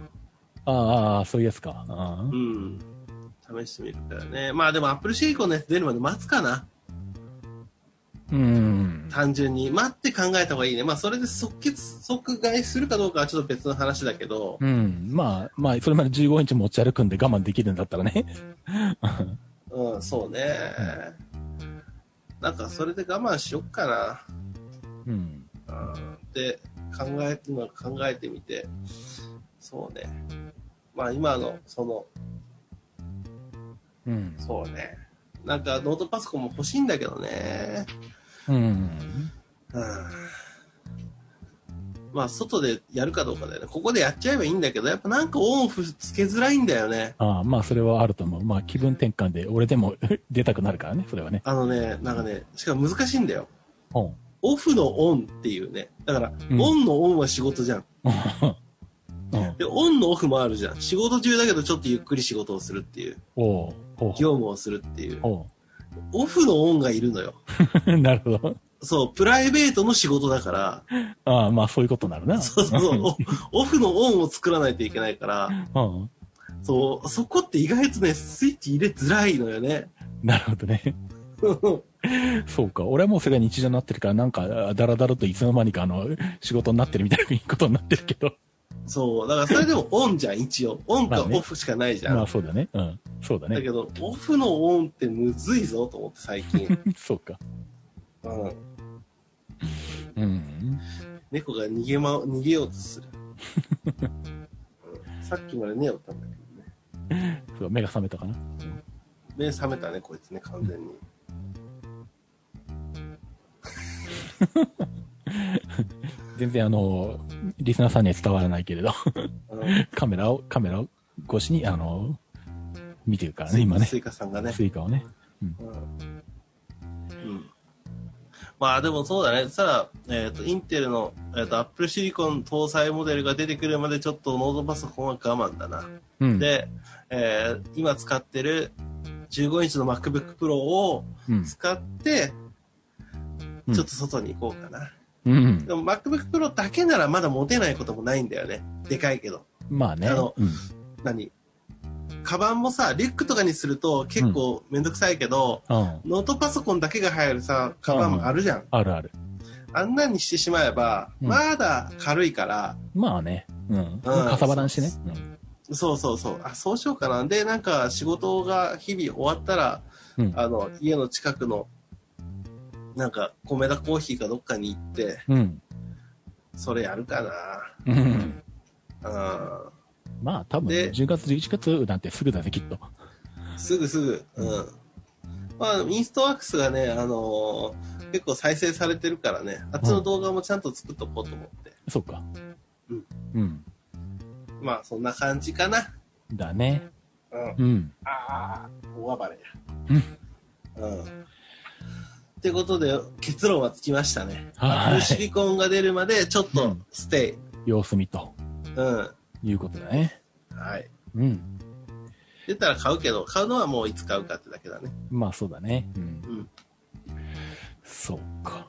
[SPEAKER 2] あ、ああ、そういうやつか。ああ
[SPEAKER 3] うん。試してみるからね。まあでも Apple Silicon のやつ出るまで待つかな。
[SPEAKER 2] うん。
[SPEAKER 3] 単純に。待って考えた方がいいね。まあそれで即決、即買いするかどうかはちょっと別の話だけど。
[SPEAKER 2] うん。まあ、まあ、それまで15インチ持ち歩くんで我慢できるんだったらね。
[SPEAKER 3] うん、そうね。なんかそれで我慢しよっかな。
[SPEAKER 2] うん。
[SPEAKER 3] で考えての考えてみてそうねまあ今のその
[SPEAKER 2] うん。
[SPEAKER 3] そうねなんかノートパソコンも欲しいんだけどね
[SPEAKER 2] うん。
[SPEAKER 3] うんまあ外でやるかどうかだよねここでやっちゃえばいいんだけどやっぱなんかオンオフつけづらいんだよね
[SPEAKER 2] ああ、まあ、それはあると思う。まあ、気分転換で俺でも出たくなるからね、それはね。
[SPEAKER 3] あのねなんかねしかも難しいんだよ
[SPEAKER 2] うん。
[SPEAKER 3] オフのオンっていうねだから、
[SPEAKER 2] うん
[SPEAKER 3] オンのオンは仕事じゃん
[SPEAKER 2] うん。
[SPEAKER 3] でオンのオフもあるじゃん仕事中だけどちょっとゆっくり仕事をするっていう
[SPEAKER 2] おうおう
[SPEAKER 3] 業務をするっていう
[SPEAKER 2] お
[SPEAKER 3] オフのオンがいるのよ
[SPEAKER 2] う なるほど。
[SPEAKER 3] そう、プライベートの仕事だから、
[SPEAKER 2] ああ、まあ、そういうことになるな。
[SPEAKER 3] そうそ うそう、オフのオンを作らないといけないから、
[SPEAKER 2] うん。
[SPEAKER 3] そう、そこって意外とね、スイッチ入れづらいのよね。
[SPEAKER 2] なるほどね。そうか。俺はもうそれが日常になってるから、なんか、だらだらといつの間にか、あの、仕事になってるみたいなことになってるけど。
[SPEAKER 3] そう、だからそれでもオンじゃん、一応。オン
[SPEAKER 2] ま
[SPEAKER 3] か
[SPEAKER 2] あね
[SPEAKER 3] オフしかないじゃん。
[SPEAKER 2] まあ、そうだね。うん。そうだ
[SPEAKER 3] だ
[SPEAKER 2] ね
[SPEAKER 3] け。ど、オフのオンってむずいぞと思って最 近。
[SPEAKER 2] そうか。
[SPEAKER 3] うん、
[SPEAKER 2] うん。
[SPEAKER 3] 猫が逃げ,、ま、逃げようとする、うんさっきまで寝よったんだけどね。
[SPEAKER 2] そう目が覚めたかな。
[SPEAKER 3] 目覚めたね、こいつね、完 全に。
[SPEAKER 2] 全然、あの、リスナーさんには伝わらないけれど、
[SPEAKER 3] うん
[SPEAKER 2] カメラを、カメラを越しに、あの、見てるからね、今ね。
[SPEAKER 3] スイカさんがね。
[SPEAKER 2] スイカをね。
[SPEAKER 3] うんまあでもそうだね。さら、えっ、と、インテルの、えっ、と、アップルシリコン搭載モデルが出てくるまでちょっとノートパソコンは我慢だな。
[SPEAKER 2] うん。
[SPEAKER 3] で、えー今使ってる15インチの MacBook Pro を
[SPEAKER 2] うん。
[SPEAKER 3] 使って、
[SPEAKER 2] うん
[SPEAKER 3] ちょっと外に行こうかな。
[SPEAKER 2] うん
[SPEAKER 3] で。も MacBook Pro だけならまだ持てないこともないんだよね。でかいけど。
[SPEAKER 2] まあね。
[SPEAKER 3] あの
[SPEAKER 2] うん。
[SPEAKER 3] 何カバンもさ、リュックとかにすると結構めんどくさいけど、
[SPEAKER 2] うん
[SPEAKER 3] ノートパソコンだけが入るさ、カバンもあるじゃん。
[SPEAKER 2] あるある。
[SPEAKER 3] あんなにしてしまえば、
[SPEAKER 2] うん
[SPEAKER 3] まだ軽いから、
[SPEAKER 2] まあね。うん。かさばらんしね。
[SPEAKER 3] そうそうそう、あ、そうしようかな。で、なんか仕事が日々終わったら、
[SPEAKER 2] うん。うん
[SPEAKER 3] あの、家の近くの、なんか、米田コーヒーかどっかに行って、
[SPEAKER 2] うん。
[SPEAKER 3] それやるか
[SPEAKER 2] うん。
[SPEAKER 3] な。
[SPEAKER 2] まあ多分、
[SPEAKER 3] で
[SPEAKER 2] 10月、11月なんてすぐだね、きっと。
[SPEAKER 3] うん。すぐすぐ。うん。まあ、インストワークスがね、あのー結構再生されてるからね、あっちの動画もちゃんと作っとこうと思って。
[SPEAKER 2] そうか。
[SPEAKER 3] うん。
[SPEAKER 2] うん。
[SPEAKER 3] まあ、そんな感じかな。
[SPEAKER 2] だね。
[SPEAKER 4] うん。
[SPEAKER 2] うん。
[SPEAKER 4] ああ、大暴れや。うん。
[SPEAKER 3] ってことで、結論はつきましたね。
[SPEAKER 2] は
[SPEAKER 3] シ
[SPEAKER 2] い。
[SPEAKER 3] リコンが出るまで、ちょっ
[SPEAKER 2] う
[SPEAKER 3] と
[SPEAKER 2] ん
[SPEAKER 3] ステイ。
[SPEAKER 2] 様子見と
[SPEAKER 3] うん。
[SPEAKER 2] いうことだね。
[SPEAKER 3] はい。
[SPEAKER 2] うん。
[SPEAKER 3] 出たら買うけど、買うのはもういつ買うかってだけだね。
[SPEAKER 2] まあそうだね。うん。
[SPEAKER 3] うん。
[SPEAKER 2] そうか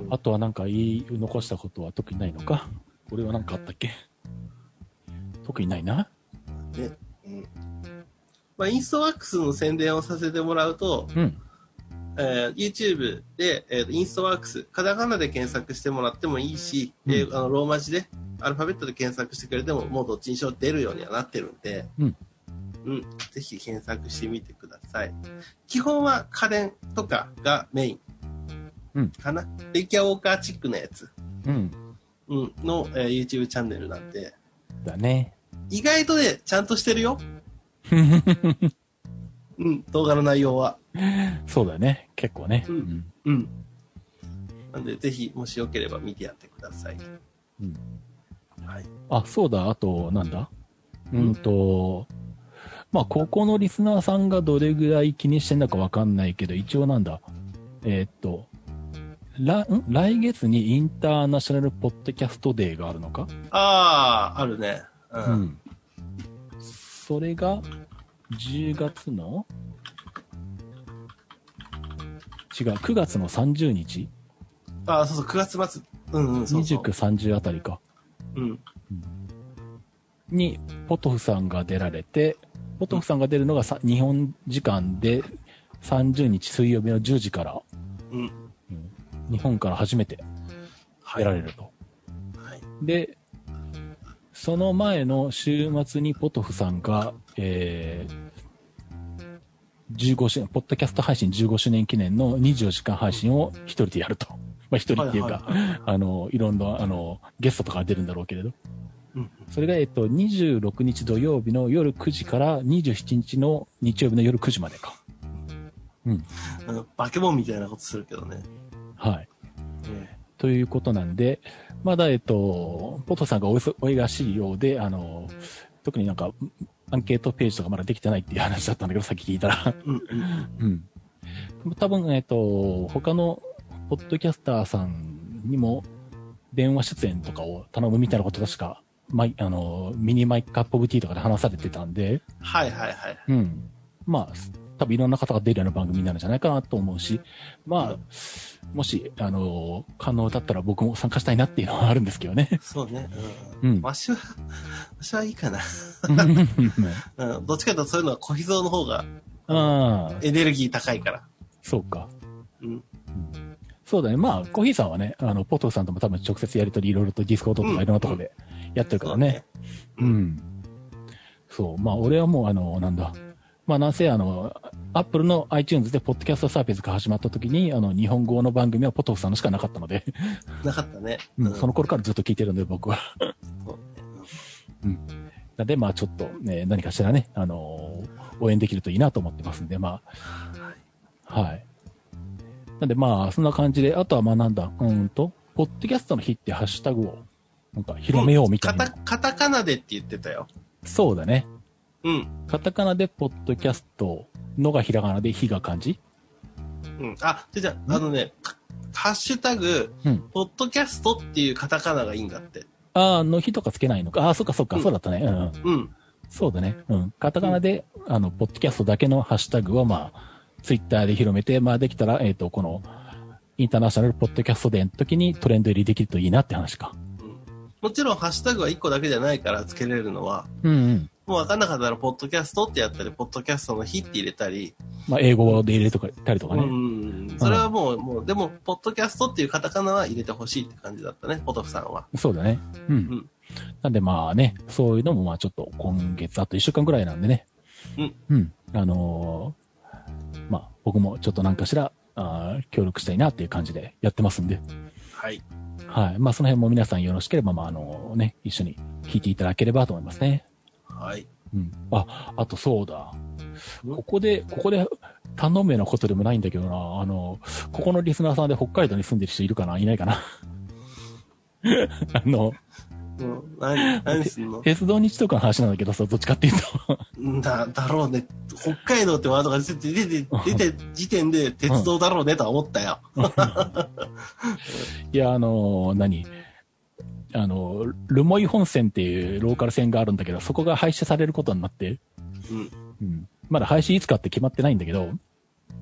[SPEAKER 3] う。ん
[SPEAKER 2] あとはなんか言い残したことは特にないのか俺はなんかあったっけ特にないな。
[SPEAKER 3] まあ、インストワックスの宣伝をさせてもらうと、
[SPEAKER 2] うん。
[SPEAKER 3] えー YouTube で、えーインストワークス、カタカナで検索してもらってもいいし、
[SPEAKER 2] うん
[SPEAKER 3] えーあのローマ字で、アルファベットで検索してくれても、もうどっちにしろ出るようにはなってるんで、
[SPEAKER 2] うん。
[SPEAKER 3] うん、ぜひ検索してみてください。基本は家電とかがメイン。
[SPEAKER 2] うん
[SPEAKER 3] かな。レイキャーウォーカーチックなやつ、
[SPEAKER 2] うん。
[SPEAKER 3] うん、の、えー YouTube チャンネルなんで、
[SPEAKER 2] だね。
[SPEAKER 3] 意外とね、ちゃんとして るよ。うん、動画の内容は。
[SPEAKER 2] そうだね。結構ね。
[SPEAKER 3] うん
[SPEAKER 2] うん
[SPEAKER 3] うん。なんで、ぜひ、もしよければ見てやってください。
[SPEAKER 2] うん。
[SPEAKER 3] はい。
[SPEAKER 2] あ、そうだ、あと、なんだうんと、まあ、ここのリスナーさんがどれぐらい気にしてんだかわかんないけど、一応なんだ、えーっと、らん来月にインターナショナルポッドキャストデーがあるのか、
[SPEAKER 3] ああ、あるね。うん。
[SPEAKER 2] うん、それが10月の違う、9月の30日
[SPEAKER 3] ああ、そうそう、9月末。うんうん、そうそう。
[SPEAKER 2] ?29、30あたりか。
[SPEAKER 3] うん。
[SPEAKER 2] にポトフさんが出られて、ポトフさんが出るのがさ日本時間で30日水曜日の10時から、
[SPEAKER 3] うん。
[SPEAKER 2] うん日本から初めて
[SPEAKER 3] は
[SPEAKER 2] 出
[SPEAKER 3] い。
[SPEAKER 2] ら
[SPEAKER 3] はい。
[SPEAKER 2] れると。で、その前の週末にポトフさんが、えー15周年、ポッドキャスト配信15周年記念の24時間配信を一人でやると。まあ一人っていうか、
[SPEAKER 3] はいはいはい
[SPEAKER 2] あの、いろんな、あの、ゲストとか出るんだろうけれど。
[SPEAKER 3] うん
[SPEAKER 2] それが、えっと、26日土曜日の夜9時から27日の日曜日の夜9時までか。
[SPEAKER 3] あの、バケモンみたいなことするけどね。
[SPEAKER 2] はい。ということなんで、まだ、えっと、ポトさんがお忙お忙しいようで、あの、特になんか、アンケートページとかまだできてないっていう話だったんだけど、さっき聞いたら。
[SPEAKER 3] うんうん。
[SPEAKER 2] うん。多分、えっと、他の、ポッドキャスターさんにも、電話出演とかを頼むみたいなこと確か、マイ、あの、ミニマイカップオブティーとかで話されてたんで、
[SPEAKER 3] はいはいはい。
[SPEAKER 2] うん。まあ、多分いろんな方が出るような番組になるんじゃないかなと思うし、まあ、もし、あの、可能だったら僕も参加したいなっていうのはあるんですけどね。
[SPEAKER 3] そうね。
[SPEAKER 2] う
[SPEAKER 3] うん。
[SPEAKER 2] ん。
[SPEAKER 3] わしは、わしはいいかな。うん。どっちかというとそういうのは小秘蔵の方が
[SPEAKER 2] ああ、
[SPEAKER 3] エネルギー高いから。
[SPEAKER 2] そうか。
[SPEAKER 3] うん。
[SPEAKER 2] そうだね。まあ、コーヒーさんはね、あの、ポトフさんとも多分直接やりとり、いろいろとディスコードとかいろんなところでやってるからね。
[SPEAKER 3] う
[SPEAKER 2] うんん。そう。まあ、俺はもう、あの、なんだ。まあ、なんせ、あの、アップルの iTunes で、ポッドキャストサービスが始まった時に、あの、日本語の番組はポトフさんのしかなかったので、
[SPEAKER 3] そうね。なかったね。
[SPEAKER 2] うんその頃からずっと聞いてるんで、僕は。
[SPEAKER 3] そうね
[SPEAKER 2] なんで、まあ、ちょっと、ね、何かしらね、あのー応援できるといいなと思ってますんで、まあ、はい。なんで、まあ、そんな感じで、あとは、まあ、なんだ、うーんと、ポッドキャストの日ってハッシュタグを、なんか、広めようみた
[SPEAKER 3] カ
[SPEAKER 2] いな。
[SPEAKER 3] タ、カタカナでって言ってたよ。
[SPEAKER 2] そうだね。
[SPEAKER 3] うん。
[SPEAKER 2] カタカナで、ポッドキャストのがひらがなで、日が漢字
[SPEAKER 3] うん。あ、じゃああのね、かハッシュタグ、
[SPEAKER 2] うん。
[SPEAKER 3] ポッドキャストっていうカタカナがいいんだって。
[SPEAKER 2] ああ、の日とかつけないのか。ああ、そっかそっか、
[SPEAKER 3] うん
[SPEAKER 2] そうだったね。うんうん。
[SPEAKER 3] うん。
[SPEAKER 2] そうだね。うん。カタカナで、あの、ポッドキャストだけのハッシュタグを、まあ、ツイッターで広めて、まあ、できたら、えっ、と、この、インターナショナルポッドキャストデーの時にトレンド入りできるといいなって話か。
[SPEAKER 3] もちろん、ハッシュタグは1個だけじゃないからつけれるのは、
[SPEAKER 2] うんうん。
[SPEAKER 3] もう分かんなかったら、ポッドキャストってやったり、ポッドキャストの日って入れたり、
[SPEAKER 2] まあ、英語で入れとか、たりとか
[SPEAKER 3] う
[SPEAKER 2] ね。
[SPEAKER 3] ん、それはもう、もう、でも、ポッドキャストっていうカタカナは入れてほしいって感じだったね、ポトフさんは。
[SPEAKER 2] そうだね。うん。
[SPEAKER 3] ん
[SPEAKER 2] なんで、まあね、そういうのも、まあ、ちょっと今月、あと1週間ぐらいなんでね。
[SPEAKER 3] うん。
[SPEAKER 2] うん。あのーまあ、僕もちょっとなんかしら、あー協力したいなっていう感じでやってますんで。
[SPEAKER 3] はい。
[SPEAKER 2] はい。まあ、その辺も皆さんよろしければ、まあ、あのね、一緒に聞いていただければと思いますね。
[SPEAKER 3] はい。
[SPEAKER 2] うん。あ、あとそうだ。
[SPEAKER 3] ん
[SPEAKER 2] ここで、ここで頼めなことでもないんだけどな。あの、ここのリスナーさんで北海道に住んでる人いるかないないかな あの、
[SPEAKER 3] うん、何何す んの
[SPEAKER 2] 鉄道日とかの話なんだけどさ、どっちかっていうと。
[SPEAKER 3] だ、だろうね。北海道ってワードが出て、出て、出て、時点で鉄道だろうねとは思ったよ。
[SPEAKER 2] いや、あのー何あのールモイ本線っていうローカル線があるんだけど、そこが廃止されることになって、
[SPEAKER 3] うん。
[SPEAKER 2] うん。まだ廃止いつかって決まってないんだけど、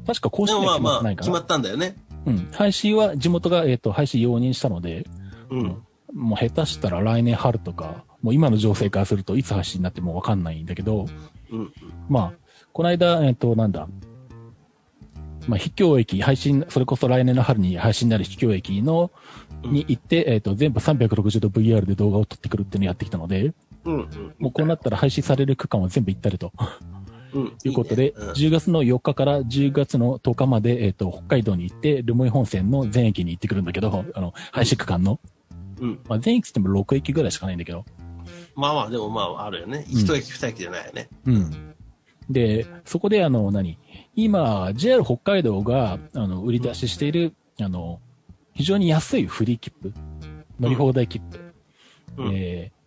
[SPEAKER 2] 確か公
[SPEAKER 3] で
[SPEAKER 2] 式
[SPEAKER 3] も
[SPEAKER 2] には
[SPEAKER 3] まあ
[SPEAKER 2] 決まってな
[SPEAKER 3] まあ、
[SPEAKER 2] いか
[SPEAKER 3] 決
[SPEAKER 2] ら。
[SPEAKER 3] まったんだよね。
[SPEAKER 2] うん。廃止は地元が、えっ、と、廃止容認したので、
[SPEAKER 3] うん。
[SPEAKER 2] もう下手したら来年春とか、もう今の情勢からするといつ廃止になってもわかんないんだけど、
[SPEAKER 3] うん。
[SPEAKER 2] まあ、この間、えっ、と、なんだ、まあ、秘境駅、配信、それこそ来年の春に配信になる秘境駅の、
[SPEAKER 3] うん
[SPEAKER 2] に行って、えっ、と、全部360度 VR で動画を撮ってくるっていうのをやってきたので、
[SPEAKER 3] うん。うん。
[SPEAKER 2] もうこうなったら配信される区間は全部行ったりと。
[SPEAKER 3] うん。
[SPEAKER 2] ということで、
[SPEAKER 3] いねうん
[SPEAKER 2] 10月の4日から10月の10日まで、えっ、と、北海道に行って、留萌本線の全駅に行ってくるんだけど、あの、廃止区間の。
[SPEAKER 3] うん。
[SPEAKER 2] まあ、全駅って言っても6駅ぐらいしかないんだけど。
[SPEAKER 3] まあまあ、でもまあ、あるよね。一駅二駅じゃないよね。
[SPEAKER 2] うん。で、そこで、あの、何今、JR 北海道が、あの、売り出ししている、あの、非常に安いフリー切符。乗り放題切符。
[SPEAKER 3] うん。
[SPEAKER 2] えー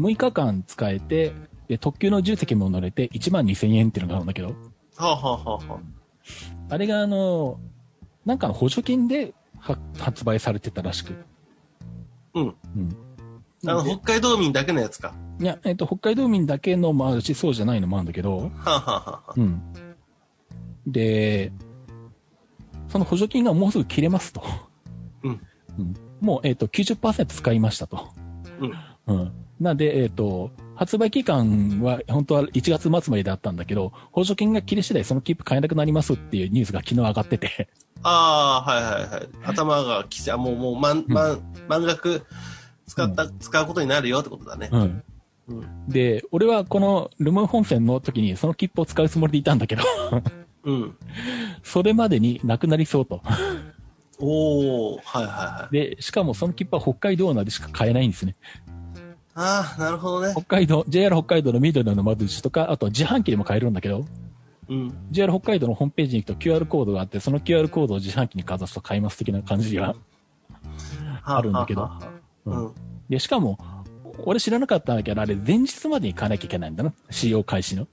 [SPEAKER 2] 6日間使えて、で特急の重席も乗れて1万2000円っていうのがあるんだけど、
[SPEAKER 3] はあ、はあはあはあ、
[SPEAKER 2] あれがあの、なんかの補助金では発売されてたらしく。
[SPEAKER 3] うん。
[SPEAKER 2] うん。
[SPEAKER 3] あ
[SPEAKER 2] な
[SPEAKER 3] の、
[SPEAKER 2] んで
[SPEAKER 3] 北海道民だけのやつか。
[SPEAKER 2] いや、えっと、北海道民だけのもあるし、そうじゃないのもあるんだけど、
[SPEAKER 3] はあ、はあはあはあ、
[SPEAKER 2] うん。で、その補助金がもうすぐ切れますと。
[SPEAKER 3] うん
[SPEAKER 2] うん。もう、えっ、と、90%使いましたと。うん。なんで、えっ、と、発売期間は、本当は1月末までだったんだけど、補助金が切れ次第その切符買えなくなりますっていうニュースが昨日上がってて、
[SPEAKER 3] ああ、はいはいはい。頭がきちゃ、もう、もう、満、満、満額使った、使うことになるよってことだね。
[SPEAKER 2] うん。
[SPEAKER 3] うん。
[SPEAKER 2] で、俺はこのルモン本線の時にその切符を使うつもりでいたんだけど、
[SPEAKER 3] うん。
[SPEAKER 2] それまでになくなりそうと。
[SPEAKER 3] おおはいはいはい。
[SPEAKER 2] で、しかもその切符は北海道なんでしか買えないんですね。
[SPEAKER 3] ああ、なるほどね
[SPEAKER 2] 北。海道、JR 北海道の緑の窓口とか、あと自販機でも買えるんだけど、
[SPEAKER 3] うん。
[SPEAKER 2] JR 北海道のホームページに行くと QR コードがあって、その QR コードを自販機にかざすと買います的な感じが。あるんだけど
[SPEAKER 3] はあはあはあ
[SPEAKER 2] で、しかも、俺知らなかったんだけど、あれ前日までに買わなきゃいけないんだな。使用開始の。
[SPEAKER 3] うん。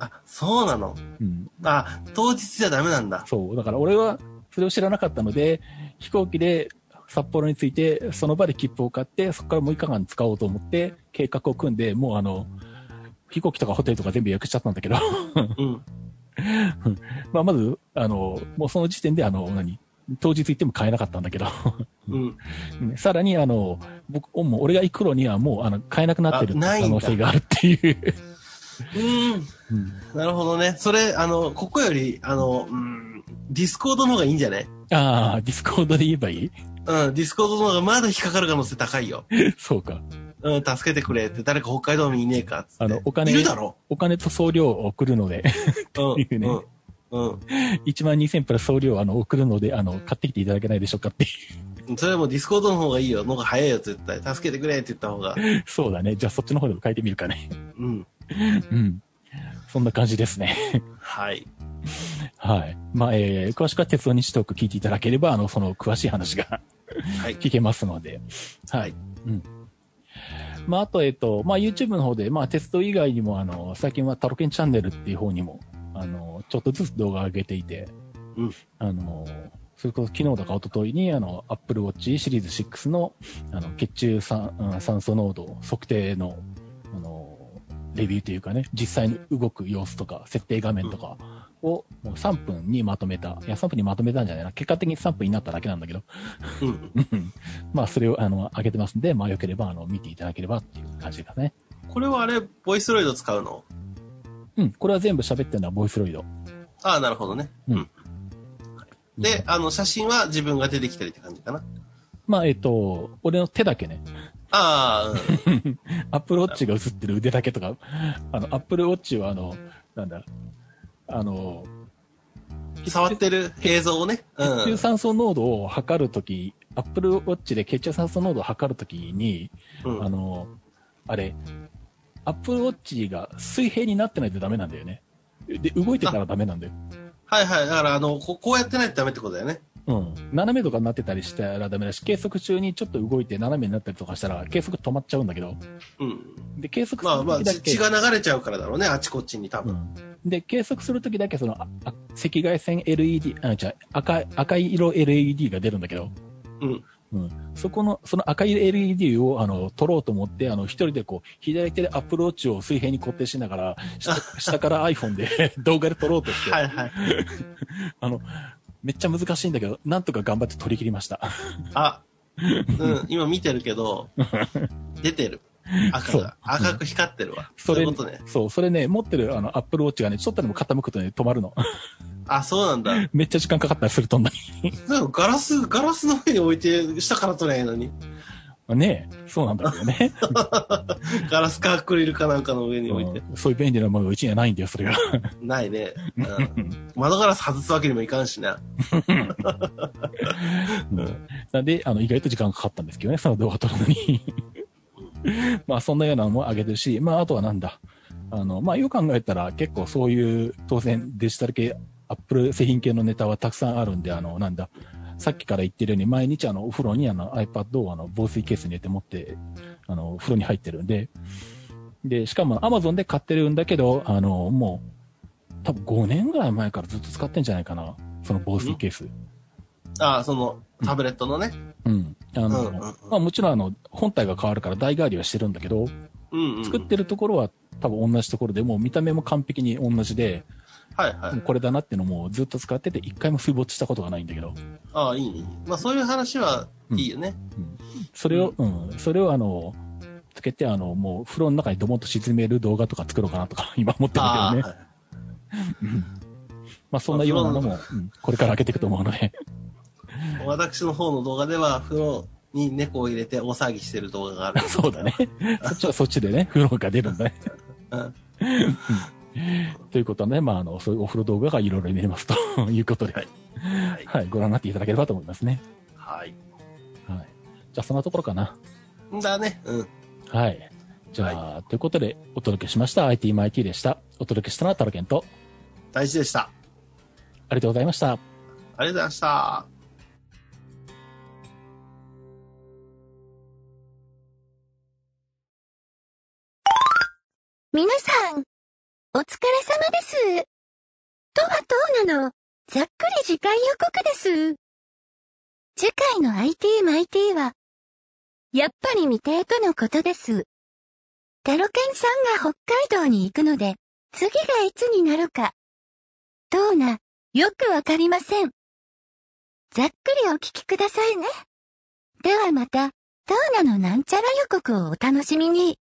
[SPEAKER 3] あ、そうなの。
[SPEAKER 2] うん。
[SPEAKER 3] あ、当日じゃダメなんだ。
[SPEAKER 2] そう。だから俺はそれを知らなかったので、飛行機で札幌に着いて、その場で切符を買って、そこから6日間使おうと思って、計画を組んで、もうあの、飛行機とかホテルとか全部予約しちゃったんだけど、
[SPEAKER 3] うん。
[SPEAKER 2] まあまず、あの、もうその時点であの、何当日行っても買えなかったんだけど、
[SPEAKER 3] うん。
[SPEAKER 2] うん さらにあの、僕、もう俺が行く頃にはもうあの、買えなくなってる
[SPEAKER 3] あないんだ
[SPEAKER 2] 可能性があるっていう。
[SPEAKER 3] うん。なるほどね。それ、あの、ここより、あの、うん、ディスコードの方がいいんじゃね
[SPEAKER 2] ああ、ディスコードで言えばいい
[SPEAKER 3] うん、ディスコードの方がまだ引っかかる可能性高いよ。
[SPEAKER 2] そうか。
[SPEAKER 3] うん、助けてくれって、誰か北海道民いねえかっつって。
[SPEAKER 2] あのお金
[SPEAKER 3] いるだろ
[SPEAKER 2] お金と送料を送るので、
[SPEAKER 3] うん。
[SPEAKER 2] っていうね
[SPEAKER 3] うん。
[SPEAKER 2] 1万2000プラス送料をあの送るので、あの、買ってきていただけないでしょうか ってい
[SPEAKER 3] うん。それはもうディスコードの方がいいよ。の方が早いよ、絶対。助けてくれって言った方が。
[SPEAKER 2] う。そうだね。じゃあそっちの方でも書いてみるかね。
[SPEAKER 3] うん。
[SPEAKER 2] うん。そんな感じですね。
[SPEAKER 3] はい。
[SPEAKER 2] はい。まあ、えー、詳しくは鉄道日トーク聞いていただければ、あの、その詳しい話が
[SPEAKER 3] はい。
[SPEAKER 2] 聞けますので。はい。うん。まあ、あと、えっ、と、まあ、YouTube の方で、まあ、鉄道以外にも、あの、最近はタロケンチャンネルっていう方にも、あの、ちょっとずつ動画を上げていて、
[SPEAKER 3] うん
[SPEAKER 2] あの、それこそ昨日とか一昨日に、あの、Apple Watch シリーズ6の、あの、血中酸うん酸素濃度測定の、あの、レビューというかね、実際に動く様子とか、設定画面とかを、もう3分にまとめた。いや、3分にまとめたんじゃないな。結果的に3分になっただけなんだけど、
[SPEAKER 3] うん。
[SPEAKER 2] うんまあ、それを、あの、上げてますんで、まあ、よければ、あの、見ていただければっていう感じですね。
[SPEAKER 3] これはあれ、ボイスロイド使うの
[SPEAKER 2] うん、これは全部喋ってるのはボイスロイド。
[SPEAKER 3] ああ、なるほどね。うん。で、あの、写真は自分が出てきたりって感じかな。
[SPEAKER 2] まあ、えっと、俺の手だけね、
[SPEAKER 3] ああ、
[SPEAKER 2] アップルウォッチが映ってる腕だけとか、あの、アップルウォッチは、あの、なんだ、あの、
[SPEAKER 3] うん。触ってる映像をね。う
[SPEAKER 2] 血中
[SPEAKER 3] ん。
[SPEAKER 2] 酸素濃度を測るとき、アップルウォッチで血中酸素濃度を測るときに、
[SPEAKER 3] うん
[SPEAKER 2] あの、あれ、アップルウォッチが水平になってないとダメなんだよね。で、動いてたらダメなんだよ。
[SPEAKER 3] はいはい。だから、あの、ここうやってないとダメってことだよね。
[SPEAKER 2] うん、斜めとかになってたりしたらダメだし、計測中にちょっと動いて斜めになったりとかしたら、計測止まっちゃうんだけど、
[SPEAKER 3] うん。
[SPEAKER 2] で、計測
[SPEAKER 3] まあまあ、
[SPEAKER 2] 時だ
[SPEAKER 3] 血
[SPEAKER 2] け
[SPEAKER 3] 血が流れちゃうからだろうね、あちこちに多
[SPEAKER 2] う
[SPEAKER 3] 分。
[SPEAKER 2] んで、計測するときだけ、その、ああ赤外線 LED、あ、違う、赤い、赤い色 LED が出るんだけど、
[SPEAKER 3] うん。
[SPEAKER 2] そこの、その赤い LED を、あの、取ろうと思って、あの、一人でこう、左手でアップローチを水平に固定しながら、下 下から iPhone で 動画で撮ろうとして、
[SPEAKER 3] はいはい。
[SPEAKER 2] めっちゃ難しいんだけど、なんとか頑張って取り切りました。
[SPEAKER 3] あ、うん、今見てる けど、出てる。赤
[SPEAKER 2] そう
[SPEAKER 3] が。赤く光ってるわ。
[SPEAKER 2] そ
[SPEAKER 3] そう
[SPEAKER 2] れ
[SPEAKER 3] いうことね。
[SPEAKER 2] そう、それね、持ってるあの、アップルウォッチがね、ちょっとでも傾くとね、止まるの。
[SPEAKER 3] あ、そうなんだ。
[SPEAKER 2] めっちゃ時間かかったりするとんな
[SPEAKER 3] でもガラス、ガラスの上に置いて、下から取れないのに。
[SPEAKER 2] い。ねえそうなんだけど ね、
[SPEAKER 3] ガラスかアクリルかなんかの上に置いて。
[SPEAKER 2] うんそういう便利なものがうちにはないんだよ、それが。
[SPEAKER 3] ないね。 うん。窓ガラス外すわけにもいかんしな。
[SPEAKER 2] うんなんで、あの、意外と時間かかったんですけどね、その動画撮るのに。 まあ、そんなようなのも上げてるし、まあ、あとはなんだ。あの、まあ、よく考えたら、結構そういう、当然デジタル系、アップル製品系のネタはたくさんあるんで、あの、なんだ。さっきから言ってるように、毎日あの、お風呂にあの、iPad をあの、防水ケースに入れて持って、あの、お風呂に入ってるんで。で、しかも Amazon で買ってるんだけど、あの、もう、多分5年ぐらい前からずっと使ってんじゃないかな。その防水ケース。
[SPEAKER 3] あ、その、タブレットのね。
[SPEAKER 2] うん。あの、
[SPEAKER 3] うんうんうん
[SPEAKER 2] まあもちろんあの、本体が変わるから代替わりはしてるんだけど、
[SPEAKER 3] うん、うん。
[SPEAKER 2] 作ってるところは多分同じところで、もう見た目も完璧に同じで、
[SPEAKER 3] はいはい
[SPEAKER 2] もう。これだなってのもずっと使ってて、一回も水没したことがないんだけど、
[SPEAKER 3] ああ、いいね。いいねまあ、そういう話はいいよね。
[SPEAKER 2] それを、うん、それをあの、つけて、あの、もう風呂の中にドボンと沈める動画とか作ろうかなとか、今思ってる
[SPEAKER 3] ああ、
[SPEAKER 2] んだけどね。
[SPEAKER 3] はい
[SPEAKER 2] まあそんなようなのも、うんこれから開けていくと思うので、
[SPEAKER 3] 私の方の動画では、風呂に猫を入れて大騒ぎしてる動画がある。
[SPEAKER 2] そうだね。。そっちはそっちでね、風呂が出るんだね。
[SPEAKER 3] うん。
[SPEAKER 2] ということはね、まあ、あの、そういうお風呂動画がいろいろ見れますということで、
[SPEAKER 3] は
[SPEAKER 2] はいい、
[SPEAKER 3] はい。
[SPEAKER 2] ご覧になっていただければと思いますね。
[SPEAKER 3] はい。
[SPEAKER 2] はい。じゃあ、そんなところかな。
[SPEAKER 3] だね。うん。
[SPEAKER 2] はい。じゃあ、ということで、お届けしました。IT マ IT でした。お届けしたのはタロケンと、
[SPEAKER 3] 大事でした。
[SPEAKER 2] ありがとうございました。
[SPEAKER 3] ありがとうございました。
[SPEAKER 1] 皆さん、お疲れ様です。とはどうなのざっくり次回予告です。次回の IT マ IT は、やっぱり未定とのことです。タロケンさんが北海道に行くので、次がいつになるか。どうな、よくわかりません。ざっくりお聞きくださいね。ではまた、どうなのなんちゃら予告をお楽しみに。